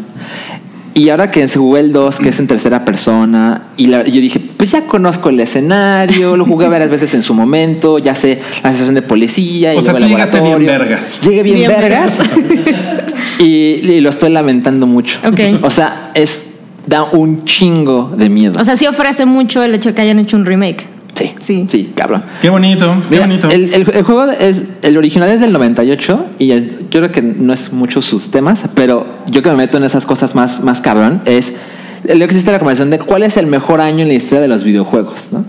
Speaker 5: Y ahora que jugué el 2, que es en tercera persona, y la- yo dije, pues ya conozco el escenario, lo jugué varias veces en su momento, ya sé la sensación de policía. Y
Speaker 2: O sea,
Speaker 5: luego el
Speaker 2: tú llegaste bien
Speaker 5: laboratorio.
Speaker 2: vergas.
Speaker 5: Llegué bien,
Speaker 6: Bien
Speaker 5: vergas. y, y lo estoy lamentando mucho.
Speaker 6: Ok.
Speaker 5: O sea, es da un chingo de miedo.
Speaker 6: o sea, sí ofrece mucho el hecho de que hayan hecho un remake.
Speaker 5: sí,
Speaker 6: sí.
Speaker 5: sí, sí, cabrón.
Speaker 2: Qué bonito, qué
Speaker 5: Mira,
Speaker 2: bonito.
Speaker 5: El, el- el juego es. El original es del 98 y es- yo creo que no es mucho sus temas, pero yo que me meto en esas cosas más, más cabrón es. Lo que existe la conversación de cuál es el mejor año en la historia de los videojuegos, ¿no?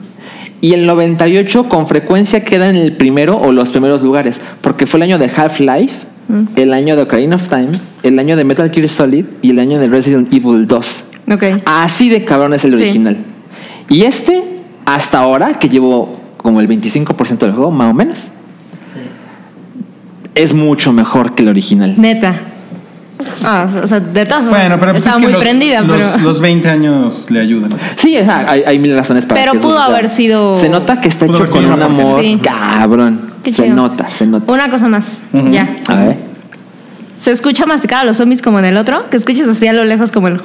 Speaker 5: Y el 98 con frecuencia queda en el primero o los primeros lugares, porque fue el año de Half-Life, el año de Ocarina of Time, el año de Metal Gear Solid y el año de Resident Evil 2.
Speaker 6: Ok.
Speaker 5: Así de cabrón es el
Speaker 6: Sí.
Speaker 5: original. Y este, hasta ahora, que llevo como el 25% del juego, más o menos, es mucho mejor que el original.
Speaker 6: Neta. Ah, o sea, de todas formas.
Speaker 2: bueno, pero pues
Speaker 6: estaba
Speaker 2: es que
Speaker 6: muy
Speaker 2: los,
Speaker 6: prendida,
Speaker 2: los,
Speaker 6: pero.
Speaker 2: los 20 años le ayudan.
Speaker 5: Sí, es- hay, hay mil razones para
Speaker 6: Pero
Speaker 5: que eso
Speaker 6: pudo
Speaker 5: suceda.
Speaker 6: haber sido-
Speaker 5: Se nota que está
Speaker 2: Pudo
Speaker 5: hecho
Speaker 2: haber
Speaker 5: con
Speaker 2: sido
Speaker 5: un
Speaker 2: una porquería.
Speaker 5: amor
Speaker 6: Sí.
Speaker 5: cabrón.
Speaker 6: Qué
Speaker 5: Se
Speaker 6: chido.
Speaker 5: nota, se nota.
Speaker 6: Una cosa más.
Speaker 2: Ujú.
Speaker 6: Ya.
Speaker 5: A ver.
Speaker 6: ¿Se escucha masticar a los zombies como en el otro? Que escuches así a lo lejos como el.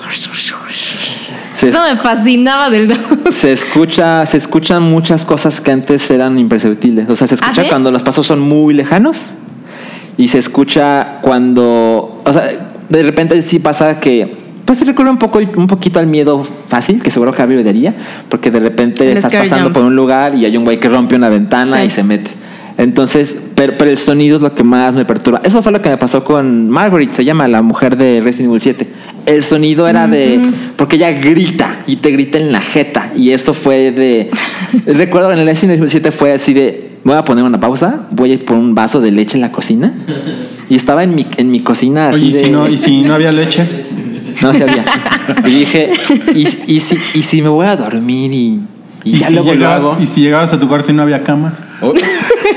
Speaker 5: Se,
Speaker 6: Eso me fascinaba del 2.
Speaker 5: se escucha, se escuchan muchas cosas que antes eran imperceptibles. O sea, se
Speaker 6: ¿Ah,
Speaker 5: escucha
Speaker 6: sí?
Speaker 5: cuando los pasos son muy lejanos y se escucha cuando, o sea, de repente sí pasa que pues se recuerda un poco un poquito al miedo fácil que seguro Javi le daría, porque de repente
Speaker 6: El
Speaker 5: estás
Speaker 6: scare
Speaker 5: pasando
Speaker 6: jump.
Speaker 5: por un lugar y hay un güey que rompe una ventana
Speaker 6: Sí.
Speaker 5: y se mete. Entonces, pero, pero el sonido es lo que más me perturba. Eso fue lo que me pasó con Margaret, se llama la mujer de Resident Evil 7. El sonido era de. Porque ella grita y te grita en la jeta. Y esto fue de. recuerdo en el Resident Evil 7 fue así de. Voy a poner una pausa, voy a ir por un vaso de leche en la cocina. Y estaba en mi, en mi cocina así
Speaker 2: Oye, ¿y
Speaker 5: de.
Speaker 2: si, no, y si no había leche,
Speaker 5: No se había. Y dije, ¿y, y si, ¿y si me voy a dormir y, Y,
Speaker 2: ¿Y,
Speaker 5: ya
Speaker 2: si
Speaker 5: luego,
Speaker 2: llegabas,
Speaker 5: luego-
Speaker 2: y si llegabas a tu cuarto y no había cama.
Speaker 4: O,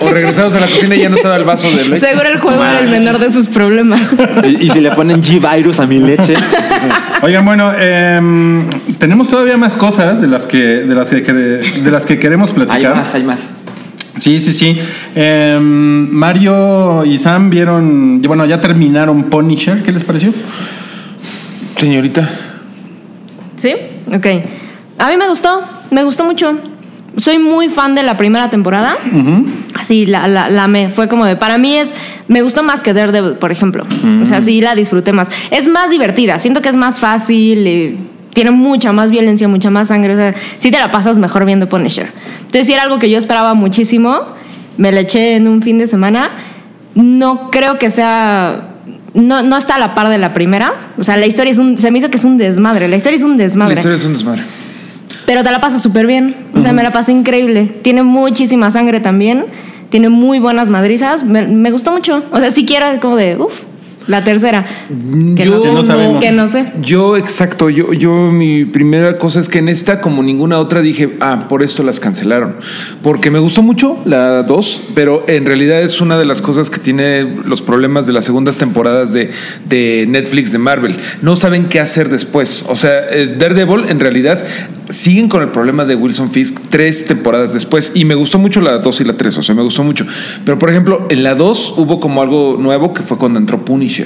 Speaker 4: o regresabas a la cocina y ya no estaba el vaso de leche.
Speaker 6: Seguro el juego era el menor de sus problemas.
Speaker 5: y- y si le ponen G-Virus a mi leche.
Speaker 2: Oigan, bueno, em, tenemos todavía más cosas de las que, de las que, quere- de las que queremos
Speaker 5: hay
Speaker 2: platicar.
Speaker 5: más, hay más.
Speaker 2: Sí, sí, sí. Em, Mario y Sam vieron, bueno, ya terminaron Punisher, ¿qué les pareció?
Speaker 4: Señorita.
Speaker 6: ¿Sí? Ok. A mí me gustó, me gustó mucho. Soy muy fan de la primera temporada. Así, la, la, la me fue como de. Para mí es. Me gustó más que Daredevil, por ejemplo. O sea, sí la disfruté más. Es más divertida, siento que es más fácil. eh, tiene mucha más violencia, mucha más sangre. O sea, sí te la pasas mejor viendo Punisher. Entonces, sí era algo que yo esperaba muchísimo. Me la eché en un fin de semana. No creo que sea no, no está a la par de la primera. O sea, la historia es un. Se me hizo que es un desmadre. La historia es un
Speaker 4: La
Speaker 6: desmadre.
Speaker 4: historia es un desmadre.
Speaker 6: Pero te la pasa súper bien. O sea, me la pasé increíble. Tiene muchísima sangre también. Tiene muy buenas madrizas. Me, me gustó mucho. O sea, siquiera como de. Uf, la tercera. Que
Speaker 4: Mm, Yo
Speaker 6: no sé.
Speaker 2: no sabemos.
Speaker 6: Que no sé.
Speaker 4: Yo, exacto, yo, yo mi primera cosa es que en esta, como ninguna otra, dije, ah, por esto las cancelaron. Porque me gustó mucho la 2, pero en realidad es una de las cosas que tiene los problemas de las segundas temporadas de, de Netflix, de Marvel. No saben qué hacer después. O sea, eh, Daredevil en realidad siguen con el problema de Wilson Fisk tres temporadas después. Y me gustó mucho la 2 y la 3, o sea, me gustó mucho. Pero, por ejemplo, en la 2 hubo como algo nuevo que fue cuando entró Punisher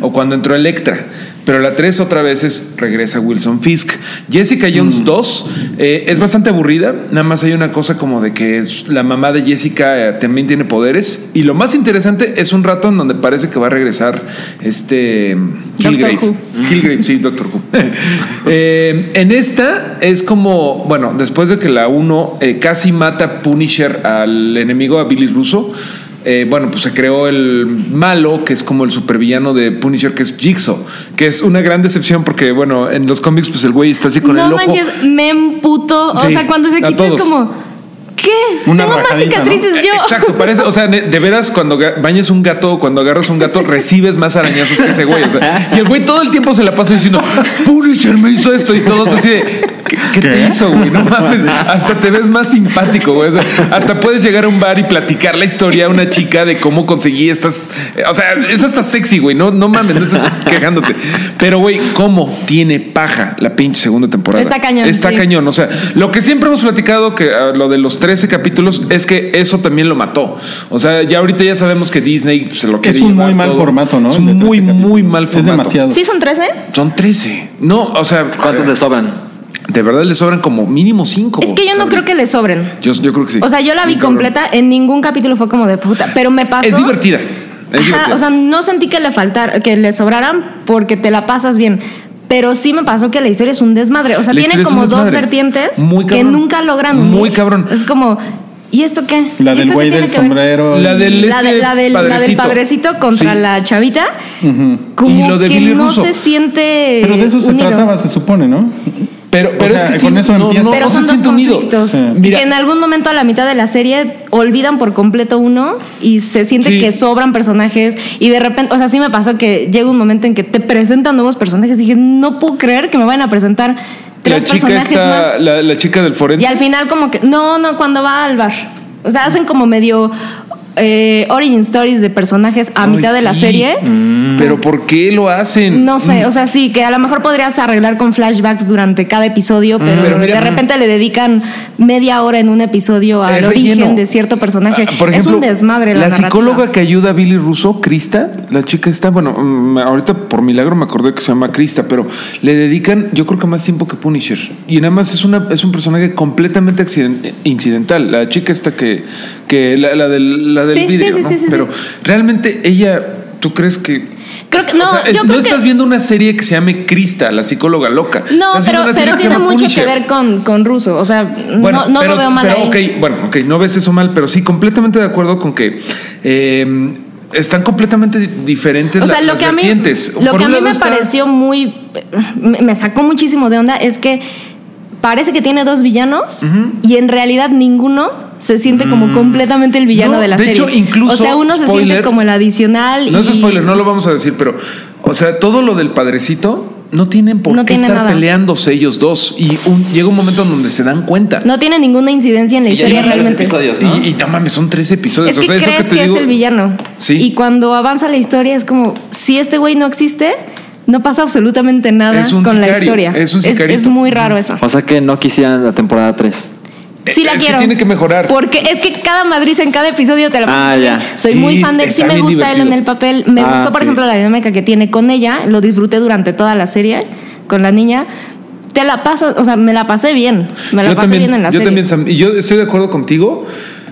Speaker 4: o cuando entró Electra. Pero la 3 otra vez es regresa Wilson Fisk. Jessica Jones 2 eh, es bastante aburrida. Nada más hay una cosa como de que es- la mamá de Jessica eh, también tiene poderes. Y lo más interesante es un rato en donde parece que va a regresar este Kilgrave.
Speaker 6: Who.
Speaker 4: Kilgrave, sí, Doctor Who. Eh, en esta es como, bueno, después de que la 1 eh, casi mata Punisher al enemigo, a Billy Russo. eh, bueno, pues se creó el malo, que es como el supervillano de Punisher, que es Jigsaw, que es una gran decepción porque, bueno, en los cómics, pues el güey está así con
Speaker 6: no
Speaker 4: el ojo.
Speaker 6: manches, me emputo. O
Speaker 4: Sí,
Speaker 6: sea, cuando se
Speaker 4: a
Speaker 6: quita es
Speaker 4: todos.
Speaker 6: como. ¿Qué?
Speaker 2: Una
Speaker 6: Tengo más
Speaker 2: rajadita, ¿no?
Speaker 6: cicatrices yo.
Speaker 4: Exacto, parece, o sea, ne- de veras, cuando ga- bañas un gato o cuando agarras un gato, recibes más arañazos que ese güey. o sea, y el güey todo el tiempo se la pasa diciendo, Punisher me hizo esto y todos así de, ¿qué, qué te hizo, güey? No mames, hasta te ves más simpático, güey. o sea, hasta puedes llegar a un bar y platicar la historia a una chica de cómo conseguí estas. O sea, es hasta sexy, güey. No, no mames, no estás quejándote. Pero, güey, ¿cómo tiene paja la pinche segunda temporada?
Speaker 6: Está cañón,
Speaker 4: Está
Speaker 6: sí.
Speaker 4: cañón cañón. O sea, lo que siempre hemos platicado, que ah, lo de los 13 capítulos, es que eso también lo mató. O sea, ya ahorita ya sabemos que Disney pues, se lo quiere
Speaker 2: Es un
Speaker 4: llevar
Speaker 2: muy mal
Speaker 4: todo.
Speaker 2: formato, ¿no?
Speaker 4: Es
Speaker 2: El
Speaker 4: un
Speaker 2: de 13
Speaker 4: muy, muy
Speaker 2: capítulos.
Speaker 4: mal
Speaker 2: Es
Speaker 4: formato.
Speaker 2: demasiado.
Speaker 6: ¿Sí son eh? 13?
Speaker 4: Son 13. No, o sea,
Speaker 5: ¿Cuántos le sobran?
Speaker 4: de verdad le sobran como mínimo 5.
Speaker 6: Es que yo no creo que le sobren.
Speaker 4: Yo, yo creo que sí.
Speaker 6: O sea, yo la vi
Speaker 4: Bien cabrón.
Speaker 6: completa, en ningún capítulo fue como de puta, pero me pasó.
Speaker 4: Es divertida. Es
Speaker 6: Ajá,
Speaker 4: divertida.
Speaker 6: o sea, no sentí que le faltar, que le sobraran porque te la pasas bien. Pero sí me pasó que la historia es un desmadre. O sea,
Speaker 4: La
Speaker 6: tiene
Speaker 4: historia es un
Speaker 6: como dos
Speaker 4: desmadre.
Speaker 6: vertientes
Speaker 4: Muy
Speaker 6: que
Speaker 4: cabrón.
Speaker 6: nunca logran unir.
Speaker 4: Muy cabrón.
Speaker 6: Es como, ¿y esto qué?
Speaker 2: La
Speaker 6: ¿Y
Speaker 2: del
Speaker 6: esto
Speaker 2: güey
Speaker 6: qué tiene
Speaker 2: del
Speaker 6: que ver?
Speaker 2: sombrero.
Speaker 4: La
Speaker 2: y-
Speaker 4: del,
Speaker 6: La, de-
Speaker 4: este
Speaker 6: la del, la del padrecito contra
Speaker 4: Sí.
Speaker 6: la chavita.
Speaker 2: Ujú.
Speaker 6: Como
Speaker 4: Y lo de
Speaker 6: que
Speaker 4: Billy
Speaker 6: no
Speaker 4: Russo.
Speaker 6: se siente.
Speaker 2: Pero de eso se
Speaker 6: unido.
Speaker 2: trataba, se supone, ¿no?
Speaker 4: Pero, pero
Speaker 2: sea,
Speaker 4: es que
Speaker 2: con
Speaker 4: sí,
Speaker 2: eso
Speaker 4: no,
Speaker 2: empieza.
Speaker 4: no,
Speaker 6: Pero
Speaker 4: no se
Speaker 6: son dos
Speaker 4: siente unido.
Speaker 6: conflictos.
Speaker 2: Sí.
Speaker 4: Mira,
Speaker 6: que en algún momento a la mitad de la serie olvidan por completo uno y se siente
Speaker 4: Sí.
Speaker 6: que sobran personajes y de repente, o sea, sí me pasó que llega un momento en que te presentan nuevos personajes y dije, no puedo creer que me vayan a presentar
Speaker 4: la
Speaker 6: tres
Speaker 4: chica
Speaker 6: personajes
Speaker 4: está,
Speaker 6: más.
Speaker 4: la, la chica del
Speaker 6: Y
Speaker 4: forense.
Speaker 6: al final como que, no, no, cuando va al bar. O sea, hacen como medio eh, origin stories de personajes a
Speaker 4: Ay,
Speaker 6: mitad de la
Speaker 4: sí. Mm.
Speaker 6: serie.
Speaker 2: Mm.
Speaker 4: Pero ¿por qué lo hacen?
Speaker 6: No sé, o sea, sí, que a lo mejor podrías arreglar con flashbacks durante cada episodio, pero,
Speaker 4: Mm, pero mira,
Speaker 6: de repente le dedican media hora en un episodio al
Speaker 4: El
Speaker 6: origen
Speaker 4: relleno.
Speaker 6: de cierto personaje.
Speaker 4: Ah, por
Speaker 6: es
Speaker 4: ejemplo,
Speaker 6: un desmadre la, narrativa.
Speaker 4: psicóloga que ayuda a Billy Russo, Crista, la chica está, bueno, mm, ahorita por milagro me acordé que se llama Crista, pero le dedican yo creo que más tiempo que Punisher. Y nada más es una es un personaje completamente accident- incidental. La chica esta que que la, la del la del
Speaker 6: Sí, sí,
Speaker 4: vidrio,
Speaker 6: sí,
Speaker 4: ¿no?
Speaker 6: sí, sí,
Speaker 4: pero
Speaker 6: sí.
Speaker 4: realmente ella ¿Tú crees que.?
Speaker 6: Creo que- no, yo
Speaker 4: no
Speaker 6: creo que-
Speaker 4: estás viendo una serie que se llame Crista, la psicóloga loca.
Speaker 6: No,
Speaker 4: Estás viendo
Speaker 6: pero,
Speaker 4: una
Speaker 6: pero
Speaker 4: serie que se
Speaker 6: tiene
Speaker 4: llama
Speaker 6: mucho
Speaker 4: Punisher.
Speaker 6: que ver con, con Russo. O sea, no, no
Speaker 4: pero,
Speaker 6: lo veo mal
Speaker 4: pero,
Speaker 6: ahí.
Speaker 4: ok, bueno, ok, no ves eso mal, pero sí, completamente de acuerdo con que eh, están completamente di- diferentes
Speaker 6: O sea,
Speaker 4: Este, la-
Speaker 6: lo
Speaker 4: las
Speaker 6: que a mí,
Speaker 4: vertientes.
Speaker 6: lo
Speaker 4: Por
Speaker 6: que a mí
Speaker 4: un lado
Speaker 6: me
Speaker 4: está-
Speaker 6: pareció muy. Me me sacó muchísimo de onda es que parece que tiene dos villanos y en realidad ninguno se siente como completamente el villano
Speaker 4: Mm. No,
Speaker 6: de la
Speaker 4: de
Speaker 6: serie.
Speaker 4: hecho, incluso,
Speaker 6: o sea, uno se
Speaker 4: spoiler,
Speaker 6: siente como el adicional.
Speaker 4: No
Speaker 6: y-
Speaker 4: es spoiler, no lo vamos a decir, pero, o sea, todo lo del padrecito no tienen por
Speaker 6: No
Speaker 4: qué
Speaker 6: tiene
Speaker 4: estar
Speaker 6: nada.
Speaker 4: peleándose ellos dos. Y un- llega un momento en donde se dan cuenta.
Speaker 6: No tiene ninguna incidencia en la
Speaker 5: Y ya
Speaker 6: historia
Speaker 5: llevan varios
Speaker 6: realmente.
Speaker 5: episodios, ¿no?
Speaker 4: Y, y no mames, son tres episodios.
Speaker 6: Es que
Speaker 4: O sea, eso
Speaker 6: crees
Speaker 4: te
Speaker 6: que, es
Speaker 4: digo-
Speaker 6: el villano.
Speaker 4: Sí.
Speaker 6: Y cuando avanza la historia es como, si este güey no existe, no pasa absolutamente nada
Speaker 4: Es un
Speaker 6: con la
Speaker 4: sicario,
Speaker 6: historia.
Speaker 4: es un
Speaker 6: es,
Speaker 4: sicarito.
Speaker 6: es muy raro eso.
Speaker 5: O sea que no quisieran la temporada 3.
Speaker 6: Sí la
Speaker 4: Eh, Es que
Speaker 6: quiero.
Speaker 4: tiene que mejorar.
Speaker 6: Porque es que cada Madrid en cada episodio te la
Speaker 5: Ah,
Speaker 6: pasan
Speaker 5: ya.
Speaker 6: bien. Soy
Speaker 4: Sí,
Speaker 6: muy fan de él.
Speaker 4: está
Speaker 6: Sí me
Speaker 4: bien
Speaker 6: gusta él
Speaker 4: divertido.
Speaker 6: en el papel. Me
Speaker 5: Ah,
Speaker 6: gustó, por
Speaker 5: sí.
Speaker 6: ejemplo, la dinámica que tiene con ella. Lo disfruté durante toda la serie con la niña. Te la pasas, o sea, me la pasé bien. Me la
Speaker 4: yo
Speaker 6: pasé
Speaker 4: también,
Speaker 6: bien en la
Speaker 4: yo
Speaker 6: serie.
Speaker 4: también, Sam. Y yo estoy de acuerdo contigo.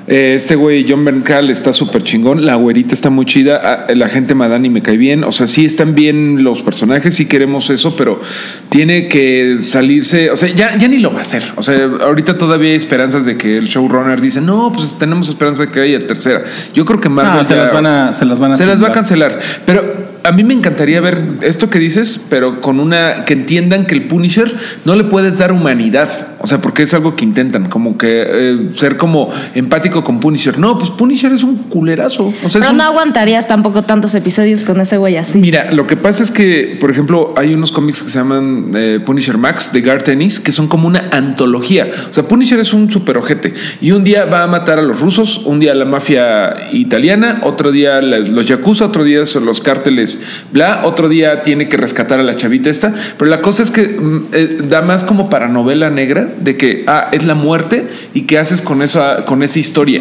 Speaker 4: Eh, este güey, John Berncal, está súper chingón. La güerita está muy chida. Ah, La gente Madani me cae bien. O sea, sí están bien los personajes, sí queremos eso, pero tiene que salirse. O sea, ya, ya ni lo va a hacer. O sea, ahorita todavía hay esperanzas de que el showrunner dice, no, pues tenemos esperanza de que haya tercera. Yo creo que Marvel
Speaker 2: No, Ah, se
Speaker 4: ya-
Speaker 2: las van a, se las van a
Speaker 4: se las va a
Speaker 2: tumbar.
Speaker 4: cancelar. Pero a mí me encantaría ver esto que dices, pero con una. que entiendan que el Punisher no le puedes dar humanidad. O sea, porque es algo que intentan, como que eh, ser como empático con Punisher. No, pues Punisher es un culerazo. O sea, es
Speaker 6: Pero
Speaker 4: un-
Speaker 6: no aguantarías tampoco tantos episodios con ese güey así.
Speaker 4: Mira, lo que pasa es que, por ejemplo, hay unos cómics que se llaman eh, Punisher Max de Gar Tennis que son como una antología. O sea, Punisher es un super ojete y un día va a matar a los rusos, un día a la mafia italiana, otro día la- los yakuza, otro día son los cárteles, bla, otro día tiene que rescatar a la chavita esta. Pero la cosa es que mm, eh, da más como para novela negra de que, ah, es la muerte y qué haces con esa, con esa historia.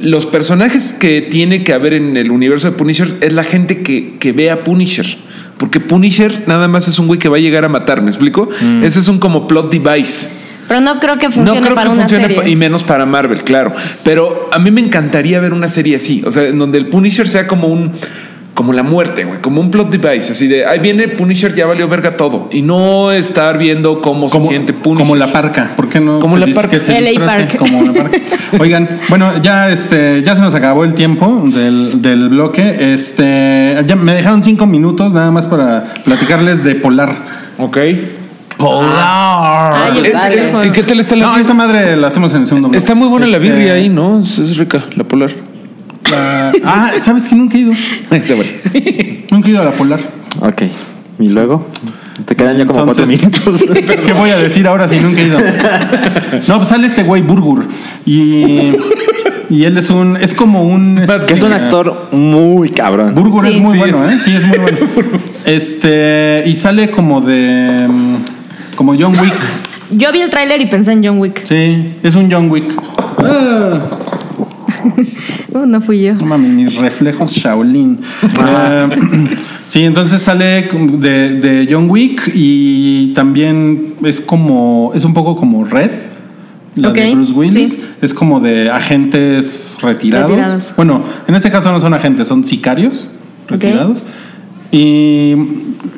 Speaker 4: Los personajes que tiene que haber en el universo de Punisher es la gente que, que ve a Punisher. Porque Punisher nada más es un güey que va a llegar a matar, ¿me explico? Ese es un como plot device.
Speaker 6: Pero no creo que funcione
Speaker 4: no creo
Speaker 6: para
Speaker 4: que
Speaker 6: una
Speaker 4: funcione
Speaker 6: serie.
Speaker 4: pa- y menos para Marvel, claro. Pero a mí me encantaría ver una serie así, o sea, en donde el Punisher sea como un como la muerte, güey, como un plot device, así de ahí viene Punisher, ya valió verga todo y no estar viendo cómo se
Speaker 2: Como,
Speaker 4: siente Punisher.
Speaker 2: como la parca, ¿por qué no?
Speaker 4: Como
Speaker 2: se
Speaker 4: la
Speaker 2: dice
Speaker 4: parca.
Speaker 2: que se
Speaker 6: LA
Speaker 2: disfrace
Speaker 6: Park.
Speaker 2: Como la parca. Oigan, bueno, ya este, ya se nos acabó el tiempo del, del bloque. Este, ya me dejaron cinco minutos nada más para platicarles de Polar.
Speaker 4: Ok.
Speaker 2: Polar.
Speaker 6: Ay,
Speaker 4: Es- eh,
Speaker 6: vale.
Speaker 4: ¿Y qué tal está la
Speaker 2: Ah, No, esa madre la hacemos en el segundo bloque.
Speaker 4: Está muy buena la
Speaker 2: Este,
Speaker 4: birria ahí, ¿no? Es, es rica, la polar.
Speaker 2: la- ah, sabes que nunca he ido.
Speaker 4: Está buena.
Speaker 2: Nunca he ido a la Polar.
Speaker 5: Ok. ¿Y luego? Te quedan ya como cuatro
Speaker 2: Entonces,
Speaker 5: minutos.
Speaker 2: ¿Qué voy a decir ahora si nunca he ido? No, pues sale este güey Burgur. Y, y él es un. Es como un.
Speaker 5: que es un
Speaker 2: este,
Speaker 5: actor muy cabrón.
Speaker 2: Burgur
Speaker 6: Sí.
Speaker 2: es muy
Speaker 4: Sí.
Speaker 2: bueno, ¿eh? Sí, es muy bueno. Este. Y sale como de. mm, Como John Wick.
Speaker 6: Yo vi el tráiler y pensé en John Wick.
Speaker 2: Sí, es un John Wick. Ah,
Speaker 6: Uh, no fui yo.
Speaker 2: no mames, mis reflejos Shaolin. Eh, sí, entonces sale de, de John Wick y también es como. Es un poco como Red. La de
Speaker 6: Ok,
Speaker 2: Bruce Willis
Speaker 6: sí.
Speaker 2: es como de agentes retirados.
Speaker 6: Retirados.
Speaker 2: Bueno, en este caso no son agentes, son sicarios retirados. Y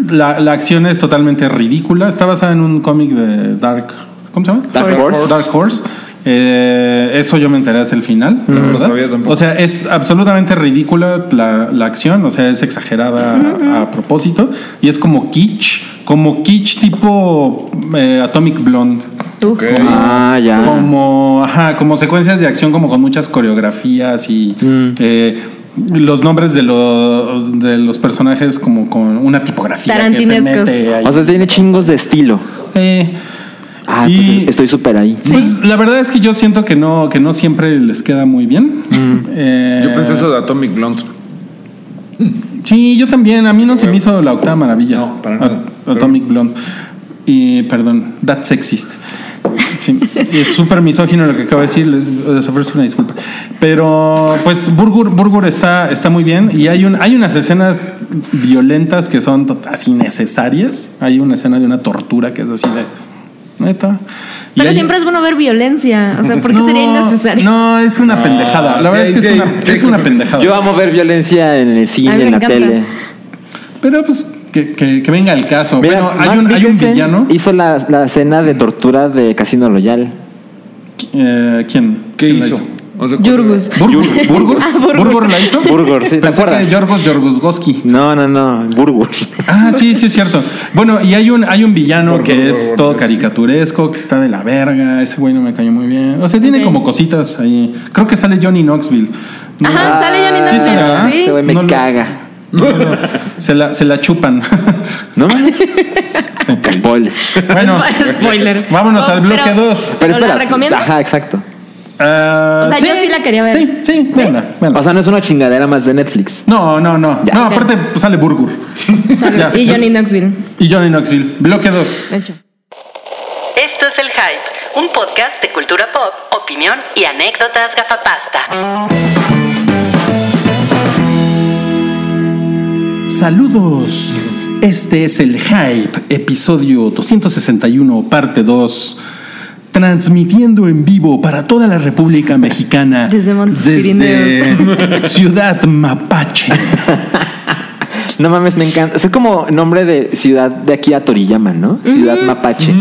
Speaker 2: la, la acción es totalmente ridícula. Está basada en un cómic de Dark. ¿Cómo se llama?
Speaker 5: Dark Horse. Horse.
Speaker 2: Dark Horse. Eh, eso yo me enteré hasta el final. la
Speaker 5: Mm,
Speaker 4: No lo
Speaker 2: verdad.
Speaker 4: sabía tampoco.
Speaker 2: o sea, es absolutamente ridícula la, la acción. O sea, es exagerada a- a, propósito. Y es como kitsch. Como kitsch tipo eh, Atomic Blonde.
Speaker 6: Tú.
Speaker 4: Ok.
Speaker 5: Ah, ya.
Speaker 2: Como, ajá, como secuencias de acción, como con muchas coreografías y
Speaker 5: Mm.
Speaker 2: eh, los nombres de, lo- de los personajes, como con una tipografía. Que se
Speaker 6: Tarantinescos.
Speaker 2: mete ahí.
Speaker 5: O sea, tiene chingos de estilo.
Speaker 2: Eh,
Speaker 5: Ah,
Speaker 2: Y-
Speaker 5: entonces estoy súper ahí.
Speaker 2: Pues la verdad es que yo siento que no, que no siempre les queda muy bien. Eh,
Speaker 4: Mm. Yo pensé eso de Atomic Blonde.
Speaker 2: Sí, yo también. A mí no se me hizo la octava maravilla.
Speaker 4: No, para nada.
Speaker 2: At- Atomic Blonde. Y perdón, That Sexist. Sí, es súper misógino lo que acabo de decir, les, les ofrezco una disculpa. Pero pues Burgur, Burgur está, está muy bien y hay, un, hay unas escenas violentas que son tot- así necesarias. Hay una escena de una tortura que es así de... Neta. Y
Speaker 6: Pero
Speaker 2: hay-
Speaker 6: siempre es bueno ver violencia. O sea, porque
Speaker 2: No,
Speaker 6: sería innecesario.
Speaker 2: No, es una
Speaker 5: Ah,
Speaker 2: pendejada. La
Speaker 4: sí,
Speaker 2: verdad es que
Speaker 4: sí,
Speaker 2: es una,
Speaker 4: sí,
Speaker 2: es una
Speaker 4: sí.
Speaker 2: pendejada.
Speaker 5: Yo amo ver violencia en el
Speaker 6: A mí
Speaker 5: cine,
Speaker 6: me
Speaker 5: en la
Speaker 6: encanta.
Speaker 5: tele.
Speaker 2: Pero pues que, que- que venga el caso.
Speaker 5: Mira,
Speaker 2: Bueno, hay
Speaker 5: Max
Speaker 2: un, hay un
Speaker 5: Mikkelsen
Speaker 2: villano.
Speaker 5: Hizo la, la escena de tortura de Casino Royale.
Speaker 2: Eh, ¿Quién?
Speaker 4: ¿Qué
Speaker 2: ¿Quién la
Speaker 4: hizo? O sea,
Speaker 6: Yurgus.
Speaker 2: ¿Burgur? ¿Burgur?
Speaker 6: Ah, Burgur.
Speaker 2: ¿Burgur la hizo?
Speaker 5: Burgur, sí, ¿te
Speaker 2: Pensé
Speaker 5: acuerdas?
Speaker 2: que Yorgos Yorgosgoski.
Speaker 5: No, no, no, Burgur.
Speaker 2: Ah, sí, sí, es cierto. Bueno, y hay un, hay un villano
Speaker 4: Burgur,
Speaker 2: que es
Speaker 4: Burgur,
Speaker 2: todo
Speaker 4: Burgur.
Speaker 2: caricaturesco, que está de la verga. Ese güey no me cayó muy bien. O sea, tiene como cositas ahí. Creo que sale Johnny Knoxville. No,
Speaker 6: Ajá, sale Johnny
Speaker 2: Sí,
Speaker 6: Knoxville,
Speaker 2: será.
Speaker 4: ¿eh?
Speaker 6: sí.
Speaker 5: Ah, Ese güey me
Speaker 2: No lo-
Speaker 5: caga.
Speaker 2: no, no, se, la, se la chupan.
Speaker 5: No mames. Spoiler.
Speaker 2: Bueno,
Speaker 6: Spoiler. Oh,
Speaker 2: vámonos al bloque
Speaker 6: pero-
Speaker 2: 2.
Speaker 5: Pero espera.
Speaker 6: ¿La recomiendas?
Speaker 5: Ajá, exacto.
Speaker 2: Ah,
Speaker 6: O sea, yo sí la quería ver.
Speaker 2: Sí, sí, véanla, véanla.
Speaker 5: O sea, no es una chingadera más de Netflix.
Speaker 2: No, no, no.
Speaker 5: Ya.
Speaker 2: No, aparte pues, sale Burger. Ya.
Speaker 6: Y Johnny Knoxville.
Speaker 2: Y Johnny Knoxville. Bloque 2.
Speaker 6: De hecho.
Speaker 1: Esto es El Hype, un podcast de cultura pop, opinión y anécdotas gafapasta.
Speaker 2: Saludos. Este es el Hype, episodio 261, parte 2. Transmitiendo en vivo para toda la República Mexicana.
Speaker 6: Desde Montes
Speaker 2: desde Ciudad Mapache.
Speaker 5: No mames, me encanta. Es como nombre de ciudad de aquí a Toriyama, ¿no? Ciudad Mapache.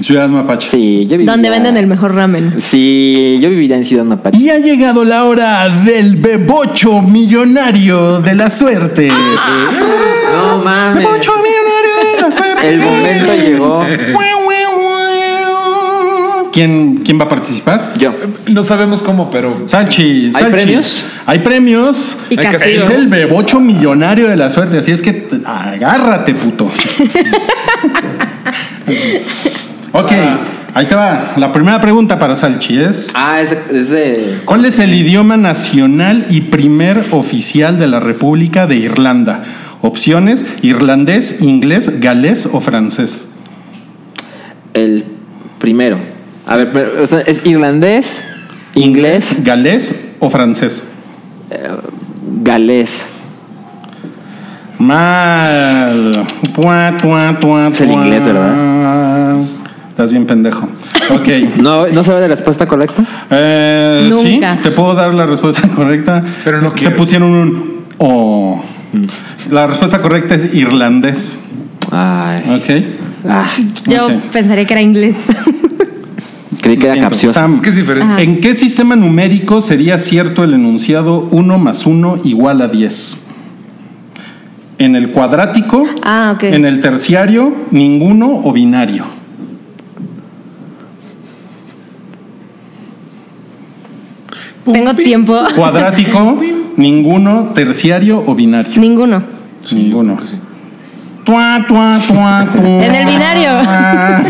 Speaker 2: Ciudad Mapache.
Speaker 5: Sí, yo viviría.
Speaker 6: Donde venden el mejor ramen.
Speaker 5: Sí, yo viviría en Ciudad Mapache.
Speaker 2: Y ha llegado la hora del bebocho millonario de la suerte.
Speaker 5: Ah. No mames.
Speaker 2: Bebocho millonario de la suerte.
Speaker 5: El momento llegó.
Speaker 2: ¿Quién, ¿Quién va a participar?
Speaker 5: Yo.
Speaker 4: No sabemos cómo, pero.
Speaker 2: Salchi, Salchi.
Speaker 5: premios?
Speaker 2: Hay premios.
Speaker 6: Y
Speaker 4: Hay que
Speaker 6: castigos.
Speaker 2: Es el bebocho millonario de la suerte, así es que t- agárrate, puto. ok, ahí te va. La primera pregunta para Salchi es:
Speaker 5: Ah, es de, es de-
Speaker 2: ¿Cuál es el idioma nacional y primer oficial de la República de Irlanda? Opciones: irlandés, inglés, galés o francés.
Speaker 5: el primero. A ver, pero, o sea, es irlandés, inglés,
Speaker 2: ¿Galés o francés?
Speaker 5: galés.
Speaker 2: Mal. Tua, tua, tua,
Speaker 5: Es el
Speaker 2: tua.
Speaker 5: inglés,
Speaker 2: Estás bien pendejo. Ok.
Speaker 5: No, no sabe la respuesta correcta.
Speaker 2: Eh, sí,
Speaker 6: Nunca.
Speaker 2: te puedo dar la respuesta correcta.
Speaker 4: Pero no
Speaker 2: Te
Speaker 4: quiero.
Speaker 2: pusieron un O.
Speaker 5: Mm.
Speaker 2: La respuesta correcta es irlandés.
Speaker 5: Ay.
Speaker 2: Ok.
Speaker 5: Ah,
Speaker 6: Yo
Speaker 2: Ok.
Speaker 6: pensaría que era inglés.
Speaker 5: creí que era
Speaker 2: Siento.
Speaker 5: capciosa.
Speaker 2: Sam,
Speaker 4: Es que es diferente.
Speaker 6: Ajá.
Speaker 2: ¿en qué sistema numérico sería cierto el enunciado 1 más 1 igual a 10? ¿En el cuadrático?
Speaker 6: Ah, ok.
Speaker 2: ¿En el terciario? ¿Ninguno o binario?
Speaker 6: Tengo tiempo.
Speaker 2: Cuadrático, ninguno, terciario o binario.
Speaker 6: Ninguno.
Speaker 2: ninguno. Tua, tua, tua, tua.
Speaker 6: En el binario.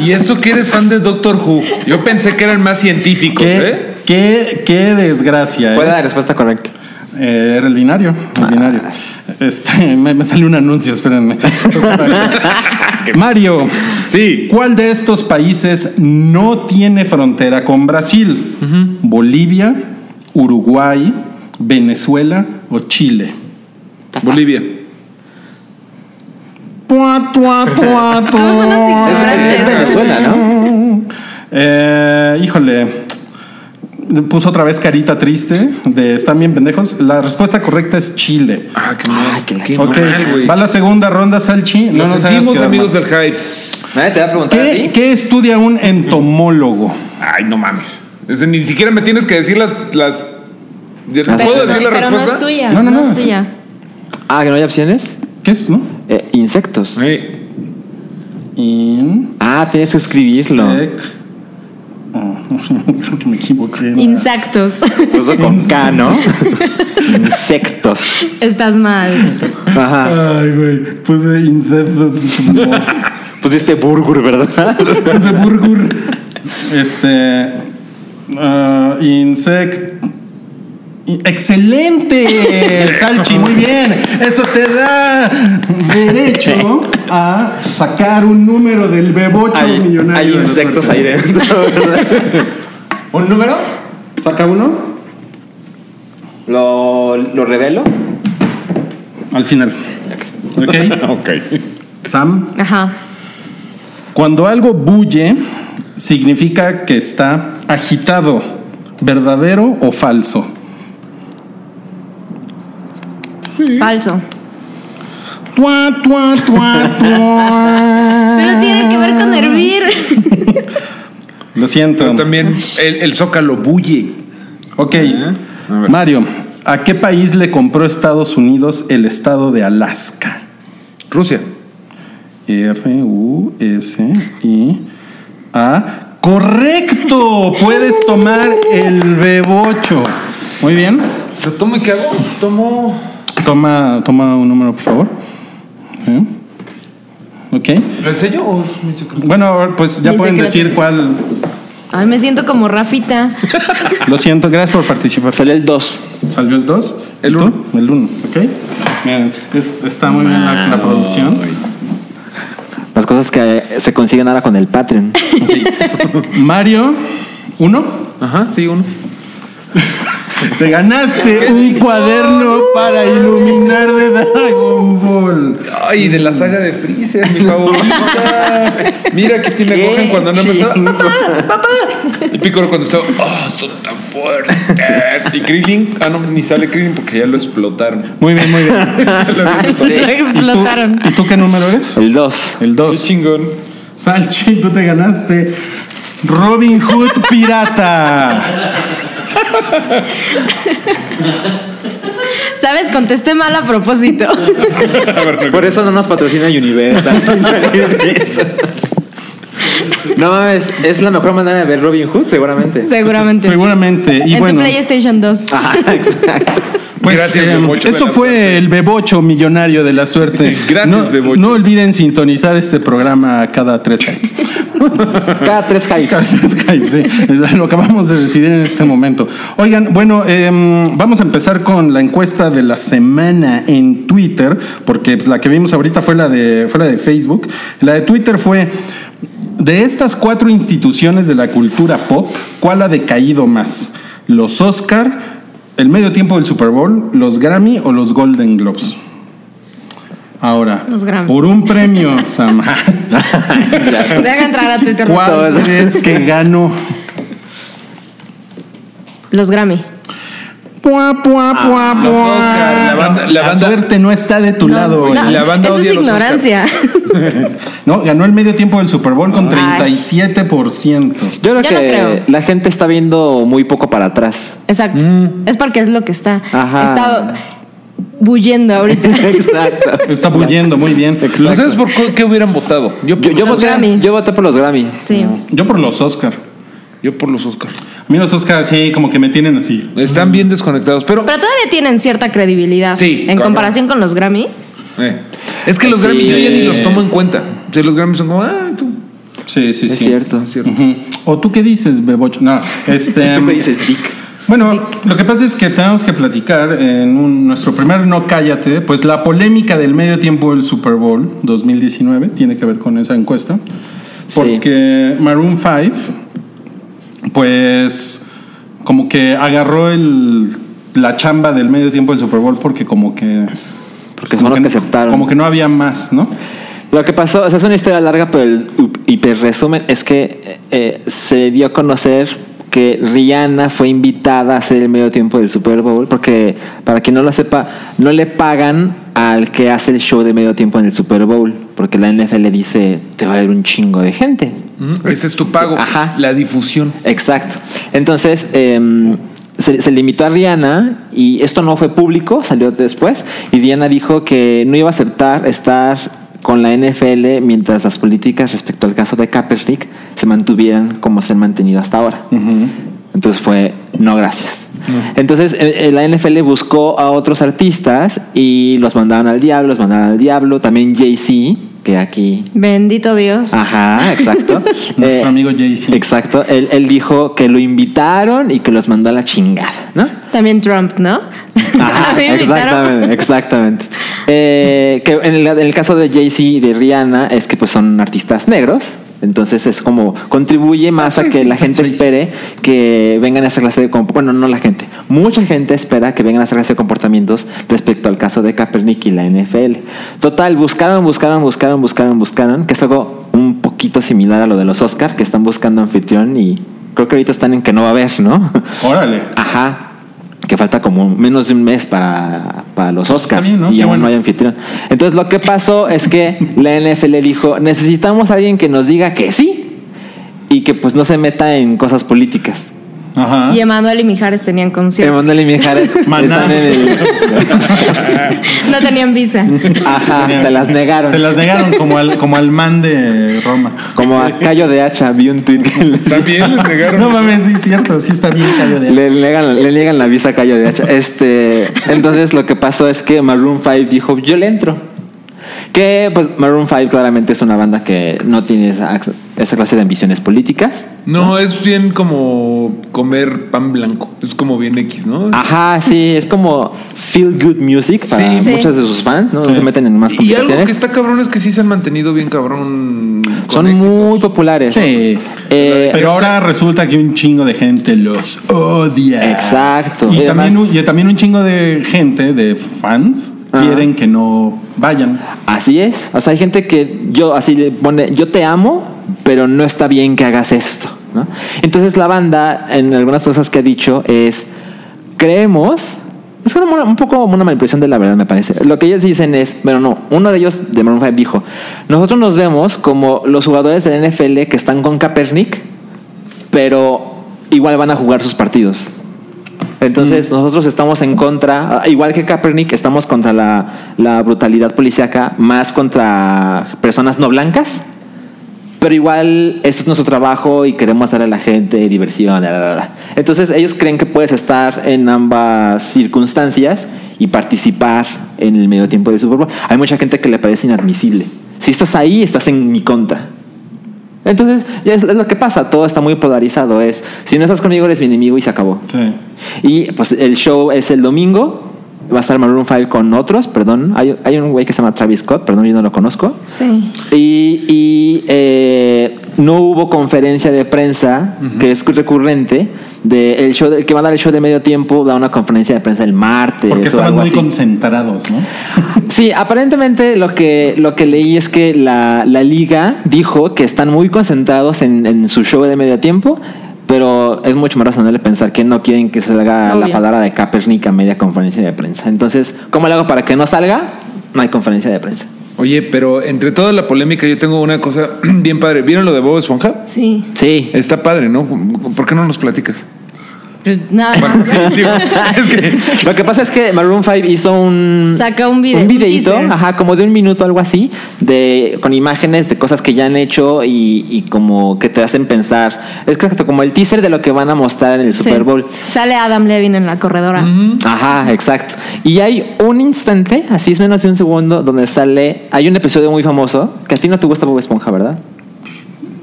Speaker 4: Y eso que eres fan de Doctor Who. Yo pensé que eran más científicos,
Speaker 2: Qué,
Speaker 4: ¿eh?
Speaker 2: qué, qué desgracia. ¿eh?
Speaker 5: ¿Cuál era la respuesta correcta?
Speaker 2: Eh, era el binario.
Speaker 6: Ah.
Speaker 2: El binario. Este, me, me salió un anuncio, espérenme. Mario,
Speaker 4: Sí.
Speaker 2: ¿cuál de estos países no tiene frontera con Brasil? ¿Bolivia, Uruguay, Venezuela o Chile?
Speaker 4: Bolivia.
Speaker 2: Tua, tua, tua, tua.
Speaker 6: Somos unos ignorantes.
Speaker 5: Es Venezuela, ¿no?
Speaker 2: Eh, híjole. Puso otra vez carita triste de están bien pendejos. La respuesta correcta es Chile.
Speaker 4: Ah, qué mal. Qué
Speaker 2: Ok,
Speaker 4: mal, güey.
Speaker 2: va la segunda ronda, Salchi. No
Speaker 4: Lo
Speaker 2: nos hagas
Speaker 4: sentimos,
Speaker 2: quedar
Speaker 4: amigos
Speaker 2: mal.
Speaker 4: del hype.
Speaker 5: Nadie te va a preguntar a
Speaker 2: ¿Qué,
Speaker 5: ti.
Speaker 2: qué estudia un entomólogo?
Speaker 4: Ay, no mames. Es- ni siquiera me tienes que decir las. las- ¿Puedo
Speaker 6: Pero,
Speaker 4: decir la
Speaker 6: pero no
Speaker 4: respuesta?
Speaker 6: es tuya.
Speaker 2: No,
Speaker 6: No,
Speaker 2: no, no,
Speaker 6: es
Speaker 2: sí.
Speaker 6: tuya.
Speaker 5: Ah, que no hay opciones.
Speaker 2: ¿Qué es, no?
Speaker 5: Eh, insectos.
Speaker 4: Sí.
Speaker 2: In-
Speaker 5: Ah, tienes que escribirlo.
Speaker 2: sec- Oh, creo que me equivoqué.
Speaker 6: Insectos.
Speaker 5: Puso con K, ¿no? Insectos.
Speaker 6: Estás mal.
Speaker 5: Ajá.
Speaker 2: Ay, güey. Puse insecto.
Speaker 5: Pusiste burger, ¿verdad?
Speaker 2: Puse burger. Este. ah, insect. i- ¡Excelente! el Salchi, muy bien. Eso te da derecho a sacar un número del bebocho millonario. de la suerte.
Speaker 5: dentro, ¿verdad?
Speaker 2: ¿Un número? Saca uno
Speaker 5: ¿Lo, lo revelo?
Speaker 2: al final. Ok.
Speaker 4: Ok.
Speaker 2: Sam,
Speaker 6: Ajá.
Speaker 2: cuando algo bulle, significa que está agitado, verdadero o falso.
Speaker 6: Falso.
Speaker 2: Tua, tua, tua, tua.
Speaker 6: Pero tiene que ver con hervir.
Speaker 2: Lo siento.
Speaker 4: Pero también el, el zócalo bulle.
Speaker 2: Ok.
Speaker 4: Eh, A ver.
Speaker 2: Mario, ¿a qué país le compró Estados Unidos el estado de Alaska?
Speaker 4: Rusia.
Speaker 2: R, U, S, I, A. ¡Correcto! Puedes tomar el bebocho. Muy bien.
Speaker 4: ¿Lo tomo y qué hago? Tomo.
Speaker 2: Toma, toma un número, por favor. Sí. Eh. ¿ok?
Speaker 4: ¿Lo enseño o es mi secreto?
Speaker 2: Bueno, pues ya
Speaker 6: Mi
Speaker 2: pueden
Speaker 6: secreto.
Speaker 2: decir cuál.
Speaker 6: Ay, me siento como Rafita.
Speaker 2: Lo siento, gracias por participar.
Speaker 5: Salió el 2.
Speaker 2: ¿Salió el 2?
Speaker 4: El
Speaker 2: ¿Y tú?
Speaker 4: uno.
Speaker 2: El 1, ¿ok? Miren, es- está muy bien la, la producción.
Speaker 5: Las cosas que se consiguen ahora con el Patreon.
Speaker 2: Mario, 1.
Speaker 4: Ajá, sí, uno.
Speaker 2: Te ganaste un cuaderno para iluminar de Dragon Ball.
Speaker 4: Ay, de la saga de Freezer, mi favorita. Mira que me cogen cuando no me está. ¡Papá! ¡Papá! Y Piccolo cuando está. ¡Oh, son tan fuertes! Y Krillin. Ah, no, ni sale Krillin porque ya lo explotaron.
Speaker 2: Muy bien, muy bien.
Speaker 6: Lo explotaron.
Speaker 2: ¿Y tú qué número eres?
Speaker 5: El 2.
Speaker 2: El
Speaker 4: Qué
Speaker 2: 2.
Speaker 4: chingón.
Speaker 2: Salchi, tú te ganaste Robin Hood Pirata.
Speaker 6: ¿Sabes? Contesté mal a propósito.
Speaker 5: Por eso no nos patrocina Universal. no, es, es la mejor manera de ver Robin Hood, seguramente.
Speaker 6: Seguramente.
Speaker 2: Seguramente. Y
Speaker 6: en
Speaker 2: bueno,
Speaker 6: tu PlayStation 2.
Speaker 5: Ajá, exacto.
Speaker 2: pues,
Speaker 4: Gracias,
Speaker 2: eh,
Speaker 4: Bebocho,
Speaker 2: eso
Speaker 4: de la
Speaker 2: fue el Bebocho millonario de la suerte.
Speaker 4: Gracias,
Speaker 2: no,
Speaker 4: Bebocho.
Speaker 2: No olviden sintonizar este programa cada tres años.
Speaker 5: Cada tres hypes.
Speaker 2: Skype, sí. Lo acabamos de decidir en este momento. Oigan, bueno, em, vamos a empezar con la encuesta de la semana en Twitter, porque pues, la que vimos ahorita fue la, de, fue la de Facebook. La de Twitter fue, de estas cuatro instituciones de la cultura pop, ¿cuál ha decaído más? ¿Los Oscar, el medio tiempo del Super Bowl, los Grammy o los Golden Globes? Ahora,
Speaker 6: Los Grammy.
Speaker 2: por un premio, Samá,
Speaker 6: Deja entrar a Twitter.
Speaker 2: ¿cuál crees que ganó?
Speaker 6: Los Grammy.
Speaker 2: Puá, puá, puá,
Speaker 4: Ah, los
Speaker 2: puá.
Speaker 4: Oscar, la banda- la banda-
Speaker 2: suerte no está de tu
Speaker 6: No,
Speaker 2: lado.
Speaker 6: no,
Speaker 2: oye.
Speaker 4: la banda
Speaker 6: eso es
Speaker 4: odia los
Speaker 6: ignorancia.
Speaker 2: No, ganó el medio tiempo del Super Bowl con
Speaker 6: Ay.
Speaker 2: 37%.
Speaker 5: Yo
Speaker 6: Yo
Speaker 5: creo que
Speaker 6: no creo.
Speaker 5: la gente está viendo muy poco para atrás.
Speaker 6: Exacto. Es porque es lo que está.
Speaker 5: Mm. Ajá.
Speaker 6: Está bulliendo ahorita.
Speaker 5: Exacto.
Speaker 2: Está bulliendo muy bien.
Speaker 4: ¿Lo sabes por cu- qué hubieran votado? Yo,
Speaker 5: Yo, yo
Speaker 6: Los
Speaker 5: voté,
Speaker 6: Grammy.
Speaker 5: yo voté por los Grammy.
Speaker 6: Sí.
Speaker 2: Yo por los Oscar.
Speaker 4: yo por los Oscars.
Speaker 2: A mí los Oscar sí, como que me tienen así.
Speaker 4: Están bien desconectados, pero.
Speaker 6: Pero todavía tienen cierta credibilidad.
Speaker 4: Sí,
Speaker 6: En
Speaker 4: claro.
Speaker 6: comparación con los Grammy.
Speaker 4: eh, Es que los
Speaker 5: Sí.
Speaker 4: Grammy yo ya ni los tomo en cuenta. O sea, los Grammy son como. Ah, tú.
Speaker 2: Sí, sí,
Speaker 5: Es
Speaker 2: sí.
Speaker 5: cierto.
Speaker 4: Es cierto.
Speaker 2: Ujú. ¿O tú qué dices, Bebocho? No, este.
Speaker 5: Dick?
Speaker 2: Bueno, lo que pasa es que tenemos que platicar en un- nuestro primer No Cállate, pues la polémica del medio tiempo del Super Bowl 2019 tiene que ver con esa encuesta.
Speaker 5: Sí.
Speaker 2: Porque Maroon 5, pues como que agarró el- la chamba del medio tiempo del Super Bowl porque como que...
Speaker 5: Porque son
Speaker 2: como
Speaker 5: los que aceptaron.
Speaker 2: Como que no había más, ¿no?
Speaker 5: Lo que pasó, o sea, es una historia larga, pero el up- hiperresumen es que eh, eh, se dio a conocer que Rihanna fue invitada a hacer el medio tiempo del Super Bowl, porque para quien no lo sepa, no le pagan al que hace el show de medio tiempo en el Super Bowl, porque la NFL le dice, te va a ir un chingo de gente.
Speaker 4: Ujú. Ese es tu pago.
Speaker 5: Ajá.
Speaker 4: La difusión.
Speaker 5: Exacto. Entonces, em, se, se limitó a Rihanna y esto no fue público, salió después, y Rihanna dijo que no iba a aceptar estar con la NFL mientras las políticas respecto al caso de Kaepernick se mantuvieran como se han mantenido hasta ahora. Entonces fue, no gracias. Entonces eh, eh, la NFL buscó a otros artistas y los mandaron al diablo, los mandaron al diablo, también Jay-Z, que aquí
Speaker 6: Bendito Dios.
Speaker 5: Ah. Ajá, exacto. Eh,
Speaker 2: Nuestro amigo Jay-Z.
Speaker 5: Exacto. Él, él dijo que lo invitaron y que los mandó a la chingada, ¿no?
Speaker 6: También Trump, ¿no?
Speaker 5: Ajá,
Speaker 6: A mí me invitaron.
Speaker 5: Ah, exactamente, exactamente. Eh, que en el, en el caso de Jay-Z y de Rihanna es que pues son artistas negros. Entonces es como contribuye más
Speaker 6: Ah,
Speaker 5: a que la gente espere que vengan a hacer clase de comp- bueno no la gente mucha gente espera que vengan a hacer clase de comportamientos respecto al caso de Kaepernick y la NFL total buscaron buscaron buscaron buscaron buscaron que es algo un poquito similar a lo de los Oscar que están buscando anfitrión y creo que ahorita están en que no va a haber no
Speaker 2: Órale.
Speaker 5: Ajá. Que falta como menos de un mes para, para los Oscars.
Speaker 2: bien, ¿no?
Speaker 5: Y
Speaker 2: Qué
Speaker 5: aún
Speaker 2: bueno.
Speaker 5: no hay anfitrión. Entonces lo que pasó es que la NFL dijo, necesitamos a alguien que nos diga que sí y que pues no se meta en cosas políticas.
Speaker 2: Ajá.
Speaker 6: Y Emanuel y Mijares tenían concierto.
Speaker 5: Emanuel y Mijares
Speaker 2: Maná.
Speaker 5: están en el...
Speaker 6: No tenían visa.
Speaker 5: Ajá, se las negaron.
Speaker 2: Se las negaron como al, como al man de Roma.
Speaker 5: Como a Cayo de Hacha, vi un tweet que le-
Speaker 4: También les negaron.
Speaker 2: No mames, sí, es cierto, sí está bien callo de
Speaker 5: Le niegan, le niegan la visa a Cayo de Hacha. Este, entonces lo que pasó es que Maroon 5 dijo, yo le entro. Que pues Maroon 5 claramente es una banda que no tiene esa, esa clase de ambiciones políticas.
Speaker 4: No, es bien como comer pan blanco. Es como bien X, ¿no?
Speaker 5: Ajá, sí, es como feel good music para
Speaker 6: Sí.
Speaker 5: muchos de sus fans, ¿no? No se meten en más
Speaker 4: Y algo que
Speaker 5: complicaciones.
Speaker 4: está cabrón es que sí se han mantenido bien cabrón. con
Speaker 5: Son
Speaker 4: éxito.
Speaker 5: muy populares.
Speaker 2: Sí.
Speaker 5: Eh,
Speaker 2: Pero ahora resulta que un chingo de gente los odia.
Speaker 5: Exacto.
Speaker 2: Y,
Speaker 5: Y
Speaker 2: también,
Speaker 5: además-
Speaker 2: un, y también un chingo de gente, de fans,
Speaker 5: Ajá.
Speaker 2: quieren que no vayan.
Speaker 5: Así es. O sea, hay gente que yo así le pone, yo te amo, pero no está bien que hagas esto. ¿no? Entonces la banda, en algunas cosas que ha dicho, es creemos. Es como una- un poco como una manipulación de la verdad, me parece. Lo que ellos dicen es, bueno, no, uno de ellos, de Maroon 5, dijo, nosotros nos vemos como los jugadores del NFL que están con Kaepernick, pero igual van a jugar sus partidos. Entonces nosotros estamos en contra, ah, igual que Kaepernick, estamos contra la, la brutalidad policíaca, más contra personas no blancas, pero igual eso es nuestro trabajo y queremos darle a la gente diversión. la, la, la, la. Entonces ellos creen que puedes estar en ambas circunstancias y participar en el medio tiempo del Super Bowl. Hay mucha gente que le parece inadmisible. Si estás ahí, estás en mi contra. Entonces, ya es, es lo que pasa, todo está muy polarizado, es, si no estás conmigo eres mi enemigo y se acabó.
Speaker 2: Sí.
Speaker 5: Y pues el show es el domingo. Va a estar Maroon 5 con otros, perdón. Hay, hay un güey que se llama Travis Scott, perdón, yo no lo conozco.
Speaker 6: Sí.
Speaker 5: Y, y, eh, no hubo conferencia de prensa, que es recurrente, de el, show, del que va a dar el show de medio tiempo, da una conferencia de prensa el martes.
Speaker 2: Porque
Speaker 5: o
Speaker 2: estaban
Speaker 5: algo
Speaker 2: muy
Speaker 5: así.
Speaker 2: concentrados, ¿no?
Speaker 5: Sí, aparentemente lo que, lo que leí es que la, la liga dijo que están muy concentrados en, en su show de medio tiempo, pero es mucho más razonable pensar que no quieren que salga la
Speaker 6: Obvio.
Speaker 5: palabra de Kaepernick a media conferencia de prensa. Entonces, ¿cómo le hago para que no salga? No hay conferencia de prensa.
Speaker 4: Oye, pero entre toda la polémica, yo tengo una cosa bien padre. ¿Vieron lo de Bob Esponja?
Speaker 6: Sí.
Speaker 5: Sí.
Speaker 4: Está padre, ¿no? ¿Por qué no nos platicas?
Speaker 6: Pues, Nada.
Speaker 4: Bueno, sí, digo, es que
Speaker 5: Lo que pasa es que Maroon 5 hizo un...
Speaker 6: Saca un video- un
Speaker 5: videíto,
Speaker 6: teaser.
Speaker 5: ajá, como de un minuto, algo así, de, con imágenes de cosas que ya han hecho y, y como que te hacen pensar. Es que como el teaser de lo que van a mostrar en el
Speaker 6: Sí.
Speaker 5: Super Bowl.
Speaker 6: Sale Adam Levine en la corredora.
Speaker 5: Ajá, exacto. Y hay un instante, así es menos de un segundo, donde sale. Hay un episodio muy famoso que a ti no te gusta Bob Esponja, ¿verdad?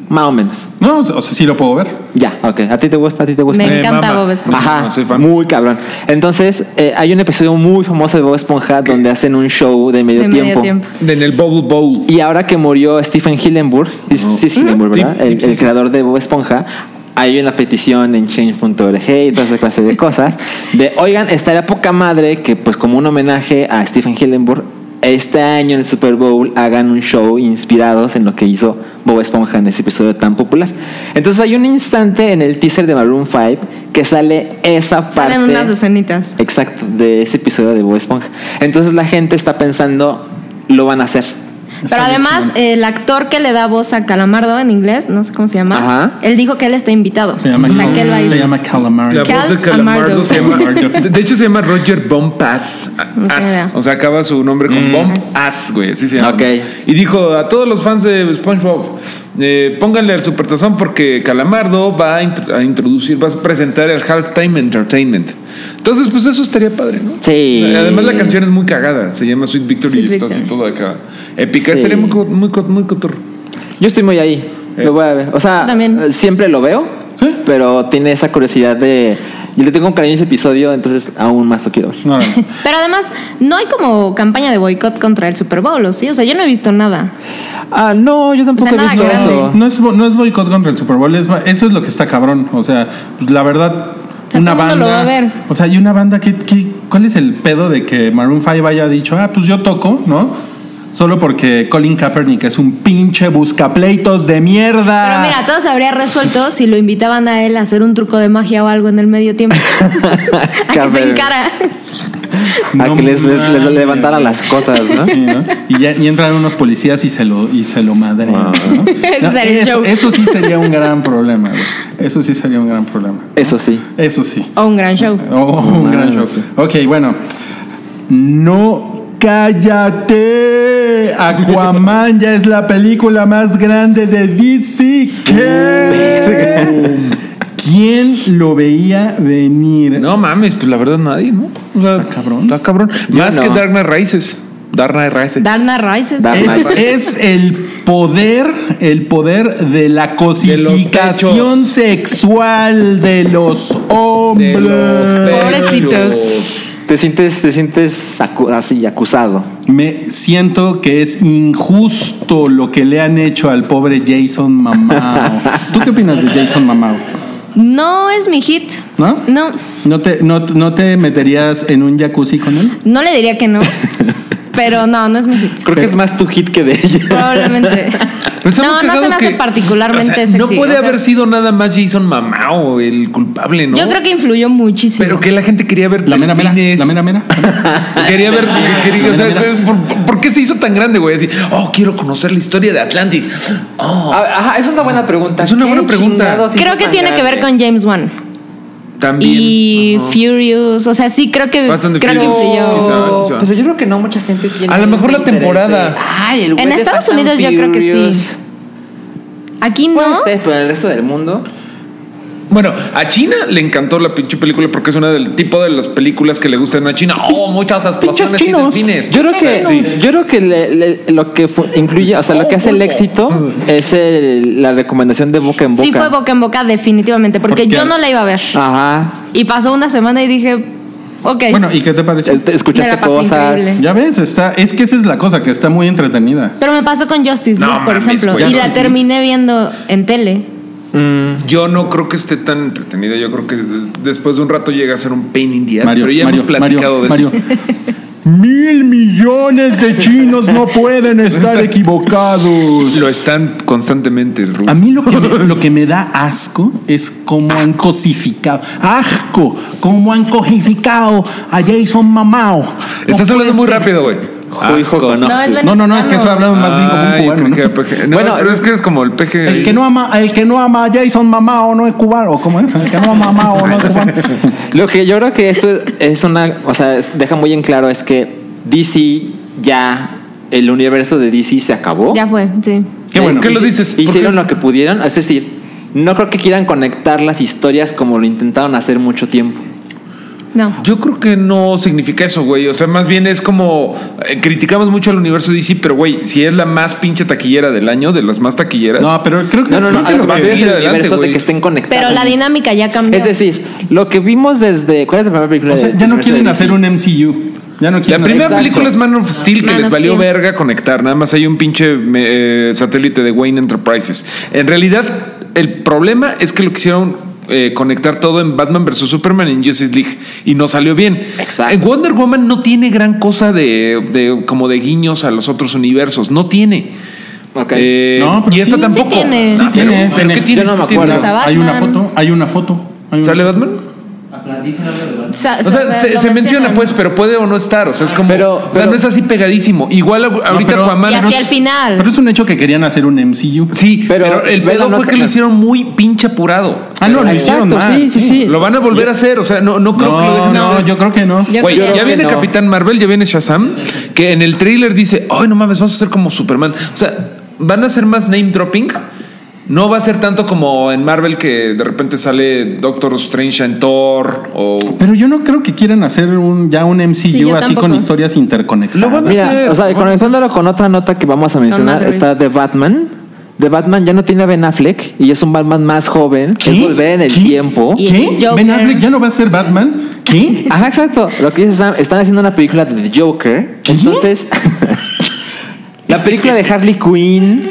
Speaker 5: Más o menos.
Speaker 2: No, o sea, sí lo puedo ver.
Speaker 5: Ya, ok. A ti te gusta, a ti te gusta.
Speaker 6: Me
Speaker 4: Me
Speaker 6: encanta
Speaker 4: mama.
Speaker 6: Bob Esponja.
Speaker 5: Ajá,
Speaker 4: No, soy fan.
Speaker 5: muy cabrón. Entonces, eh, hay un episodio muy famoso de Bob Esponja donde hacen un show de medio,
Speaker 6: De medio
Speaker 5: tiempo.
Speaker 6: tiempo.
Speaker 4: en el Bubble Bowl.
Speaker 5: Y ahora que murió Stephen Hillenburg, es- sí es Hillenburg,
Speaker 4: Sí,
Speaker 5: ¿verdad?
Speaker 4: sí,
Speaker 5: el,
Speaker 4: sí,
Speaker 5: el
Speaker 4: sí.
Speaker 5: creador de Bob Esponja, hay una petición en change.org y toda esa clase de cosas de, oigan, estaría poca madre que pues como un homenaje a Stephen Hillenburg, este año en el Super Bowl hagan un show inspirados en lo que hizo Bob Esponja en ese episodio tan popular. Entonces hay un instante en el teaser de Maroon 5 que sale esa parte.
Speaker 6: Salen unas escenitas.
Speaker 5: Exacto, de ese episodio de Bob Esponja. Entonces la gente está pensando, lo van a hacer.
Speaker 6: Pero
Speaker 2: bien
Speaker 6: además,
Speaker 2: chingón.
Speaker 6: el actor que le da voz a Calamardo en inglés, no sé cómo se llama,
Speaker 5: Ajá.
Speaker 6: él dijo que él está invitado.
Speaker 2: Se llama,
Speaker 6: o sea, que él va a ir.
Speaker 2: se llama Calamari.
Speaker 4: La
Speaker 6: Cal
Speaker 4: voz de Calamardo
Speaker 6: Amardo.
Speaker 4: se llama. De hecho, se llama Roger Bompas.
Speaker 6: No tengo idea.
Speaker 4: O sea, acaba su nombre con Bomb
Speaker 6: As.
Speaker 4: As, güey. Así se llama.
Speaker 5: Mm. Ok.
Speaker 4: Y dijo a todos los fans de SpongeBob. eh, pónganle al supertazón porque Calamardo va a, intro- a introducir, va a presentar el Halftime Entertainment. Entonces, pues eso estaría padre, ¿no?
Speaker 5: Sí.
Speaker 4: Además, la canción es muy cagada. Se llama Sweet Victory
Speaker 6: Sweet
Speaker 4: y está así
Speaker 6: Victory.
Speaker 4: toda acá. Épica.
Speaker 5: Sí.
Speaker 4: Estaría muy, co- muy, co- muy cotorro.
Speaker 5: Yo estoy muy ahí.
Speaker 4: Eh.
Speaker 5: Lo voy a ver. O sea,
Speaker 6: Yo también.
Speaker 5: eh, siempre lo veo,
Speaker 2: Sí.
Speaker 5: pero tiene esa curiosidad de. Yo le tengo un cariño a ese episodio, entonces aún más lo quiero ver.
Speaker 2: No, no.
Speaker 6: Pero además, no hay como campaña de boicot contra el Super Bowl, ¿o sí? O sea, yo no he visto nada.
Speaker 5: Ah, no, yo tampoco
Speaker 6: O sea,
Speaker 5: he visto
Speaker 6: nada grande.
Speaker 5: eso.
Speaker 2: No es, bo- no es boicot contra el Super Bowl, es ba- eso es lo que está cabrón. O sea, pues, la verdad,
Speaker 6: sea,
Speaker 2: una
Speaker 6: todo el
Speaker 2: banda.
Speaker 6: mundo lo va a ver.
Speaker 2: O sea, y una banda, que, que- ¿cuál es el pedo de que Maroon 5 haya dicho, ah, pues yo toco, ¿no? Solo porque Colin Kaepernick es un pinche buscapleitos de
Speaker 6: Pero
Speaker 2: mierda.
Speaker 6: mira, todo se habría resuelto si lo invitaban a él a hacer un truco de magia o algo en el medio tiempo. a que se
Speaker 5: Cabrón.
Speaker 6: encara.
Speaker 5: A
Speaker 2: No
Speaker 5: que les, les, les
Speaker 2: mames.
Speaker 5: levantara las cosas, ¿no?
Speaker 2: Sí, ¿no? Y, ya- y entran unos policías y se lo, y se lo madrean. ¿no?
Speaker 6: Ese
Speaker 2: No,
Speaker 6: sería el
Speaker 2: eso,
Speaker 6: show.
Speaker 2: eso sí sería un gran problema. güey. Eso sí sería un gran problema.
Speaker 5: Eso sí.
Speaker 2: Eso sí.
Speaker 6: O un gran show.
Speaker 2: Oh, un gran show. Ok, bueno. No cállate. Aquaman ya es la película más grande de DC. ¿Qué? ¿Quién lo veía venir?
Speaker 4: No mames, pues la verdad nadie, ¿no? O sea,
Speaker 2: Está cabrón.
Speaker 4: Está cabrón. Más
Speaker 5: no.
Speaker 4: que Dark Knight Rises. Darna RS.
Speaker 6: Darna Rises.
Speaker 5: Darna.
Speaker 2: Es, es el poder, el poder de la cosificación
Speaker 4: pechos.
Speaker 2: sexual de los hombres.
Speaker 4: De los
Speaker 6: Pobrecitos.
Speaker 4: bellos.
Speaker 5: Te sientes, te sientes acu- así, acusado.
Speaker 2: Me siento que es injusto lo que le han hecho al pobre Jason Mamao. ¿Tú qué opinas de Jason Mamao?
Speaker 6: No es mi hit.
Speaker 2: ¿No?
Speaker 6: No.
Speaker 2: ¿No te, no, no te meterías en un jacuzzi con él?
Speaker 6: No le diría que no. pero no, no es mi hit.
Speaker 5: Creo que es más tu hit que de ella.
Speaker 6: Probablemente.
Speaker 4: Pero está muy
Speaker 6: no, no
Speaker 4: cagado
Speaker 6: se me hace
Speaker 4: que-
Speaker 6: particularmente
Speaker 4: o sea,
Speaker 6: sexy.
Speaker 4: No puede
Speaker 6: o sea,
Speaker 4: haber sido nada más Jason Mamao el culpable, ¿no?
Speaker 6: Yo creo que influyó muchísimo.
Speaker 4: Pero que la gente quería ver.
Speaker 2: La mera mera.
Speaker 4: delfines.
Speaker 2: La mera mera.
Speaker 4: Quería ver. que- quería- o sea,
Speaker 2: Mira, mira.
Speaker 4: ¿por, por qué se hizo tan grande, güey? Así, oh, quiero conocer la historia de Atlantis. Oh.
Speaker 7: Ajá, es una buena pregunta.
Speaker 4: Es una
Speaker 7: ¿Qué
Speaker 4: buena pregunta.
Speaker 7: chingados hizo
Speaker 6: Creo que
Speaker 7: tan
Speaker 6: tiene que ver
Speaker 7: grande?
Speaker 6: con James Wan.
Speaker 4: También.
Speaker 6: Y
Speaker 4: Ajá.
Speaker 6: Furious. O sea, sí, creo que,
Speaker 4: Fast and the
Speaker 6: creo que
Speaker 4: Furious.
Speaker 6: influyó.
Speaker 4: Quizá, quizá.
Speaker 7: Pero yo creo que no mucha gente tiene.
Speaker 4: A lo mejor
Speaker 7: ese
Speaker 4: la
Speaker 7: interés
Speaker 4: temporada.
Speaker 7: de, Ay, el güey
Speaker 6: En
Speaker 7: de
Speaker 6: Estados
Speaker 7: Fast and
Speaker 6: Unidos yo creo que
Speaker 7: Furious".
Speaker 6: sí. Aquí
Speaker 7: Puede
Speaker 6: no.
Speaker 7: ser, pero en el resto del mundo.
Speaker 4: Bueno, a China le encantó la pinche película porque es una del tipo de las películas que le gustan a China. Oh, muchas explosiones y
Speaker 2: chinos.
Speaker 4: delfines.
Speaker 5: Yo creo que,
Speaker 4: Sí. Oh,
Speaker 5: yo creo que le- le- lo que fu- incluye, o sea, lo que hace el éxito es el- la recomendación de boca en boca.
Speaker 6: Sí fue boca en boca definitivamente, porque
Speaker 2: Porque-
Speaker 6: yo no la iba a ver.
Speaker 5: Ajá.
Speaker 6: Y pasó una semana y dije, ok.
Speaker 2: Bueno, ¿y qué te pareció?
Speaker 5: Eh, te-
Speaker 6: Me
Speaker 5: Escuchaste
Speaker 6: la pasé
Speaker 5: cosas.
Speaker 6: increíble.
Speaker 2: Ya ves, está, es que esa es la cosa, que está muy entretenida.
Speaker 6: pero me pasó con Justice
Speaker 4: No
Speaker 6: League, por
Speaker 4: mames,
Speaker 6: ejemplo.
Speaker 4: güey,
Speaker 6: y
Speaker 4: ya
Speaker 6: la
Speaker 4: no.
Speaker 6: terminé viendo en tele.
Speaker 4: Yo no creo que esté tan entretenida. Yo creo que después de un rato llega a ser un pain in the ass.
Speaker 2: Mario,
Speaker 4: pero ya
Speaker 2: Mario,
Speaker 4: hemos platicado de
Speaker 2: Mario,
Speaker 4: eso.
Speaker 2: Mario. Mil millones de chinos no pueden estar equivocados.
Speaker 4: Lo están constantemente. Ru.
Speaker 2: A mí lo que, me, lo que me da asco es cómo han cosificado. ¡Asco! Cómo han cosificado a Jason Mamao. No
Speaker 4: Estás
Speaker 2: puede
Speaker 4: hablando muy
Speaker 2: ser.
Speaker 4: rápido, güey.
Speaker 5: Uy, hijo,
Speaker 4: Asco.
Speaker 5: no.
Speaker 6: No, es
Speaker 2: Ah, No, no, no, es que estoy hablando más bien como
Speaker 4: Ah, yo
Speaker 2: un
Speaker 4: creo
Speaker 2: cubano.
Speaker 4: que
Speaker 2: ¿no?
Speaker 4: era peje. No,
Speaker 5: Bueno,
Speaker 4: pero es que eres como el peje.
Speaker 2: El que no ama, el que no ama a Jason Mamao no es cubano. ¿Cómo es? El que no ama a Mamao no es cubano.
Speaker 5: Lo que yo creo que esto es- es una, o sea, es- deja muy en claro es que DC ya el universo de DC se acabó.
Speaker 6: Ya fue, sí.
Speaker 4: Qué bueno. ¿Qué lo
Speaker 5: Hici-
Speaker 4: dices? ¿Por
Speaker 5: Hicieron
Speaker 4: qué?
Speaker 5: lo que pudieron, es decir, no creo que quieran conectar las historias como lo intentaron hacer mucho tiempo.
Speaker 6: No.
Speaker 4: Yo creo que no significa eso, güey. O sea, más bien es como eh, criticamos mucho al universo DC, pero güey, si es la más pinche taquillera del año, de las más taquilleras.
Speaker 2: No, pero creo que.
Speaker 5: No, no, no,
Speaker 2: creo que
Speaker 5: a lo
Speaker 2: lo
Speaker 5: que me
Speaker 4: va a
Speaker 2: que-
Speaker 5: refiero es
Speaker 4: seguir
Speaker 5: el
Speaker 4: adelante,
Speaker 5: universo
Speaker 4: güey.
Speaker 5: de que estén conectados.
Speaker 6: Pero la dinámica ya cambió.
Speaker 5: Es decir, lo que vimos desde ¿cuál es la primera película?
Speaker 2: O sea,
Speaker 5: de-
Speaker 2: ya no
Speaker 5: de
Speaker 2: quieren
Speaker 5: DC?
Speaker 2: hacer un MCU. Ya no
Speaker 4: La
Speaker 2: quieren
Speaker 4: primera
Speaker 2: hacer-
Speaker 4: película es Man of Steel que
Speaker 6: Man
Speaker 4: les
Speaker 6: of
Speaker 4: valió
Speaker 6: Steel.
Speaker 4: verga conectar. Nada más hay un pinche me- eh, satélite de Wayne Enterprises. En realidad, el problema es que lo quisieron eh, conectar todo en Batman vs Superman en Justice League y no salió bien.
Speaker 5: Exacto.
Speaker 4: En Wonder Woman no tiene gran cosa de, de- como de guiños a los otros universos. No tiene.
Speaker 5: Ok.
Speaker 4: Eh,
Speaker 2: No, pero
Speaker 4: y esta
Speaker 2: sí, sí
Speaker 4: tampoco.
Speaker 6: tiene.
Speaker 4: No,
Speaker 2: Sí
Speaker 4: pero-
Speaker 2: tiene,
Speaker 4: pero
Speaker 2: tiene.
Speaker 4: ¿qué tiene?
Speaker 5: Yo no me
Speaker 4: ¿Qué tiene?
Speaker 5: acuerdo.
Speaker 6: Está Batman.
Speaker 2: Hay una foto, hay una foto. hay una
Speaker 4: ¿Sale
Speaker 2: foto.
Speaker 4: Batman?
Speaker 6: Sa-
Speaker 4: O sea,
Speaker 6: sa-
Speaker 4: se,
Speaker 6: lo
Speaker 4: se menciona
Speaker 6: mencionan.
Speaker 4: pues, pero puede o no estar. O sea, es como.
Speaker 5: Ah, Pero-
Speaker 4: o sea,
Speaker 5: pero-
Speaker 4: no es así pegadísimo. Igual a- ahorita
Speaker 2: pero-
Speaker 4: Aquaman
Speaker 6: Y
Speaker 4: no
Speaker 6: hacia
Speaker 4: es-
Speaker 6: el final.
Speaker 2: Pero es un hecho que querían hacer un MCU.
Speaker 4: Sí, pero,
Speaker 5: Pero
Speaker 4: el
Speaker 5: ve la
Speaker 4: pedo fue
Speaker 5: nota-
Speaker 4: que lo hicieron muy pinche apurado.
Speaker 2: Ah, no, lo
Speaker 5: Exacto,
Speaker 2: hicieron mal.
Speaker 5: sí, sí, sí.
Speaker 4: Lo van a volver a hacer, o sea, no, no creo que lo
Speaker 2: No,
Speaker 4: dejen
Speaker 2: no,
Speaker 4: hacer.
Speaker 2: yo creo que no.
Speaker 6: Yo
Speaker 4: Güey,
Speaker 6: creo
Speaker 4: ya
Speaker 5: que
Speaker 4: viene
Speaker 5: no.
Speaker 4: Capitán Marvel, ya viene Shazam, que en el tráiler dice, ay, no mames, vas a ser como Superman. O sea, van a hacer más name dropping. No va a ser tanto como en Marvel que de repente sale Doctor Strange en Thor o...
Speaker 2: Pero yo no creo que quieran hacer un ya un MCU
Speaker 6: Sí, yo
Speaker 2: así
Speaker 6: tampoco.
Speaker 2: con historias interconectadas.
Speaker 4: Lo van a
Speaker 5: Mira,
Speaker 4: hacer,
Speaker 5: o
Speaker 4: lo
Speaker 5: sea,
Speaker 4: van a hacer.
Speaker 5: conectándolo con otra nota que vamos a mencionar,
Speaker 6: Matt
Speaker 5: está
Speaker 6: Reeves.
Speaker 5: de Batman. De Batman ya no tiene a Ben Affleck y es un Batman más joven.
Speaker 2: ¿Qué?
Speaker 5: Es volver en el
Speaker 2: ¿Qué?
Speaker 5: tiempo.
Speaker 6: Y-
Speaker 2: ¿Qué?
Speaker 6: Joker.
Speaker 2: Ben Affleck ya no va a ser Batman. ¿Qué?
Speaker 5: Ajá, exacto. Lo que dice Sam, están haciendo una película de The Joker. Entonces, la película de Harley Quinn.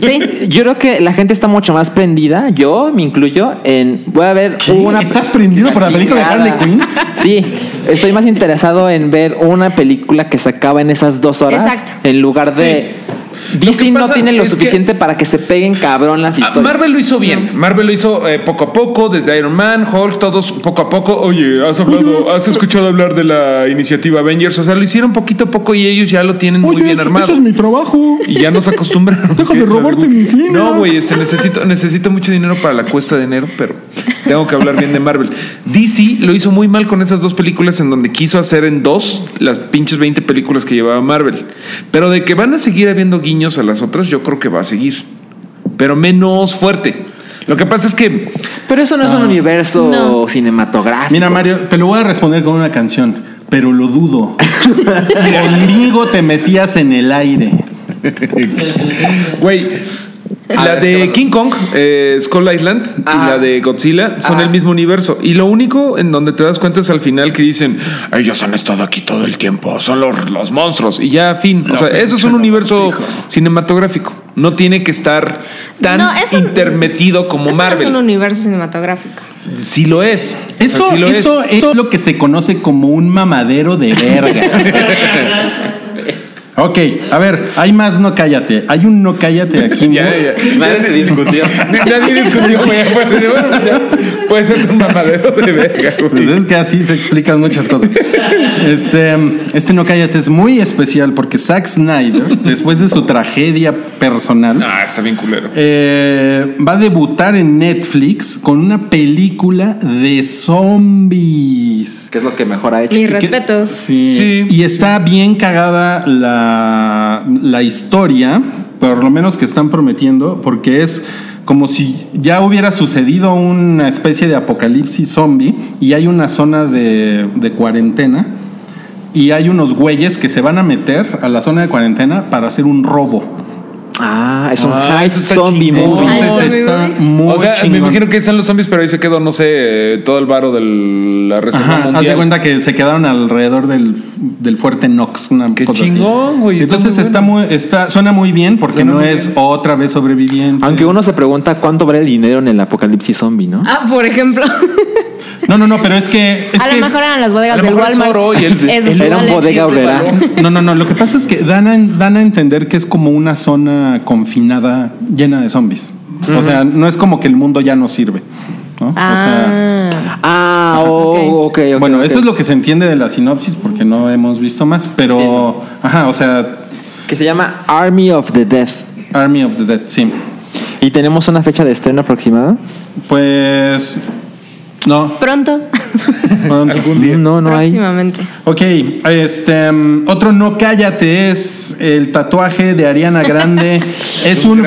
Speaker 6: Sí.
Speaker 5: Yo creo que la gente está mucho más prendida. Yo me incluyo en. Voy a ver
Speaker 2: ¿Qué?
Speaker 5: una.
Speaker 2: ¿Estás prendido por la película de
Speaker 5: chingada.
Speaker 2: Harley Quinn?
Speaker 5: Sí, estoy más interesado en ver una película que se acaba en esas dos horas.
Speaker 6: Exacto.
Speaker 5: En lugar de.
Speaker 4: que
Speaker 5: Disney no
Speaker 4: pasa
Speaker 5: tiene lo
Speaker 4: es que-
Speaker 5: suficiente para que se peguen cabrón las
Speaker 4: Ah,
Speaker 5: historias.
Speaker 4: Marvel lo hizo bien. Marvel lo hizo eh, poco a poco, desde Iron Man, Hulk, todos poco a poco. Oye, has hablado, has escuchado hablar de la iniciativa Avengers. O sea, lo hicieron poquito a poco y ellos ya lo tienen muy bien armado.
Speaker 2: trabajo.
Speaker 4: Y ya nos acostumbraron.
Speaker 2: Déjame
Speaker 4: Que-
Speaker 2: robarte mis líneas.
Speaker 4: No, güey, este, necesito, necesito mucho dinero para la cuesta de enero, pero tengo que hablar bien de Marvel. DC lo hizo muy mal con esas dos películas en donde quiso hacer en dos las pinches 20 películas que llevaba Marvel. Pero de que van a seguir habiendo guiños a las otras, yo creo que va a seguir. Pero menos fuerte. Lo que pasa es que Ah.
Speaker 5: Pero eso no es un universo
Speaker 6: No.
Speaker 5: cinematográfico.
Speaker 2: Mira, Mario, te lo voy a responder con una canción. pero lo dudo. Conmigo te mecías en el aire.
Speaker 4: Güey. La
Speaker 7: ver, ¿qué
Speaker 4: de
Speaker 7: pasó?
Speaker 4: King Kong, eh, Skull Island
Speaker 7: Ah.
Speaker 4: y la de Godzilla son
Speaker 7: Ah.
Speaker 4: el mismo universo. Y lo único en donde te das cuenta es al final que dicen, ellos han estado aquí todo el tiempo, son los, los monstruos. Y ya, fin. o sea, eso es un universo cinematográfico. No tiene que estar tan
Speaker 6: No, eso-
Speaker 4: intermetido
Speaker 6: Esto
Speaker 4: como
Speaker 6: no
Speaker 4: Marvel.
Speaker 6: es un universo cinematográfico.
Speaker 4: Sí lo es.
Speaker 2: Eso,
Speaker 4: Sí lo es.
Speaker 2: eso es. lo que se conoce como un mamadero de verga. ok, a ver, hay más no cállate. Hay un no cállate aquí. ¿no?
Speaker 4: Ya, ya.
Speaker 8: Nadie te discutió.
Speaker 4: Nadie discutió, güey. Pues, bueno, pues ya, pues es un mamadero de verga,
Speaker 2: Pues
Speaker 4: güey.
Speaker 2: es que así se explican muchas cosas. Este, este no cállate es muy especial porque Zack Snyder, después de su tragedia personal,
Speaker 4: Ah, está bien culero.
Speaker 2: eh, va a debutar en Netflix con una película de zombies.
Speaker 5: Que es lo que mejor ha hecho.
Speaker 6: Mis respetos.
Speaker 2: Sí.
Speaker 4: Sí.
Speaker 2: Y está bien cagada la, la historia, por lo menos que están prometiendo, porque es como si ya hubiera sucedido una especie de apocalipsis zombie y hay una zona de, de cuarentena y hay unos güeyes que se van a meter a la zona de cuarentena para hacer un robo.
Speaker 5: Ah, es un
Speaker 4: Ah,
Speaker 5: high
Speaker 4: eso está
Speaker 5: zombie
Speaker 4: chingón.
Speaker 5: movie.
Speaker 6: Ay,
Speaker 2: Entonces
Speaker 6: zombie
Speaker 2: está
Speaker 6: movie.
Speaker 2: muy
Speaker 4: o sea, me
Speaker 2: chingón.
Speaker 4: imagino que están los zombies, pero ahí se quedó, no sé, eh, todo el varo de la reserva
Speaker 2: Ajá, haz
Speaker 4: mundial.
Speaker 2: de cuenta que se quedaron alrededor del, del fuerte Knox, una
Speaker 4: Qué
Speaker 2: cosa así.
Speaker 4: chingón, güey, está
Speaker 2: Entonces
Speaker 4: muy
Speaker 2: está muy, está, suena muy bien porque
Speaker 4: Suena
Speaker 2: no
Speaker 4: muy
Speaker 2: es
Speaker 4: bien.
Speaker 2: otra vez sobreviviente.
Speaker 5: Aunque uno se pregunta cuánto vale el dinero en el apocalipsis zombie, ¿no?
Speaker 6: Ah, por ejemplo.
Speaker 2: No, no, no, pero es que. es
Speaker 6: a
Speaker 2: que-
Speaker 6: lo mejor eran las bodegas
Speaker 4: a lo
Speaker 6: del
Speaker 4: mejor es
Speaker 6: Walmart.
Speaker 4: oro y el-
Speaker 6: Eso sí
Speaker 5: Era un
Speaker 6: vale.
Speaker 5: bodega obrera.
Speaker 2: No, no, no. Lo que pasa es que dan a, dan a entender que es como una zona confinada llena de zombies. O sea, no es como que el mundo ya no sirve. ¿no? O sea,
Speaker 6: Ah.
Speaker 5: Ah, oh, ok. ok,
Speaker 2: bueno,
Speaker 5: ok.
Speaker 2: eso es lo que se entiende de la sinopsis porque no hemos visto más, pero.
Speaker 5: Entiendo.
Speaker 2: Ajá, o sea,
Speaker 5: que se llama Army of the Death.
Speaker 2: Army of the Dead, sí.
Speaker 5: Y tenemos una fecha de estreno aproximada.
Speaker 2: Pues. No.
Speaker 6: Pronto.
Speaker 2: Algún
Speaker 5: No, no hay.
Speaker 6: Próximamente.
Speaker 2: Ok, este mm, otro no cállate es el tatuaje de Ariana Grande. es un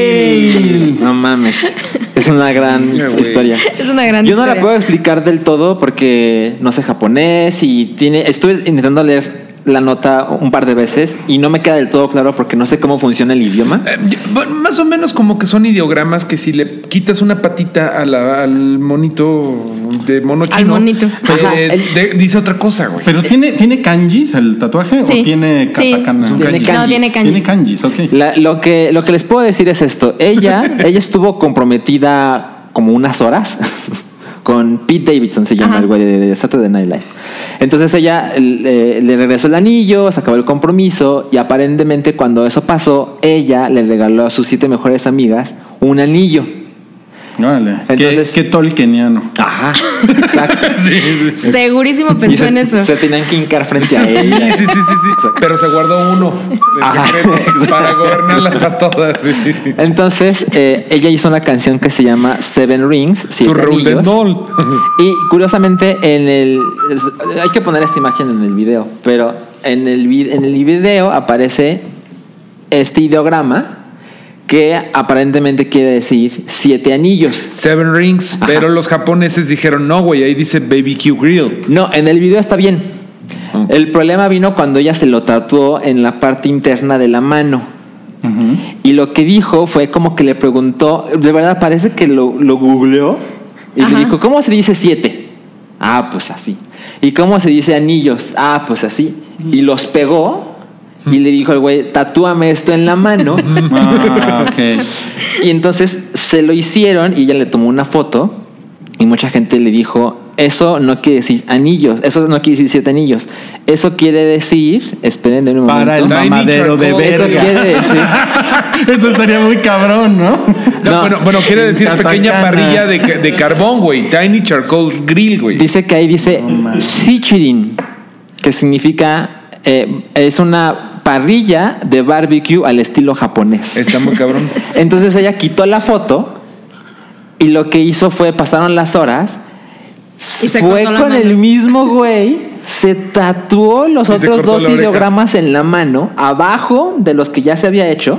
Speaker 2: fail.
Speaker 5: No mames. Es una gran
Speaker 4: Mira, güey.
Speaker 5: historia.
Speaker 6: Es una gran
Speaker 5: Yo no la
Speaker 6: historia.
Speaker 5: puedo explicar del todo porque no sé japonés y tiene. Estuve intentando leer la nota un par de veces y no me queda del todo claro porque no sé cómo funciona el idioma.
Speaker 4: Eh, yo- bueno, más o menos como que son ideogramas que si le quitas una patita a la- al monito de mono chino,
Speaker 6: Al monito.
Speaker 4: eh,
Speaker 5: Ajá, el-
Speaker 4: de- dice otra cosa, güey.
Speaker 2: Pero tiene tiene kanjis el tatuaje
Speaker 6: Sí.
Speaker 2: o tiene
Speaker 6: Sí.
Speaker 2: katakana.
Speaker 5: Tiene kanjis.
Speaker 6: No, tiene kanjis.
Speaker 2: Tiene kanjis, ok.
Speaker 5: La- lo, que, lo que les puedo decir es esto. Ella, ella estuvo comprometida como unas horas con Pete Davidson, se llama
Speaker 6: Ajá.
Speaker 5: el güey de, de Saturday Night Live. Entonces ella eh, le, le regresó el anillo, se acabó el compromiso y aparentemente cuando eso pasó, ella le regaló a sus siete mejores amigas un anillo.
Speaker 2: Órale. Qué-
Speaker 5: Entonces-
Speaker 2: qué, tolkieniano.
Speaker 5: Ajá, exacto.
Speaker 6: Segurísimo
Speaker 5: Y
Speaker 6: pensó
Speaker 5: se,
Speaker 6: en eso.
Speaker 5: se tenían que hincar frente a
Speaker 4: Sí,
Speaker 5: ella.
Speaker 4: sí, sí, sí, sí. Pero se guardó uno en
Speaker 5: Ajá.
Speaker 4: secreto para gobernarlas a todas. sí.
Speaker 5: Entonces, eh, ella hizo una canción que se llama Seven Rings,
Speaker 4: Tu
Speaker 5: Siete
Speaker 4: Raúl de
Speaker 5: Anillos.
Speaker 4: Nol.
Speaker 5: Y curiosamente en el es- hay que poner esta imagen en el video, pero en el vi- en el video aparece este ideograma que aparentemente quiere decir siete anillos.
Speaker 4: Seven Rings, pero los japoneses dijeron, no, güey, ahí dice BBQ Grill.
Speaker 5: No, en el video está bien.
Speaker 4: Ah.
Speaker 5: El problema vino cuando ella se lo tatuó en la parte interna de la mano. Y lo que dijo fue como que le preguntó, de verdad parece que lo, lo googleó y
Speaker 6: Ajá.
Speaker 5: le dijo, ¿cómo se dice siete? Ah, pues así. ¿Y cómo se dice anillos? Ah, pues así. Y los pegó y le dijo al güey, tatúame esto en la mano.
Speaker 2: Ah, ok.
Speaker 5: Y entonces se lo hicieron y ella le tomó una foto y mucha gente le dijo, eso no quiere decir anillos, eso no quiere decir siete anillos, eso quiere decir, esperen de un momento.
Speaker 2: Para el
Speaker 4: Tiny
Speaker 2: mamadero de
Speaker 4: charcoal.
Speaker 5: eso
Speaker 2: verga.
Speaker 5: quiere decir...
Speaker 2: Eso estaría muy cabrón, ¿no?
Speaker 4: No,
Speaker 5: No.
Speaker 4: bueno, bueno, quiere decir pequeña
Speaker 2: Katakana.
Speaker 4: parrilla de, ca- de carbón, güey. Tiny charcoal grill, güey.
Speaker 5: Dice que ahí dice sichirin, que significa, eh, es una parrilla de barbecue al estilo japonés.
Speaker 4: Está muy cabrón.
Speaker 5: Entonces ella quitó la foto y lo que hizo fue, pasaron las horas,
Speaker 6: Y se
Speaker 5: fue
Speaker 6: cortó la
Speaker 5: con
Speaker 6: mano.
Speaker 5: el mismo güey, se tatuó los
Speaker 4: Y se
Speaker 5: otros
Speaker 4: cortó
Speaker 5: dos
Speaker 4: la oreja.
Speaker 5: ideogramas en la mano, abajo de los que ya se había hecho,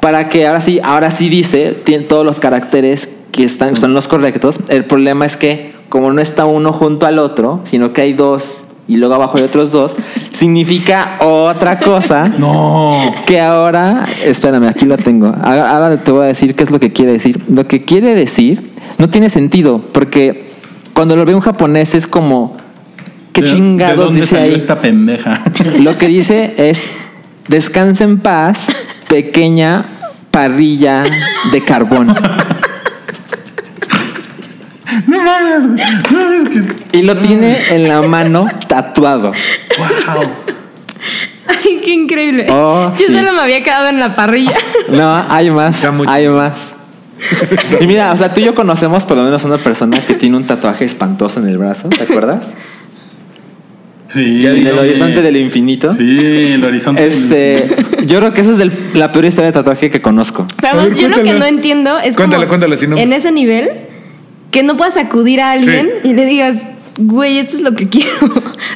Speaker 5: para que ahora sí, ahora sí dice, tiene todos los caracteres que están, son los correctos. El problema es que como no está uno junto al otro, sino que hay dos y luego abajo hay otros dos, significa otra cosa.
Speaker 4: No.
Speaker 5: Que ahora, espérame, aquí lo tengo. Ahora ahora te voy a decir qué es lo que quiere decir. Lo que quiere decir no tiene sentido, porque cuando lo ve un japonés es como, ¿qué
Speaker 2: ¿De-
Speaker 5: chingados
Speaker 2: ¿De dónde
Speaker 5: dice
Speaker 2: salió
Speaker 5: ahí?
Speaker 2: esta pendeja?
Speaker 5: Lo que dice es, descansa en paz, pequeña parrilla de carbón.
Speaker 2: no mames, güey. no mames que...
Speaker 5: Y lo tiene en la mano tatuado.
Speaker 2: Wow.
Speaker 6: Ay, qué increíble.
Speaker 5: Oh,
Speaker 6: Yo
Speaker 5: sí.
Speaker 6: solo me había quedado en la parrilla.
Speaker 5: No, hay más,
Speaker 4: Está muy
Speaker 5: hay más. Y mira, o sea, tú y yo conocemos por lo menos una persona que tiene un tatuaje espantoso en el brazo, ¿te acuerdas?
Speaker 2: Sí,
Speaker 5: En el
Speaker 2: no,
Speaker 5: horizonte
Speaker 2: güey.
Speaker 5: del infinito.
Speaker 2: Sí, el horizonte. del-
Speaker 5: Este, yo creo que esa es del- la peor historia de tatuaje que conozco.
Speaker 6: Pero
Speaker 4: A ver,
Speaker 6: yo lo que
Speaker 4: cuéntala.
Speaker 6: no entiendo es como
Speaker 4: Cuéntala, cuéntala, si no-
Speaker 6: en ese nivel que no puedas acudir a alguien y le digas, güey, esto es lo que quiero.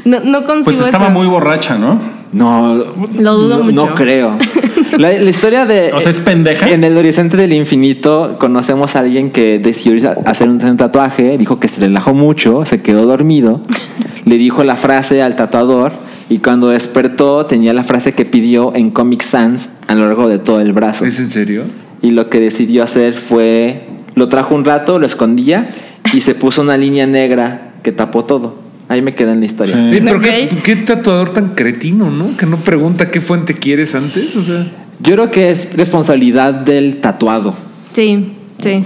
Speaker 6: No, no consigo
Speaker 2: Pues estaba
Speaker 6: eso.
Speaker 2: muy borracha, ¿no?
Speaker 5: No,
Speaker 6: Lo dudo
Speaker 5: no,
Speaker 6: mucho.
Speaker 5: No creo. La, la historia de.
Speaker 2: O sea, ¿es pendeja?
Speaker 5: eh, En el horizonte del infinito conocemos a alguien que decidió irse a- hacer un, un tatuaje, dijo que se relajó mucho, se quedó dormido, le dijo la frase al tatuador y cuando despertó tenía la frase que pidió en Comic Sans a lo largo de todo el brazo.
Speaker 4: ¿Es en serio?
Speaker 5: Y lo que decidió hacer fue, lo trajo un rato, lo escondía y se puso una línea negra que tapó todo. Ahí me queda en la historia.
Speaker 2: Sí.
Speaker 4: Eh, pero qué-
Speaker 6: Ok.
Speaker 4: qué, tatuador tan cretino, ¿no? Que no pregunta qué fuente quieres antes. O sea,
Speaker 5: Yo creo que es responsabilidad del tatuado.
Speaker 6: Sí, sí.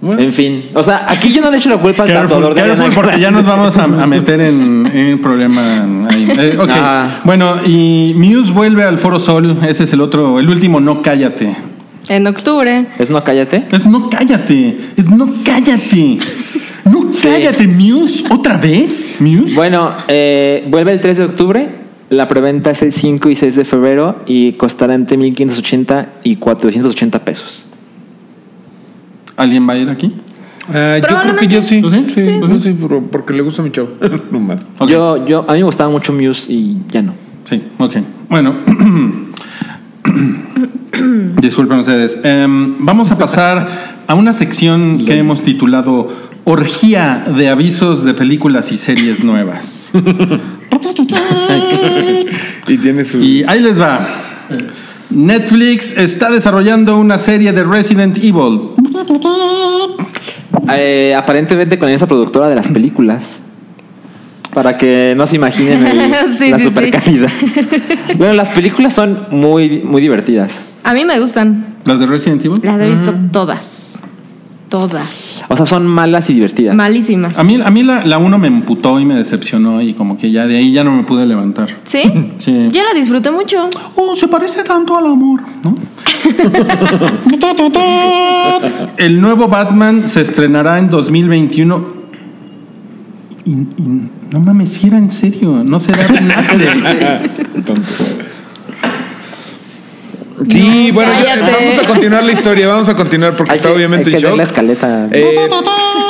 Speaker 2: Bueno.
Speaker 5: En fin, o sea, aquí yo no le echo la culpa al
Speaker 2: Careful,
Speaker 5: tatuador de
Speaker 2: careful,
Speaker 5: Ariana
Speaker 2: porque
Speaker 5: Grande.
Speaker 2: ya nos vamos a, a meter en, en problema ahí. Eh, ok.
Speaker 5: Ah.
Speaker 2: Bueno, y Muse vuelve al Foro Sol. Ese es el otro, el último no cállate.
Speaker 6: En octubre.
Speaker 5: Es no cállate.
Speaker 2: Es no cállate. Es no cállate. No cállate, Muse. ¿Otra vez? Muse.
Speaker 5: Bueno, eh, vuelve el 3 de octubre. La preventa es el 5 y 6 de febrero y costará entre 1580 y 480 pesos.
Speaker 2: ¿Alguien va a ir aquí?
Speaker 4: ah, yo creo que yo sí.
Speaker 2: ¿Tú sí?
Speaker 4: Sí,
Speaker 2: Sí.
Speaker 4: yo sí, pero porque le gusta a mi chavo. no más.
Speaker 2: Ok.
Speaker 5: Yo, yo, a mí me gustaba mucho Muse y ya no.
Speaker 2: Sí, ok. Bueno. Disculpen ustedes. Em, vamos a pasar a una sección que hemos titulado Orgía de avisos de películas y series nuevas.
Speaker 4: Y tiene su.
Speaker 2: Y ahí les va. Netflix está desarrollando una serie de Resident Evil.
Speaker 5: Eh, aparentemente con esa productora de las películas. Para que no se imaginen el-
Speaker 6: Sí,
Speaker 5: la
Speaker 6: sí, sí.
Speaker 5: super calidad. bueno, las películas son muy, muy divertidas.
Speaker 6: A mí me gustan.
Speaker 2: ¿Las de Resident Evil?
Speaker 6: Las he visto todas. Todas.
Speaker 5: O sea, son malas y divertidas.
Speaker 6: Malísimas.
Speaker 2: A mí, a mí la, la uno me emputó y me decepcionó y como que ya de ahí ya no me pude levantar.
Speaker 6: ¿Sí?
Speaker 2: Sí.
Speaker 6: Yo la disfruté mucho.
Speaker 2: Oh, se parece tanto al amor, ¿no? El nuevo Batman se estrenará en 2021. Y- y- no mames, si era en serio, no será Ben
Speaker 4: Ah,
Speaker 2: Affleck.
Speaker 4: Sí,
Speaker 6: No,
Speaker 4: bueno, ya-
Speaker 6: cállate.
Speaker 4: vamos a continuar la historia, vamos a continuar porque
Speaker 5: Hay
Speaker 4: está
Speaker 5: que-
Speaker 4: obviamente
Speaker 5: hay que
Speaker 4: en
Speaker 5: ver
Speaker 4: shock.
Speaker 5: la escaleta.
Speaker 4: Eh,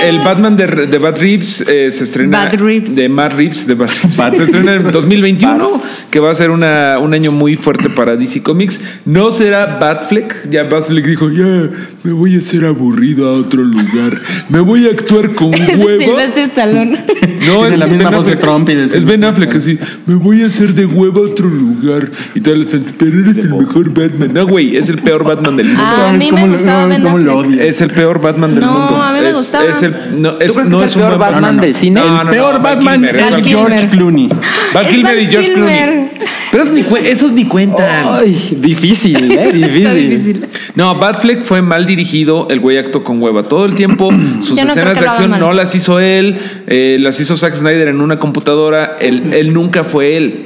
Speaker 4: el Batman de, de Bat Reeves eh, se estrena
Speaker 6: Bat Reeves.
Speaker 4: de Matt Reeves de Bat Reeves. se estrena en 2021 que va a ser una, un año muy fuerte para DC Comics no será Batfleck ya Batfleck dijo ya me voy a hacer aburrido a otro lugar me voy a actuar con
Speaker 6: Es
Speaker 4: huevo
Speaker 6: Sylvester Stallone.
Speaker 4: no,
Speaker 2: Tiene
Speaker 4: es
Speaker 2: la
Speaker 4: Ben
Speaker 2: misma voz de
Speaker 4: Affleck.
Speaker 2: Trump y de
Speaker 4: Es Ben Affleck, así. Me voy a hacer de hueva a otro lugar. Y tal, o sea, pero eres el mejor Batman. No, güey, es el peor Batman del mundo.
Speaker 6: A mí me gustaba Ben Affleck.
Speaker 4: Es el peor Batman del
Speaker 6: No,
Speaker 4: mundo.
Speaker 6: a mí me
Speaker 4: Es-
Speaker 6: gustaba.
Speaker 4: Es el, no,
Speaker 5: ¿Tú
Speaker 4: es,
Speaker 5: crees que
Speaker 4: no
Speaker 5: es el peor
Speaker 4: un buen-
Speaker 5: Batman del cine?
Speaker 4: No, no,
Speaker 2: El
Speaker 4: no,
Speaker 2: peor
Speaker 4: Val
Speaker 2: Batman
Speaker 4: Kilmer,
Speaker 2: es
Speaker 4: Val
Speaker 6: Kilmer.
Speaker 2: George Clooney.
Speaker 4: Val
Speaker 6: Es
Speaker 4: Kilmer y
Speaker 6: Val
Speaker 4: George Clooney.
Speaker 6: Kilmer. Oh.
Speaker 4: Pero esos ni cue- esos ni cuentan.
Speaker 5: Ay, difícil, ¿eh?
Speaker 6: Está
Speaker 5: Difícil.
Speaker 6: difícil.
Speaker 4: No, Batfleck fue mal dirigido, el güey actuó con hueva todo el tiempo, sus
Speaker 6: Yo no creo
Speaker 4: escenas
Speaker 6: que
Speaker 4: de
Speaker 6: lo haga
Speaker 4: acción
Speaker 6: mal.
Speaker 4: no las hizo él, eh, las hizo Zack Snyder en una computadora, él, él nunca fue él,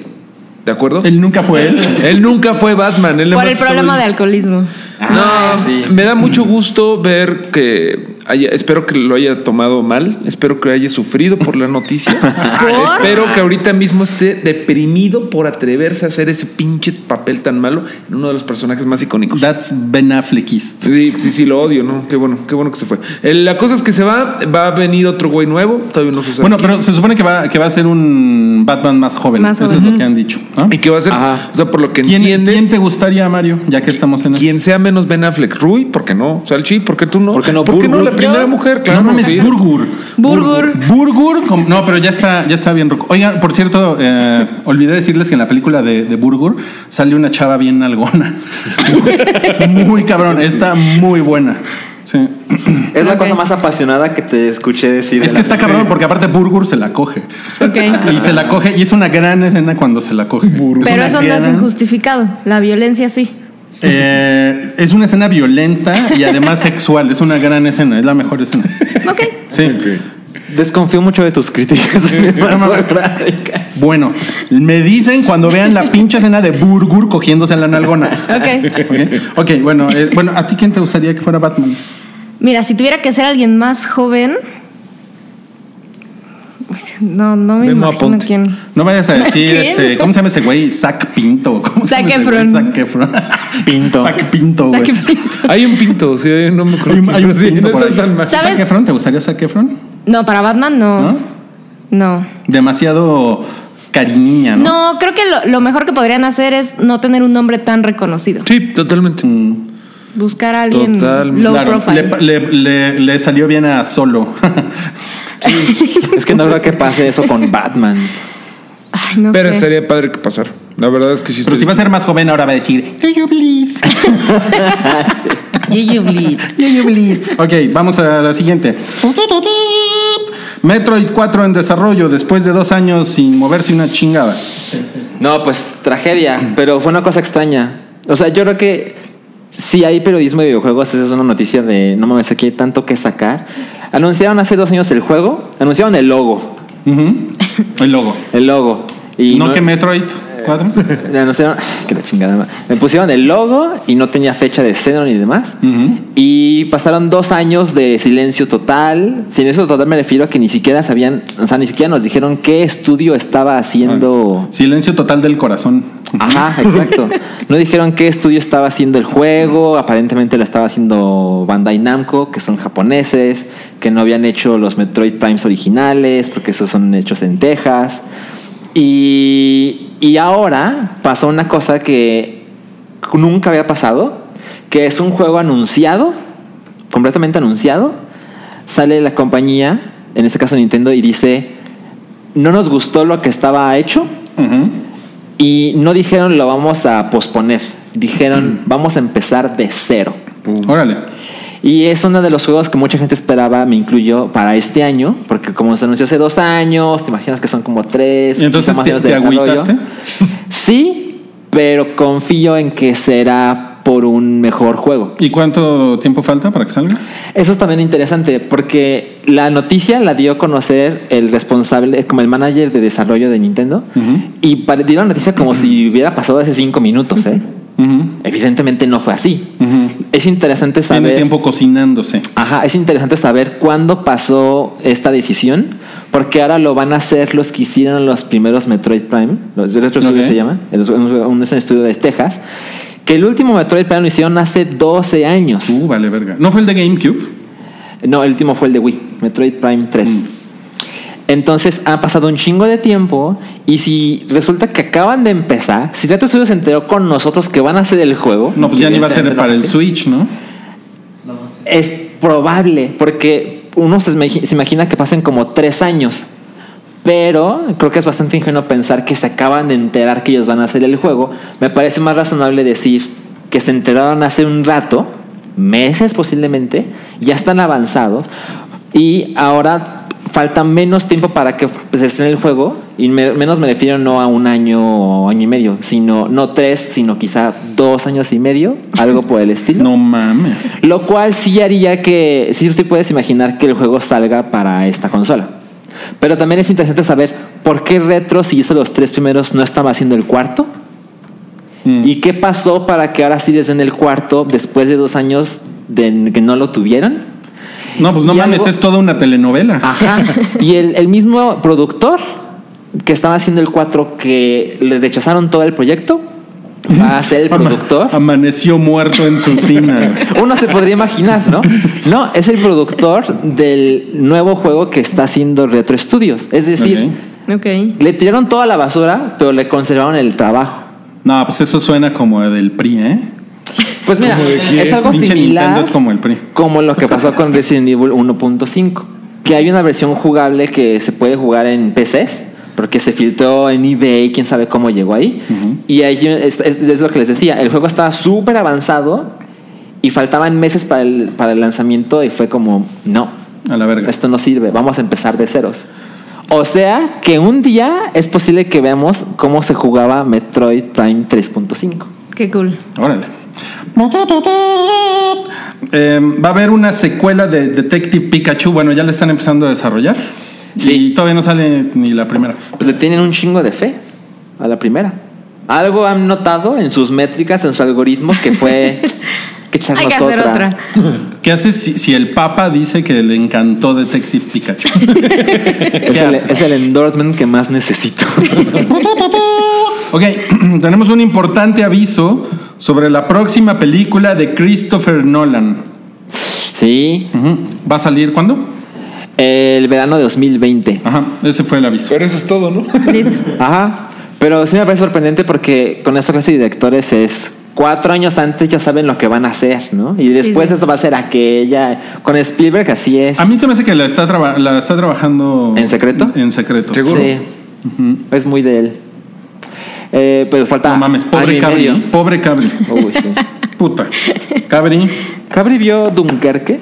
Speaker 4: ¿de acuerdo?
Speaker 2: Él nunca fue él.
Speaker 4: Él nunca fue Batman. Él nada
Speaker 6: Por
Speaker 4: más
Speaker 6: el problema de
Speaker 4: estuvo-
Speaker 6: alcoholismo.
Speaker 5: Ah,
Speaker 4: No,
Speaker 5: sí.
Speaker 4: me da mucho gusto ver que haya- espero que lo haya tomado mal, espero que haya sufrido por la noticia,
Speaker 6: ¿Por?
Speaker 4: espero que ahorita mismo esté deprimido por atreverse a hacer ese pinche papel tan malo en uno de los personajes más icónicos.
Speaker 2: That's Ben Affleckist.
Speaker 4: Sí, sí, sí, lo odio, ¿no? Qué bueno, qué bueno que se fue. Eh, la cosa es que se va, va a venir otro güey nuevo, todavía no se sabe
Speaker 2: Bueno,
Speaker 4: quién.
Speaker 2: pero se supone que va, que va a ser un Batman más joven.
Speaker 6: Más
Speaker 2: Eso
Speaker 6: joven.
Speaker 2: es lo que han dicho. ¿no?
Speaker 4: ¿Y qué va a ser?
Speaker 5: Ajá.
Speaker 4: O sea, por lo que
Speaker 2: ¿Quién,
Speaker 4: entiende,
Speaker 2: quién te gustaría, Mario? Ya que estamos en
Speaker 4: quien sea menos Ben Affleck, Rui, ¿por qué no? Salchi, ¿por qué tú no?
Speaker 5: ¿Por qué no?
Speaker 4: ¿Por qué no
Speaker 5: Bull
Speaker 4: la
Speaker 5: Ruth,
Speaker 4: primera mujer, claro.
Speaker 2: No mames,
Speaker 4: sí.
Speaker 2: Burgur.
Speaker 6: Burgur.
Speaker 2: Burgur. com- No, pero ya está, ya está bien roco. Oigan, por cierto, eh, olvidé decirles que en la película de, de Burgur sale una chava bien algona. muy cabrón. Está muy buena. Sí.
Speaker 5: Es la cosa más apasionada que te escuché decir.
Speaker 2: Es
Speaker 5: de
Speaker 2: que
Speaker 5: la
Speaker 2: está
Speaker 5: vida.
Speaker 2: cabrón porque aparte Burgur se la coge.
Speaker 6: Ok.
Speaker 2: Y se la coge y es una gran escena cuando se la coge.
Speaker 6: Pero
Speaker 2: una
Speaker 6: eso no es
Speaker 2: gran-
Speaker 6: injustificado. La violencia sí.
Speaker 2: Eh, es una escena violenta y además sexual. Es una gran escena, es la mejor escena.
Speaker 6: Ok.
Speaker 2: Sí.
Speaker 5: Desconfío mucho de tus críticas.
Speaker 2: Bueno, me dicen cuando vean la pinche escena de Burgur cogiéndose en la nalgona.
Speaker 6: Ok.
Speaker 2: Ok, ok, bueno, eh, bueno, ¿a ti quién te gustaría que fuera Batman?
Speaker 6: Mira, si tuviera que ser alguien más joven. No, no me
Speaker 4: Memo
Speaker 6: imagino
Speaker 4: Aponte.
Speaker 6: quién.
Speaker 2: No vayas a decir,
Speaker 6: ¿Quién?
Speaker 2: este, ¿cómo se llama ese güey? Zac Pinto. ¿Cómo se
Speaker 6: Zac
Speaker 2: llama ese güey?
Speaker 6: Efron.
Speaker 2: Zac Efron.
Speaker 5: Pinto.
Speaker 2: Zac Pinto, güey.
Speaker 6: Zac Efron.
Speaker 4: Hay un pinto, sí, hay- no me acuerdo.
Speaker 2: Hay un- hay un
Speaker 4: quién, pero sí,
Speaker 2: pinto
Speaker 4: no
Speaker 2: por
Speaker 4: está
Speaker 2: ahí.
Speaker 4: tan mal.
Speaker 6: Sa-
Speaker 2: ¿Zac
Speaker 6: ¿Sabes?
Speaker 2: Efron? ¿Te gustaría Zac Efron?
Speaker 6: No, para Batman
Speaker 2: ¿No?
Speaker 6: no. No.
Speaker 2: Demasiado cariña, ¿no?
Speaker 6: No, creo que lo, lo mejor que podrían hacer es no tener un nombre tan reconocido.
Speaker 4: Sí, totalmente.
Speaker 6: Mm. Buscar a alguien
Speaker 4: Total,
Speaker 6: low
Speaker 2: Claro,
Speaker 6: profile.
Speaker 2: Le, le- le- le salió bien a Solo.
Speaker 5: es que no creo que pase eso con Batman.
Speaker 6: Ay, no
Speaker 4: Pero
Speaker 6: sé.
Speaker 4: sería padre que pasara. La verdad es que sí.
Speaker 2: Pero si
Speaker 4: estoy-
Speaker 2: va a ser más joven, ahora va a decir, Do you believe? Do you believe? Ok, vamos a la siguiente. Metroid 4 en desarrollo después de dos años sin moverse una chingada.
Speaker 5: No, pues tragedia, pero fue una cosa extraña. O sea, yo creo que si hay periodismo de videojuegos, esa es una noticia de no mames, aquí hay tanto que sacar. Anunciaron hace dos años el juego, anunciaron el logo,
Speaker 2: Ujú. El logo.
Speaker 5: el logo. Y
Speaker 2: no, que Metroid 4.
Speaker 5: anunciaron, que la chingada. ma- Me pusieron el logo y no tenía fecha de estreno ni demás.
Speaker 2: Ujú.
Speaker 5: Y pasaron dos años de silencio total. Silencio total me refiero a que ni siquiera sabían, o sea, ni siquiera nos dijeron qué estudio estaba
Speaker 2: Ah.
Speaker 5: haciendo.
Speaker 2: Silencio total del corazón.
Speaker 5: Ajá, exacto. No dijeron qué estudio estaba haciendo el juego, aparentemente lo estaba haciendo Bandai Namco, que son japoneses, que no habían hecho los Metroid Primes originales, porque esos son hechos en Texas. Y, y ahora pasó una cosa que nunca había pasado, que es un juego anunciado, completamente anunciado, sale la compañía, en este caso Nintendo, y dice, no nos gustó lo que estaba hecho,
Speaker 2: Ujú.
Speaker 5: y no dijeron lo vamos a posponer,
Speaker 2: Mm.
Speaker 5: dijeron vamos a empezar de cero.
Speaker 2: Órale.
Speaker 5: Y es uno de los juegos que mucha gente esperaba, me incluyo, para este año, porque como se anunció hace dos años, te imaginas que son como tres.
Speaker 2: ¿Y entonces
Speaker 5: quizá más
Speaker 2: te-
Speaker 5: años de
Speaker 2: te
Speaker 5: desarrollo.
Speaker 2: agüitaste?
Speaker 5: Sí, pero confío en que será por un mejor juego.
Speaker 2: ¿Y cuánto tiempo falta para que salga?
Speaker 5: Eso es también interesante porque la noticia la dio a conocer el responsable, eh, como el manager de desarrollo de Nintendo,
Speaker 2: Ujú.
Speaker 5: y pare- dio la noticia como si hubiera pasado hace cinco minutos. ¿eh?
Speaker 2: Ujú.
Speaker 5: Evidentemente no fue así.
Speaker 2: Ujú.
Speaker 5: Es interesante
Speaker 2: Tiene
Speaker 5: saber.
Speaker 2: tiempo cocinándose.
Speaker 5: Ajá, es interesante saber cuándo pasó esta decisión, porque ahora lo van a hacer los que hicieron los primeros Metroid Prime, los de otro estudio
Speaker 2: Ok.
Speaker 5: se llama, es un, un- es un estudio de Texas, que el último Metroid Prime lo hicieron hace 12 años.
Speaker 2: Uh, vale, verga. ¿No fue el de GameCube?
Speaker 5: No, el último fue el de Wii, Metroid Prime 3.
Speaker 2: Mm.
Speaker 5: Entonces ha pasado un chingo de tiempo y si resulta que acaban de empezar, si Retro Studios se enteró con nosotros que van a hacer el juego,
Speaker 2: No, pues ya ni va a ser
Speaker 5: evidentemente no
Speaker 2: para el
Speaker 5: hacer.
Speaker 2: Switch, ¿no?
Speaker 5: Es probable, porque uno se, imagi- se imagina que pasen como tres años. Pero creo que es bastante ingenuo pensar que se acaban de enterar que ellos van a hacer el juego. Me parece más razonable decir que se enteraron hace un rato, meses posiblemente, ya están avanzados y ahora falta menos tiempo para que se estrene el juego. Y me- menos me refiero no a un año o año y medio, sino no tres, sino quizá dos años y medio, algo por el estilo.
Speaker 2: No mames.
Speaker 5: Lo cual sí haría que, sí, sí puedes imaginar que el juego salga para esta consola. Pero también es interesante saber por qué Retro, si hizo los tres primeros, no estaba haciendo el cuarto.
Speaker 2: Mm.
Speaker 5: ¿Y qué pasó para que ahora sí les den el cuarto después de dos años de que no lo tuvieron?
Speaker 2: No, pues no
Speaker 5: y
Speaker 2: mames,
Speaker 5: algo-
Speaker 2: es toda una telenovela.
Speaker 5: Ajá. y el, el mismo productor que estaba haciendo el 4 que le rechazaron todo el proyecto, va a ser el
Speaker 2: Ama-
Speaker 5: productor.
Speaker 2: Amaneció muerto en su tina.
Speaker 5: Uno se podría imaginar, ¿no? No, es el productor del nuevo juego que está haciendo Retro Studios. Es decir,
Speaker 6: Ok.
Speaker 5: le tiraron toda la basura, pero le conservaron el trabajo.
Speaker 2: No, pues eso suena como del PRI, ¿eh?
Speaker 5: Pues mira,
Speaker 4: ¿Cómo de quién?
Speaker 5: es algo
Speaker 2: Pinche
Speaker 5: similar
Speaker 2: Nintendo es como el PRI.
Speaker 5: como lo que pasó con Resident Evil 1.5, que hay una versión jugable que se puede jugar en PCs, porque se filtró en eBay, quién sabe cómo llegó ahí. Y ahí es, es- es lo que les decía, el juego estaba súper avanzado y faltaban meses para el, para el lanzamiento y fue como, no,
Speaker 2: A la verga.
Speaker 5: esto no sirve, vamos a empezar de ceros. O sea que un día es posible que veamos cómo se jugaba Metroid Prime 3.5.
Speaker 6: Qué cool.
Speaker 2: Órale. Eh, va a haber una secuela de Detective Pikachu. Bueno, ya la están empezando a desarrollar.
Speaker 5: Sí.
Speaker 2: Y todavía no sale ni la primera.
Speaker 5: Pues le tienen un chingo de fe a la primera. Algo han notado en sus métricas, en su algoritmo, que fue que echarnos
Speaker 6: Hay que hacer otra.
Speaker 2: ¿Qué haces si, si el Papa dice que le encantó Detective Pikachu?
Speaker 5: Es
Speaker 2: ¿Qué
Speaker 5: el,
Speaker 2: haces?
Speaker 5: es el endorsement que más necesito.
Speaker 2: Ok, tenemos un importante aviso sobre la próxima película de Christopher Nolan.
Speaker 5: sí,
Speaker 2: Ujú. ¿Va a salir cuándo?
Speaker 5: el verano de 2020.
Speaker 2: Ajá, ese fue el aviso.
Speaker 4: Pero eso es todo, ¿no?
Speaker 6: Listo.
Speaker 5: Ajá. Pero sí me parece sorprendente porque con esta clase de directores es cuatro años antes ya saben lo que van a hacer, ¿no? Y después
Speaker 6: sí.
Speaker 5: esto va a ser aquella. Con Spielberg así es.
Speaker 2: A mí se me hace que la está, traba- la está trabajando.
Speaker 5: ¿En secreto?
Speaker 2: En secreto.
Speaker 4: Seguro.
Speaker 5: Sí. Es muy de él. Eh, pues falta.
Speaker 2: No mames,
Speaker 5: año
Speaker 2: pobre
Speaker 5: y
Speaker 2: Cabri.
Speaker 5: medio.
Speaker 2: Pobre Cabri.
Speaker 5: Uy, sí.
Speaker 2: Puta. Cabri.
Speaker 5: ¿Cabri vio Dunkerque?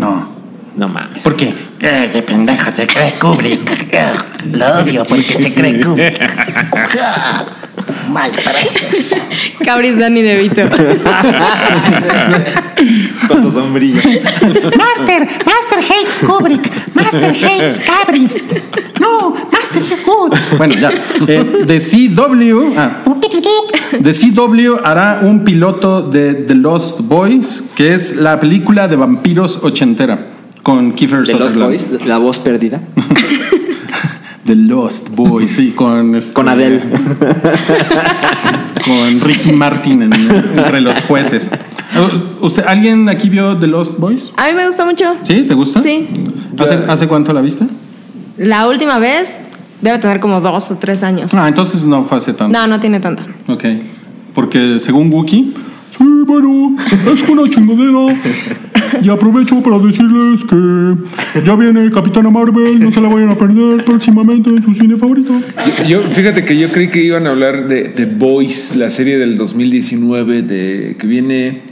Speaker 2: No.
Speaker 5: No mames.
Speaker 2: ¿Por qué?
Speaker 8: Ese pendejo se cree Kubrick. Ah, Lo odio porque se cree Kubrick. Ah, Malprecios.
Speaker 6: Cabris Dani Devito.
Speaker 5: Con tu sombrilla.
Speaker 9: Master, Master hates Kubrick. Master hates Cabri. No, Master is good.
Speaker 2: Bueno, ya. Eh, The CW. Ah, The CW hará un piloto de The Lost Boys, que es la película de vampiros ochentera, con Kiefer
Speaker 5: De los
Speaker 2: Sutherland.
Speaker 5: boys, la voz perdida.
Speaker 2: The Lost Boys, sí, con... este-
Speaker 5: Con Adele.
Speaker 2: Con Ricky Martin en- entre los jueces. U- ¿Usted, ¿Alguien aquí vio The Lost Boys?
Speaker 6: A mí me gusta mucho.
Speaker 2: ¿Sí? ¿Te gusta?
Speaker 6: Sí.
Speaker 2: ¿Hace, hace cuánto la viste?
Speaker 6: La última vez debe tener como dos o tres años.
Speaker 2: Ah, entonces no fue hace tanto.
Speaker 6: No, no tiene tanto.
Speaker 2: Ok. Porque según Wookie. Sí, bueno, es una chingadera. Y aprovecho para decirles que ya viene Capitana Marvel, no se la vayan a perder próximamente en su cine favorito.
Speaker 4: Yo, fíjate que yo creí que iban a hablar de The Boys, la serie del 2019, de, que viene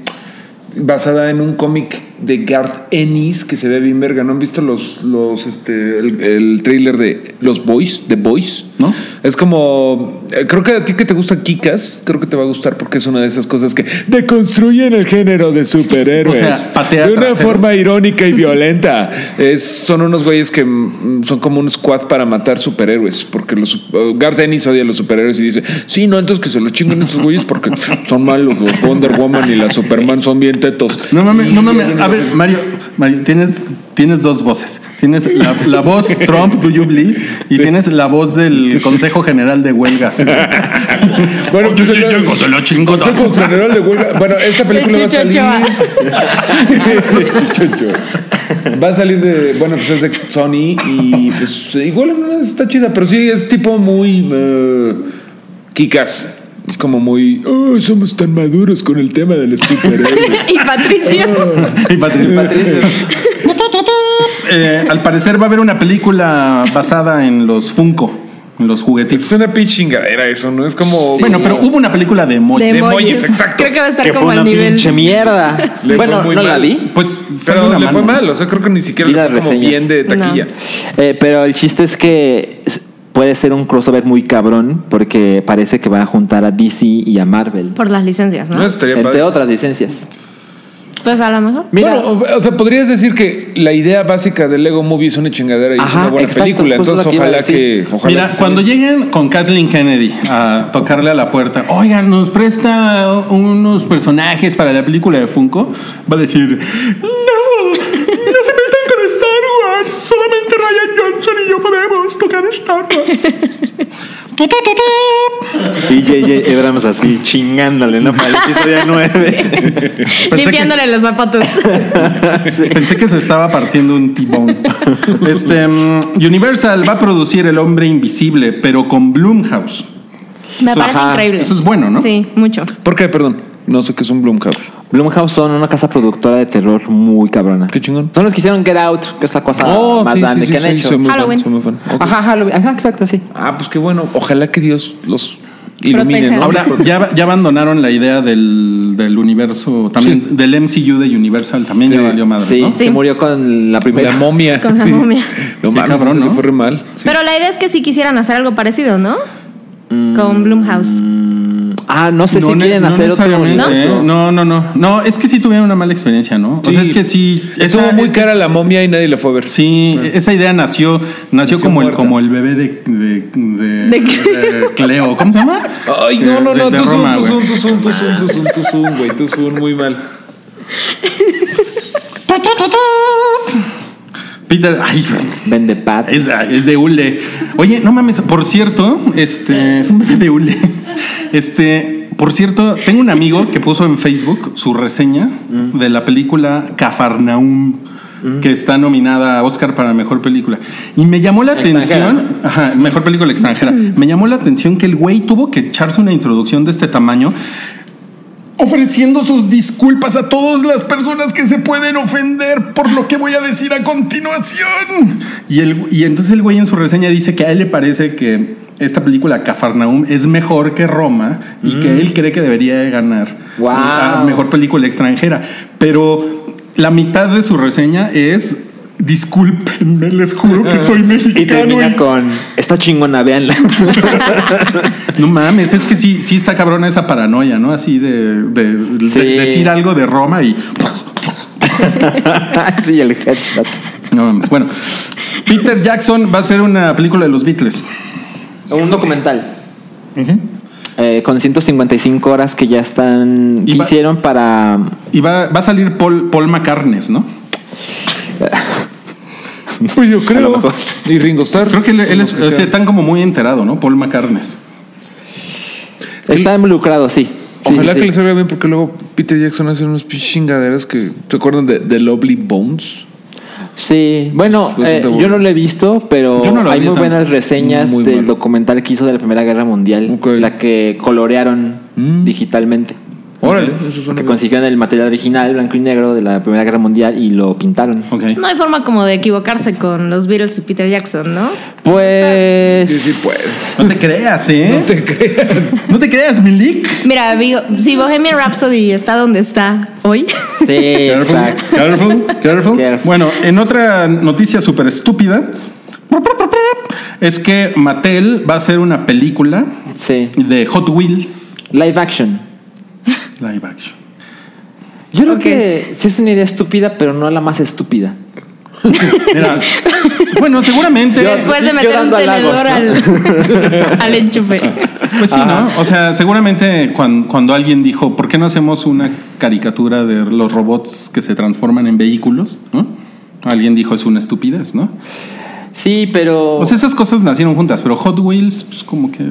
Speaker 4: basada en un cómic de Garth Ennis que se ve bien verga. ¿No han visto los, los este, el, el tráiler de Los Boys, The Boys?
Speaker 2: ¿No?
Speaker 4: Es como, eh, creo que a ti que te gusta Kikas, creo que te va a gustar porque es una de esas cosas que deconstruyen el género de superhéroes
Speaker 2: O sea, patea
Speaker 4: de una
Speaker 2: traseros.
Speaker 4: forma irónica y violenta. Es, son unos güeyes que mm, son como un squad para matar superhéroes, porque los su- eh, Garth Ennis odia a los superhéroes y dice, sí, no, entonces que se los chinguen estos güeyes porque son malos, los Wonder Woman y la Superman son bien tetos.
Speaker 2: No mames, no mames. A ver, Mario, Mario tienes, tienes dos voces. Tienes la, la voz Trump, do you believe? Y tienes la voz del Consejo General de Huelgas.
Speaker 4: Bueno, pues, el-
Speaker 2: de la chingada.
Speaker 4: Consejo General de Huelga. Bueno, esta película va a
Speaker 6: Chucho
Speaker 4: salir.
Speaker 6: Ochoa.
Speaker 4: Chucho Ochoa. Va a salir de. Bueno, pues es de Sony. Y pues igual no está chida, pero sí es tipo muy. eh, Kikas. Es como muy. Oh, somos tan maduros con el tema de los superhéroes.
Speaker 6: Y Patricio.
Speaker 2: Y Patricio. Eh, al parecer va a haber una película basada en los Funko, en los juguetitos.
Speaker 4: es una pinche chingadera eso, ¿no? Es como.
Speaker 2: Bueno, pero hubo una película de emoji.
Speaker 6: De emojis.
Speaker 4: emojis, exacto.
Speaker 6: Creo que va a estar
Speaker 5: Que
Speaker 6: como
Speaker 5: fue
Speaker 6: al
Speaker 5: una
Speaker 6: nivel.
Speaker 5: pinche mierda.
Speaker 4: Le
Speaker 5: Bueno,
Speaker 4: fue muy
Speaker 5: no la
Speaker 4: mal.
Speaker 5: vi.
Speaker 2: Pues sale
Speaker 4: Pero
Speaker 2: una
Speaker 4: le fue
Speaker 2: mano.
Speaker 4: mal, o sea, creo que ni siquiera
Speaker 5: Vi
Speaker 4: le
Speaker 5: las
Speaker 4: fue como
Speaker 5: reseñas.
Speaker 4: bien de
Speaker 6: No.
Speaker 4: taquilla.
Speaker 5: Eh, pero el chiste es que s- puede ser un crossover muy cabrón porque parece que va a juntar a DC y a Marvel.
Speaker 6: Por las licencias, ¿no?
Speaker 4: No, estaría
Speaker 5: Entre
Speaker 4: padre.
Speaker 5: otras licencias.
Speaker 6: Pues a lo mejor.
Speaker 5: Mira,
Speaker 4: Bueno, o- o sea, podrías decir que la idea básica de Lego Movie es una chingadera y es
Speaker 5: Ajá,
Speaker 4: una buena
Speaker 5: exacto,
Speaker 4: película.
Speaker 5: justo
Speaker 4: Entonces,
Speaker 5: lo que iba a
Speaker 4: ojalá que.
Speaker 5: decir.
Speaker 4: Ojalá
Speaker 2: Mira,
Speaker 4: que esté
Speaker 2: cuando
Speaker 4: bien.
Speaker 2: lleguen con Kathleen Kennedy a tocarle a la puerta, oigan, nos presta unos personajes para la película de Funko, va a decir, no, no se metan con Star Wars, solamente Ryan Johnson y yo podemos tocar Star Wars.
Speaker 5: y JJ Abrams así chingándole, ¿no? Para el episodio 9.
Speaker 6: Limpiándole los zapatos.
Speaker 2: Pensé que se estaba partiendo un tibón. Este, mm, Universal va a producir El Hombre Invisible, pero con Blumhouse.
Speaker 6: Me parece
Speaker 5: Ajá,
Speaker 6: increíble.
Speaker 2: Eso es bueno, ¿no?
Speaker 6: Sí, mucho.
Speaker 4: ¿Por qué? Perdón. No sé qué es un Blumhouse.
Speaker 5: Blumhouse son una casa productora de terror muy cabrona.
Speaker 4: Qué chingón. Oh,
Speaker 5: Son los que hicieron Get Out, que es la cosa más
Speaker 4: sí, sí,
Speaker 5: grande
Speaker 4: sí,
Speaker 5: que han
Speaker 4: sí,
Speaker 5: hecho.
Speaker 4: soy muy fan,
Speaker 6: Halloween.
Speaker 4: soy muy fan. Ok.
Speaker 5: Ajá, Halloween. Ajá, exacto, sí.
Speaker 4: Ah, pues qué bueno. Ojalá que Dios los
Speaker 6: Proteja.
Speaker 4: ilumine, ¿no?
Speaker 2: Ahora, ya, ya abandonaron la idea del, del universo, también
Speaker 4: Sí.
Speaker 2: del MCU de Universal, también
Speaker 4: Sí.
Speaker 2: ya valió madre,
Speaker 5: Sí,
Speaker 2: Ah, ¿no?
Speaker 5: se murió con la primera.
Speaker 4: la momia.
Speaker 6: Con la
Speaker 4: sí.
Speaker 6: momia.
Speaker 4: No
Speaker 2: Qué
Speaker 4: mames,
Speaker 2: cabrón,
Speaker 4: se le
Speaker 2: ¿no?
Speaker 4: fue re mal. Sí.
Speaker 6: Pero la idea es que sí quisieran hacer algo parecido, ¿no? Con Blumhouse.
Speaker 5: Ah, no sé si
Speaker 2: ne-
Speaker 5: quieren hacer otro
Speaker 2: necesariamente,
Speaker 5: universo.
Speaker 2: ¿eh? ¿no? no, no, no. es que sí tuvieron una mala experiencia, ¿no? O sea,
Speaker 4: Sí.
Speaker 2: Pues es que sí.
Speaker 4: Estuvo
Speaker 2: esa-
Speaker 4: muy cara la momia y nadie la fue a ver.
Speaker 2: Sí, esa idea nació, nació,
Speaker 4: Nació
Speaker 2: como, el,
Speaker 4: muerta.
Speaker 2: como el bebé de, de, de-
Speaker 6: ¿De qué?
Speaker 2: de Cleo. ¿Cómo se llama?
Speaker 4: Ay, no, no,
Speaker 2: De-
Speaker 4: no,
Speaker 2: de
Speaker 4: tú
Speaker 2: Roma,
Speaker 4: zoom,
Speaker 2: güey.
Speaker 4: tú zoom, tú zoom, tú zoom, tú zoom, tú zoom, güey, tú zoom, muy mal.
Speaker 2: Peter, ay,
Speaker 5: Vende Pat.
Speaker 2: es, ah, es de Ule. Oye, no mames, por cierto, este, es un bebé de Ule. Este, por cierto, tengo un amigo que puso en Facebook su reseña de la película Cafarnaum. Que está nominada a Oscar para mejor película. Y me llamó la
Speaker 5: Extranjera,
Speaker 2: atención. Ajá, mejor película extranjera. Me llamó la atención que el güey tuvo que echarse una introducción de este tamaño ofreciendo sus disculpas a todas las personas que se pueden ofender por lo que voy a decir a continuación. Y, el, y entonces el güey en su reseña dice que a él le parece que esta película Cafarnaum es mejor que Roma y
Speaker 5: Mm.
Speaker 2: que él cree que debería de ganar
Speaker 5: Wow.
Speaker 2: a mejor película extranjera. Pero la mitad de su reseña es discúlpenme, les juro que soy
Speaker 5: Y
Speaker 2: mexicano
Speaker 5: termina
Speaker 2: y
Speaker 5: con. Está chingona, véanla.
Speaker 2: no mames, es que sí, sí está cabrona esa paranoia, ¿no? Así de, de- de
Speaker 5: Sí.
Speaker 2: decir algo de Roma y.
Speaker 5: sí, el headshot.
Speaker 2: No mames. Bueno, Peter Jackson va a hacer una película de los Beatles.
Speaker 5: Un documental. Eh, con 155 horas que ya están. que
Speaker 2: Y va-
Speaker 5: hicieron para.
Speaker 2: Y va, va a salir Paul, Paul McCartney, ¿no?
Speaker 4: Pues yo
Speaker 5: A lo
Speaker 4: creo.
Speaker 5: mejor.
Speaker 4: Y Ringo Starr.
Speaker 2: Creo que él, él es-
Speaker 4: No, que
Speaker 2: sí,
Speaker 4: sea.
Speaker 2: están como muy enterado, ¿no? Paul McCartney.
Speaker 5: Está involucrado, sí. Sí,
Speaker 4: Ojalá
Speaker 5: sí,
Speaker 4: que
Speaker 5: sí.
Speaker 4: les salga bien porque luego Peter Jackson hace unos pinches chingaderas que... ¿Te acuerdan de The Lovely Bones?
Speaker 5: Sí, bueno,
Speaker 4: Bastante
Speaker 5: eh, yo
Speaker 4: aburrido.
Speaker 5: no lo he visto, pero
Speaker 2: Yo no lo
Speaker 5: hay
Speaker 2: vi
Speaker 5: muy
Speaker 2: tan-
Speaker 5: buenas reseñas
Speaker 4: muy
Speaker 5: del
Speaker 4: mal.
Speaker 5: documental que hizo de la Primera Guerra Mundial,
Speaker 4: Ok.
Speaker 5: la que colorearon
Speaker 4: Mm.
Speaker 5: digitalmente.
Speaker 4: Órale, eso suena
Speaker 5: Porque
Speaker 4: bien.
Speaker 5: consiguieron el material original, blanco y negro, de la Primera Guerra Mundial y lo pintaron.
Speaker 2: Ok.
Speaker 6: No hay forma como de equivocarse con los Beatles y Peter Jackson, ¿no?
Speaker 5: Pues.
Speaker 4: Sí, sí, pues.
Speaker 2: No te creas, ¿eh? No te,
Speaker 4: ¿Te creas?
Speaker 2: creas, Milik.
Speaker 6: Mira, digo, si Bohemian Rhapsody está donde está hoy,
Speaker 5: Sí,
Speaker 2: Careful,
Speaker 5: exacto.
Speaker 2: careful, careful.
Speaker 5: Careful.
Speaker 2: Bueno, en otra noticia súper estúpida, es que Mattel va a hacer una película
Speaker 5: Sí.
Speaker 2: de Hot Wheels
Speaker 5: Live action.
Speaker 2: live action.
Speaker 5: Yo creo que sí es una idea estúpida, pero no la más estúpida.
Speaker 2: Mira, bueno, seguramente.
Speaker 6: después de
Speaker 5: yo
Speaker 6: meter un
Speaker 5: dando halagos,
Speaker 6: tenedor al, al enchufe.
Speaker 2: Pues sí, ¿no? O sea, seguramente cuando, cuando alguien dijo, ¿por qué no hacemos una caricatura de los robots que se transforman en vehículos? ¿No? Alguien dijo, es una estupidez, ¿no?
Speaker 5: Sí, pero.
Speaker 2: O sea, esas cosas nacieron juntas, pero Hot Wheels, pues como que...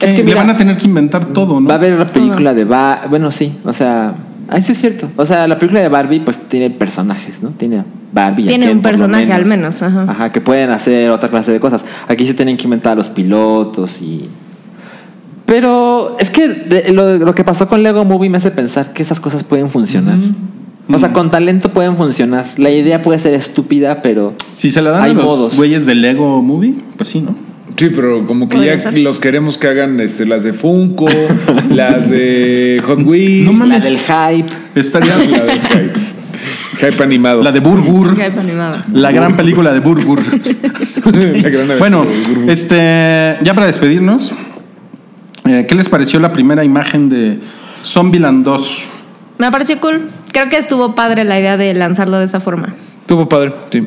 Speaker 5: que
Speaker 2: le
Speaker 5: mira,
Speaker 2: van a tener que inventar todo, ¿no?
Speaker 5: Va a haber la película de Barbie. Bueno, sí, o sea. Ahí sí es cierto. O sea, la película de Barbie, pues tiene personajes, ¿no? Tiene Barbie. y a
Speaker 6: Tiene
Speaker 5: Ken,
Speaker 6: un
Speaker 5: por lo
Speaker 6: personaje, al menos, ajá.
Speaker 5: que pueden hacer otra clase de cosas. Aquí se tienen que inventar los pilotos y. Pero es que de- lo, lo que pasó con Lego Movie me hace pensar que esas cosas pueden funcionar. O
Speaker 6: Mm.
Speaker 5: sea, con talento pueden funcionar. La idea puede ser estúpida, pero.
Speaker 2: Si se la dan a
Speaker 5: hay
Speaker 2: los
Speaker 5: modos.
Speaker 2: güeyes de Lego Movie, pues sí, ¿no?
Speaker 4: Sí, pero como que
Speaker 6: Podría
Speaker 4: ya
Speaker 6: ser.
Speaker 4: los queremos que hagan este, las de Funko, las de Hot Wheels.
Speaker 2: No
Speaker 5: La
Speaker 2: mames.
Speaker 5: del hype.
Speaker 2: Estaría
Speaker 4: La de Hype. Hype animado.
Speaker 2: la de Burgur,
Speaker 6: Ok, animado.
Speaker 2: la gran película de Burgur.
Speaker 4: La gran aventura
Speaker 2: Bueno,
Speaker 4: de Gru-
Speaker 2: este, ya para despedirnos, eh, ¿qué les pareció la primera imagen de Zombieland 2?
Speaker 6: Me pareció cool. Creo que estuvo padre la idea de lanzarlo de esa forma.
Speaker 4: Estuvo padre, sí.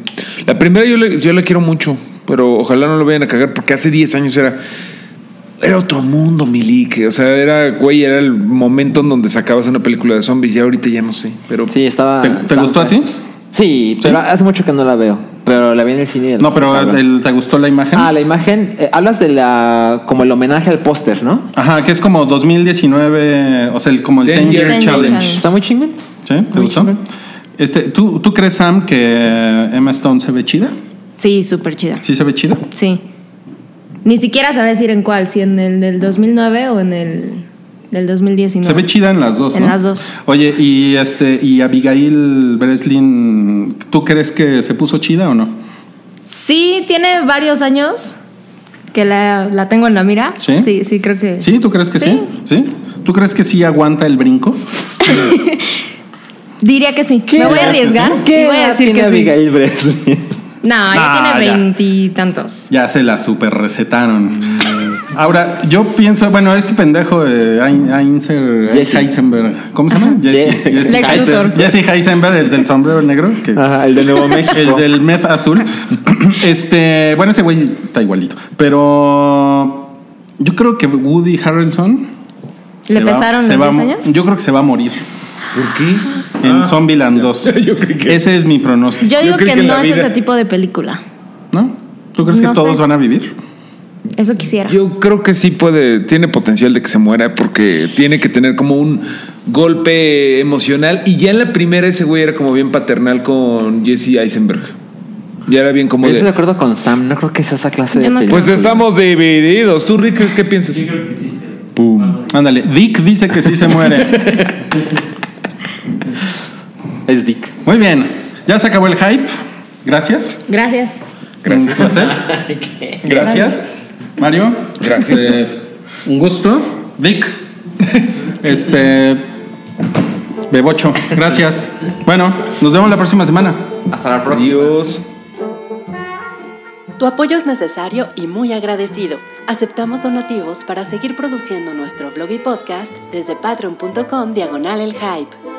Speaker 4: La primera yo le, yo la quiero mucho, pero ojalá no lo vayan a cagar porque hace 10 años era. Era otro mundo, Milik. O sea, era, güey, era el momento en donde sacabas una película de zombies. Ya ahorita ya no sé. Pero
Speaker 5: Sí, estaba.
Speaker 2: ¿Te- te
Speaker 5: estaba-
Speaker 2: gustó a ti?
Speaker 5: Sí, pero hace mucho que no la veo. Pero la vi en el cine. y la-
Speaker 2: No,
Speaker 4: Ah,
Speaker 2: pero el- ¿te gustó la imagen?
Speaker 5: Ah, la imagen. eh, hablas de la. como el homenaje al póster, ¿no?
Speaker 2: Ajá, que es como 2019, o sea, el- como el
Speaker 4: 10
Speaker 2: 10 Year
Speaker 4: Year
Speaker 2: Challenge.
Speaker 6: Challenge.
Speaker 5: Está muy chingón.
Speaker 2: ¿Sí? ¿Te gustó? Este, ¿tú, ¿Tú crees, Sam, que Emma Stone se ve chida?
Speaker 6: Sí, súper chida.
Speaker 2: ¿Sí se ve chida?
Speaker 6: Sí. Ni siquiera sabré decir en cuál, si en el del 2009 o en el del 2019.
Speaker 2: Se ve chida en las dos.
Speaker 6: En
Speaker 2: ¿no?
Speaker 6: las dos.
Speaker 2: Oye, y este, y Abigail Breslin, ¿tú crees que se puso chida o no?
Speaker 6: Sí, tiene varios años que la, la tengo en la mira.
Speaker 2: ¿Sí?
Speaker 6: Sí, creo que.
Speaker 2: ¿Sí? ¿Tú crees que sí? ¿Sí? ¿Tú crees que sí aguanta el brinco?
Speaker 6: Diría que sí. Me voy a arriesgar y voy a decir que sí.
Speaker 5: Abigail Breslin?
Speaker 6: No,
Speaker 2: Ah,
Speaker 6: ella
Speaker 2: ya.
Speaker 6: tiene veintitantos.
Speaker 2: Ya se la super recetaron.
Speaker 6: Mm.
Speaker 2: Ahora, yo pienso, bueno, este pendejo de Ein- Einzer-
Speaker 5: Jesse.
Speaker 2: Heisenberg, ¿cómo se llama? Jesse,
Speaker 5: Je-
Speaker 2: Jesse
Speaker 6: Lex
Speaker 2: Heisenberg.
Speaker 6: Luthor.
Speaker 2: Jesse Heisenberg, el del sombrero negro. que-
Speaker 5: Ajá, el de Nuevo México.
Speaker 2: El del meth azul. Este, bueno, ese güey está igualito. Pero yo creo que Woody Harrelson.
Speaker 6: ¿Le
Speaker 2: se va-
Speaker 6: pesaron
Speaker 2: se
Speaker 6: los
Speaker 2: va
Speaker 6: 10
Speaker 2: a mo-
Speaker 6: años?
Speaker 2: Yo creo que se va a morir
Speaker 4: ¿Por qué? Ah.
Speaker 2: en Zombieland 2.
Speaker 4: Yo creí que-
Speaker 2: Ese es mi pronóstico.
Speaker 6: Yo digo
Speaker 4: creí
Speaker 6: que,
Speaker 4: que en
Speaker 6: no
Speaker 4: la
Speaker 6: es
Speaker 4: vida-
Speaker 6: ese tipo de película.
Speaker 2: ¿No? ¿Tú crees
Speaker 6: No
Speaker 2: que
Speaker 6: sé.
Speaker 2: todos van a vivir?
Speaker 6: Eso quisiera.
Speaker 4: Yo creo que sí puede, tiene potencial de que se muera porque tiene que tener como un golpe emocional. Y ya en la primera ese güey era como bien paternal con Jesse Eisenberg. Ya era bien como
Speaker 5: Yo
Speaker 4: de...
Speaker 5: estoy de acuerdo con Sam, no creo que sea esa clase de
Speaker 6: Yo no creo.
Speaker 5: película.
Speaker 4: Pues estamos divididos. ¿Tú, Rick, qué piensas?
Speaker 2: Pum. Ándale. Dick dice que sí se muere.
Speaker 5: Es Dick.
Speaker 2: Muy bien. Ya se acabó el hype. Gracias.
Speaker 6: Gracias.
Speaker 2: Gracias. Gracias. Mario.
Speaker 4: Gracias.
Speaker 2: Este, un gusto. Vic. Este. Bebocho. Gracias. Bueno, nos vemos la próxima semana.
Speaker 5: Hasta la próxima.
Speaker 4: Adiós.
Speaker 10: Tu apoyo es necesario y muy agradecido. Aceptamos donativos para seguir produciendo nuestro blog y podcast desde patreon.com diagonal el hype.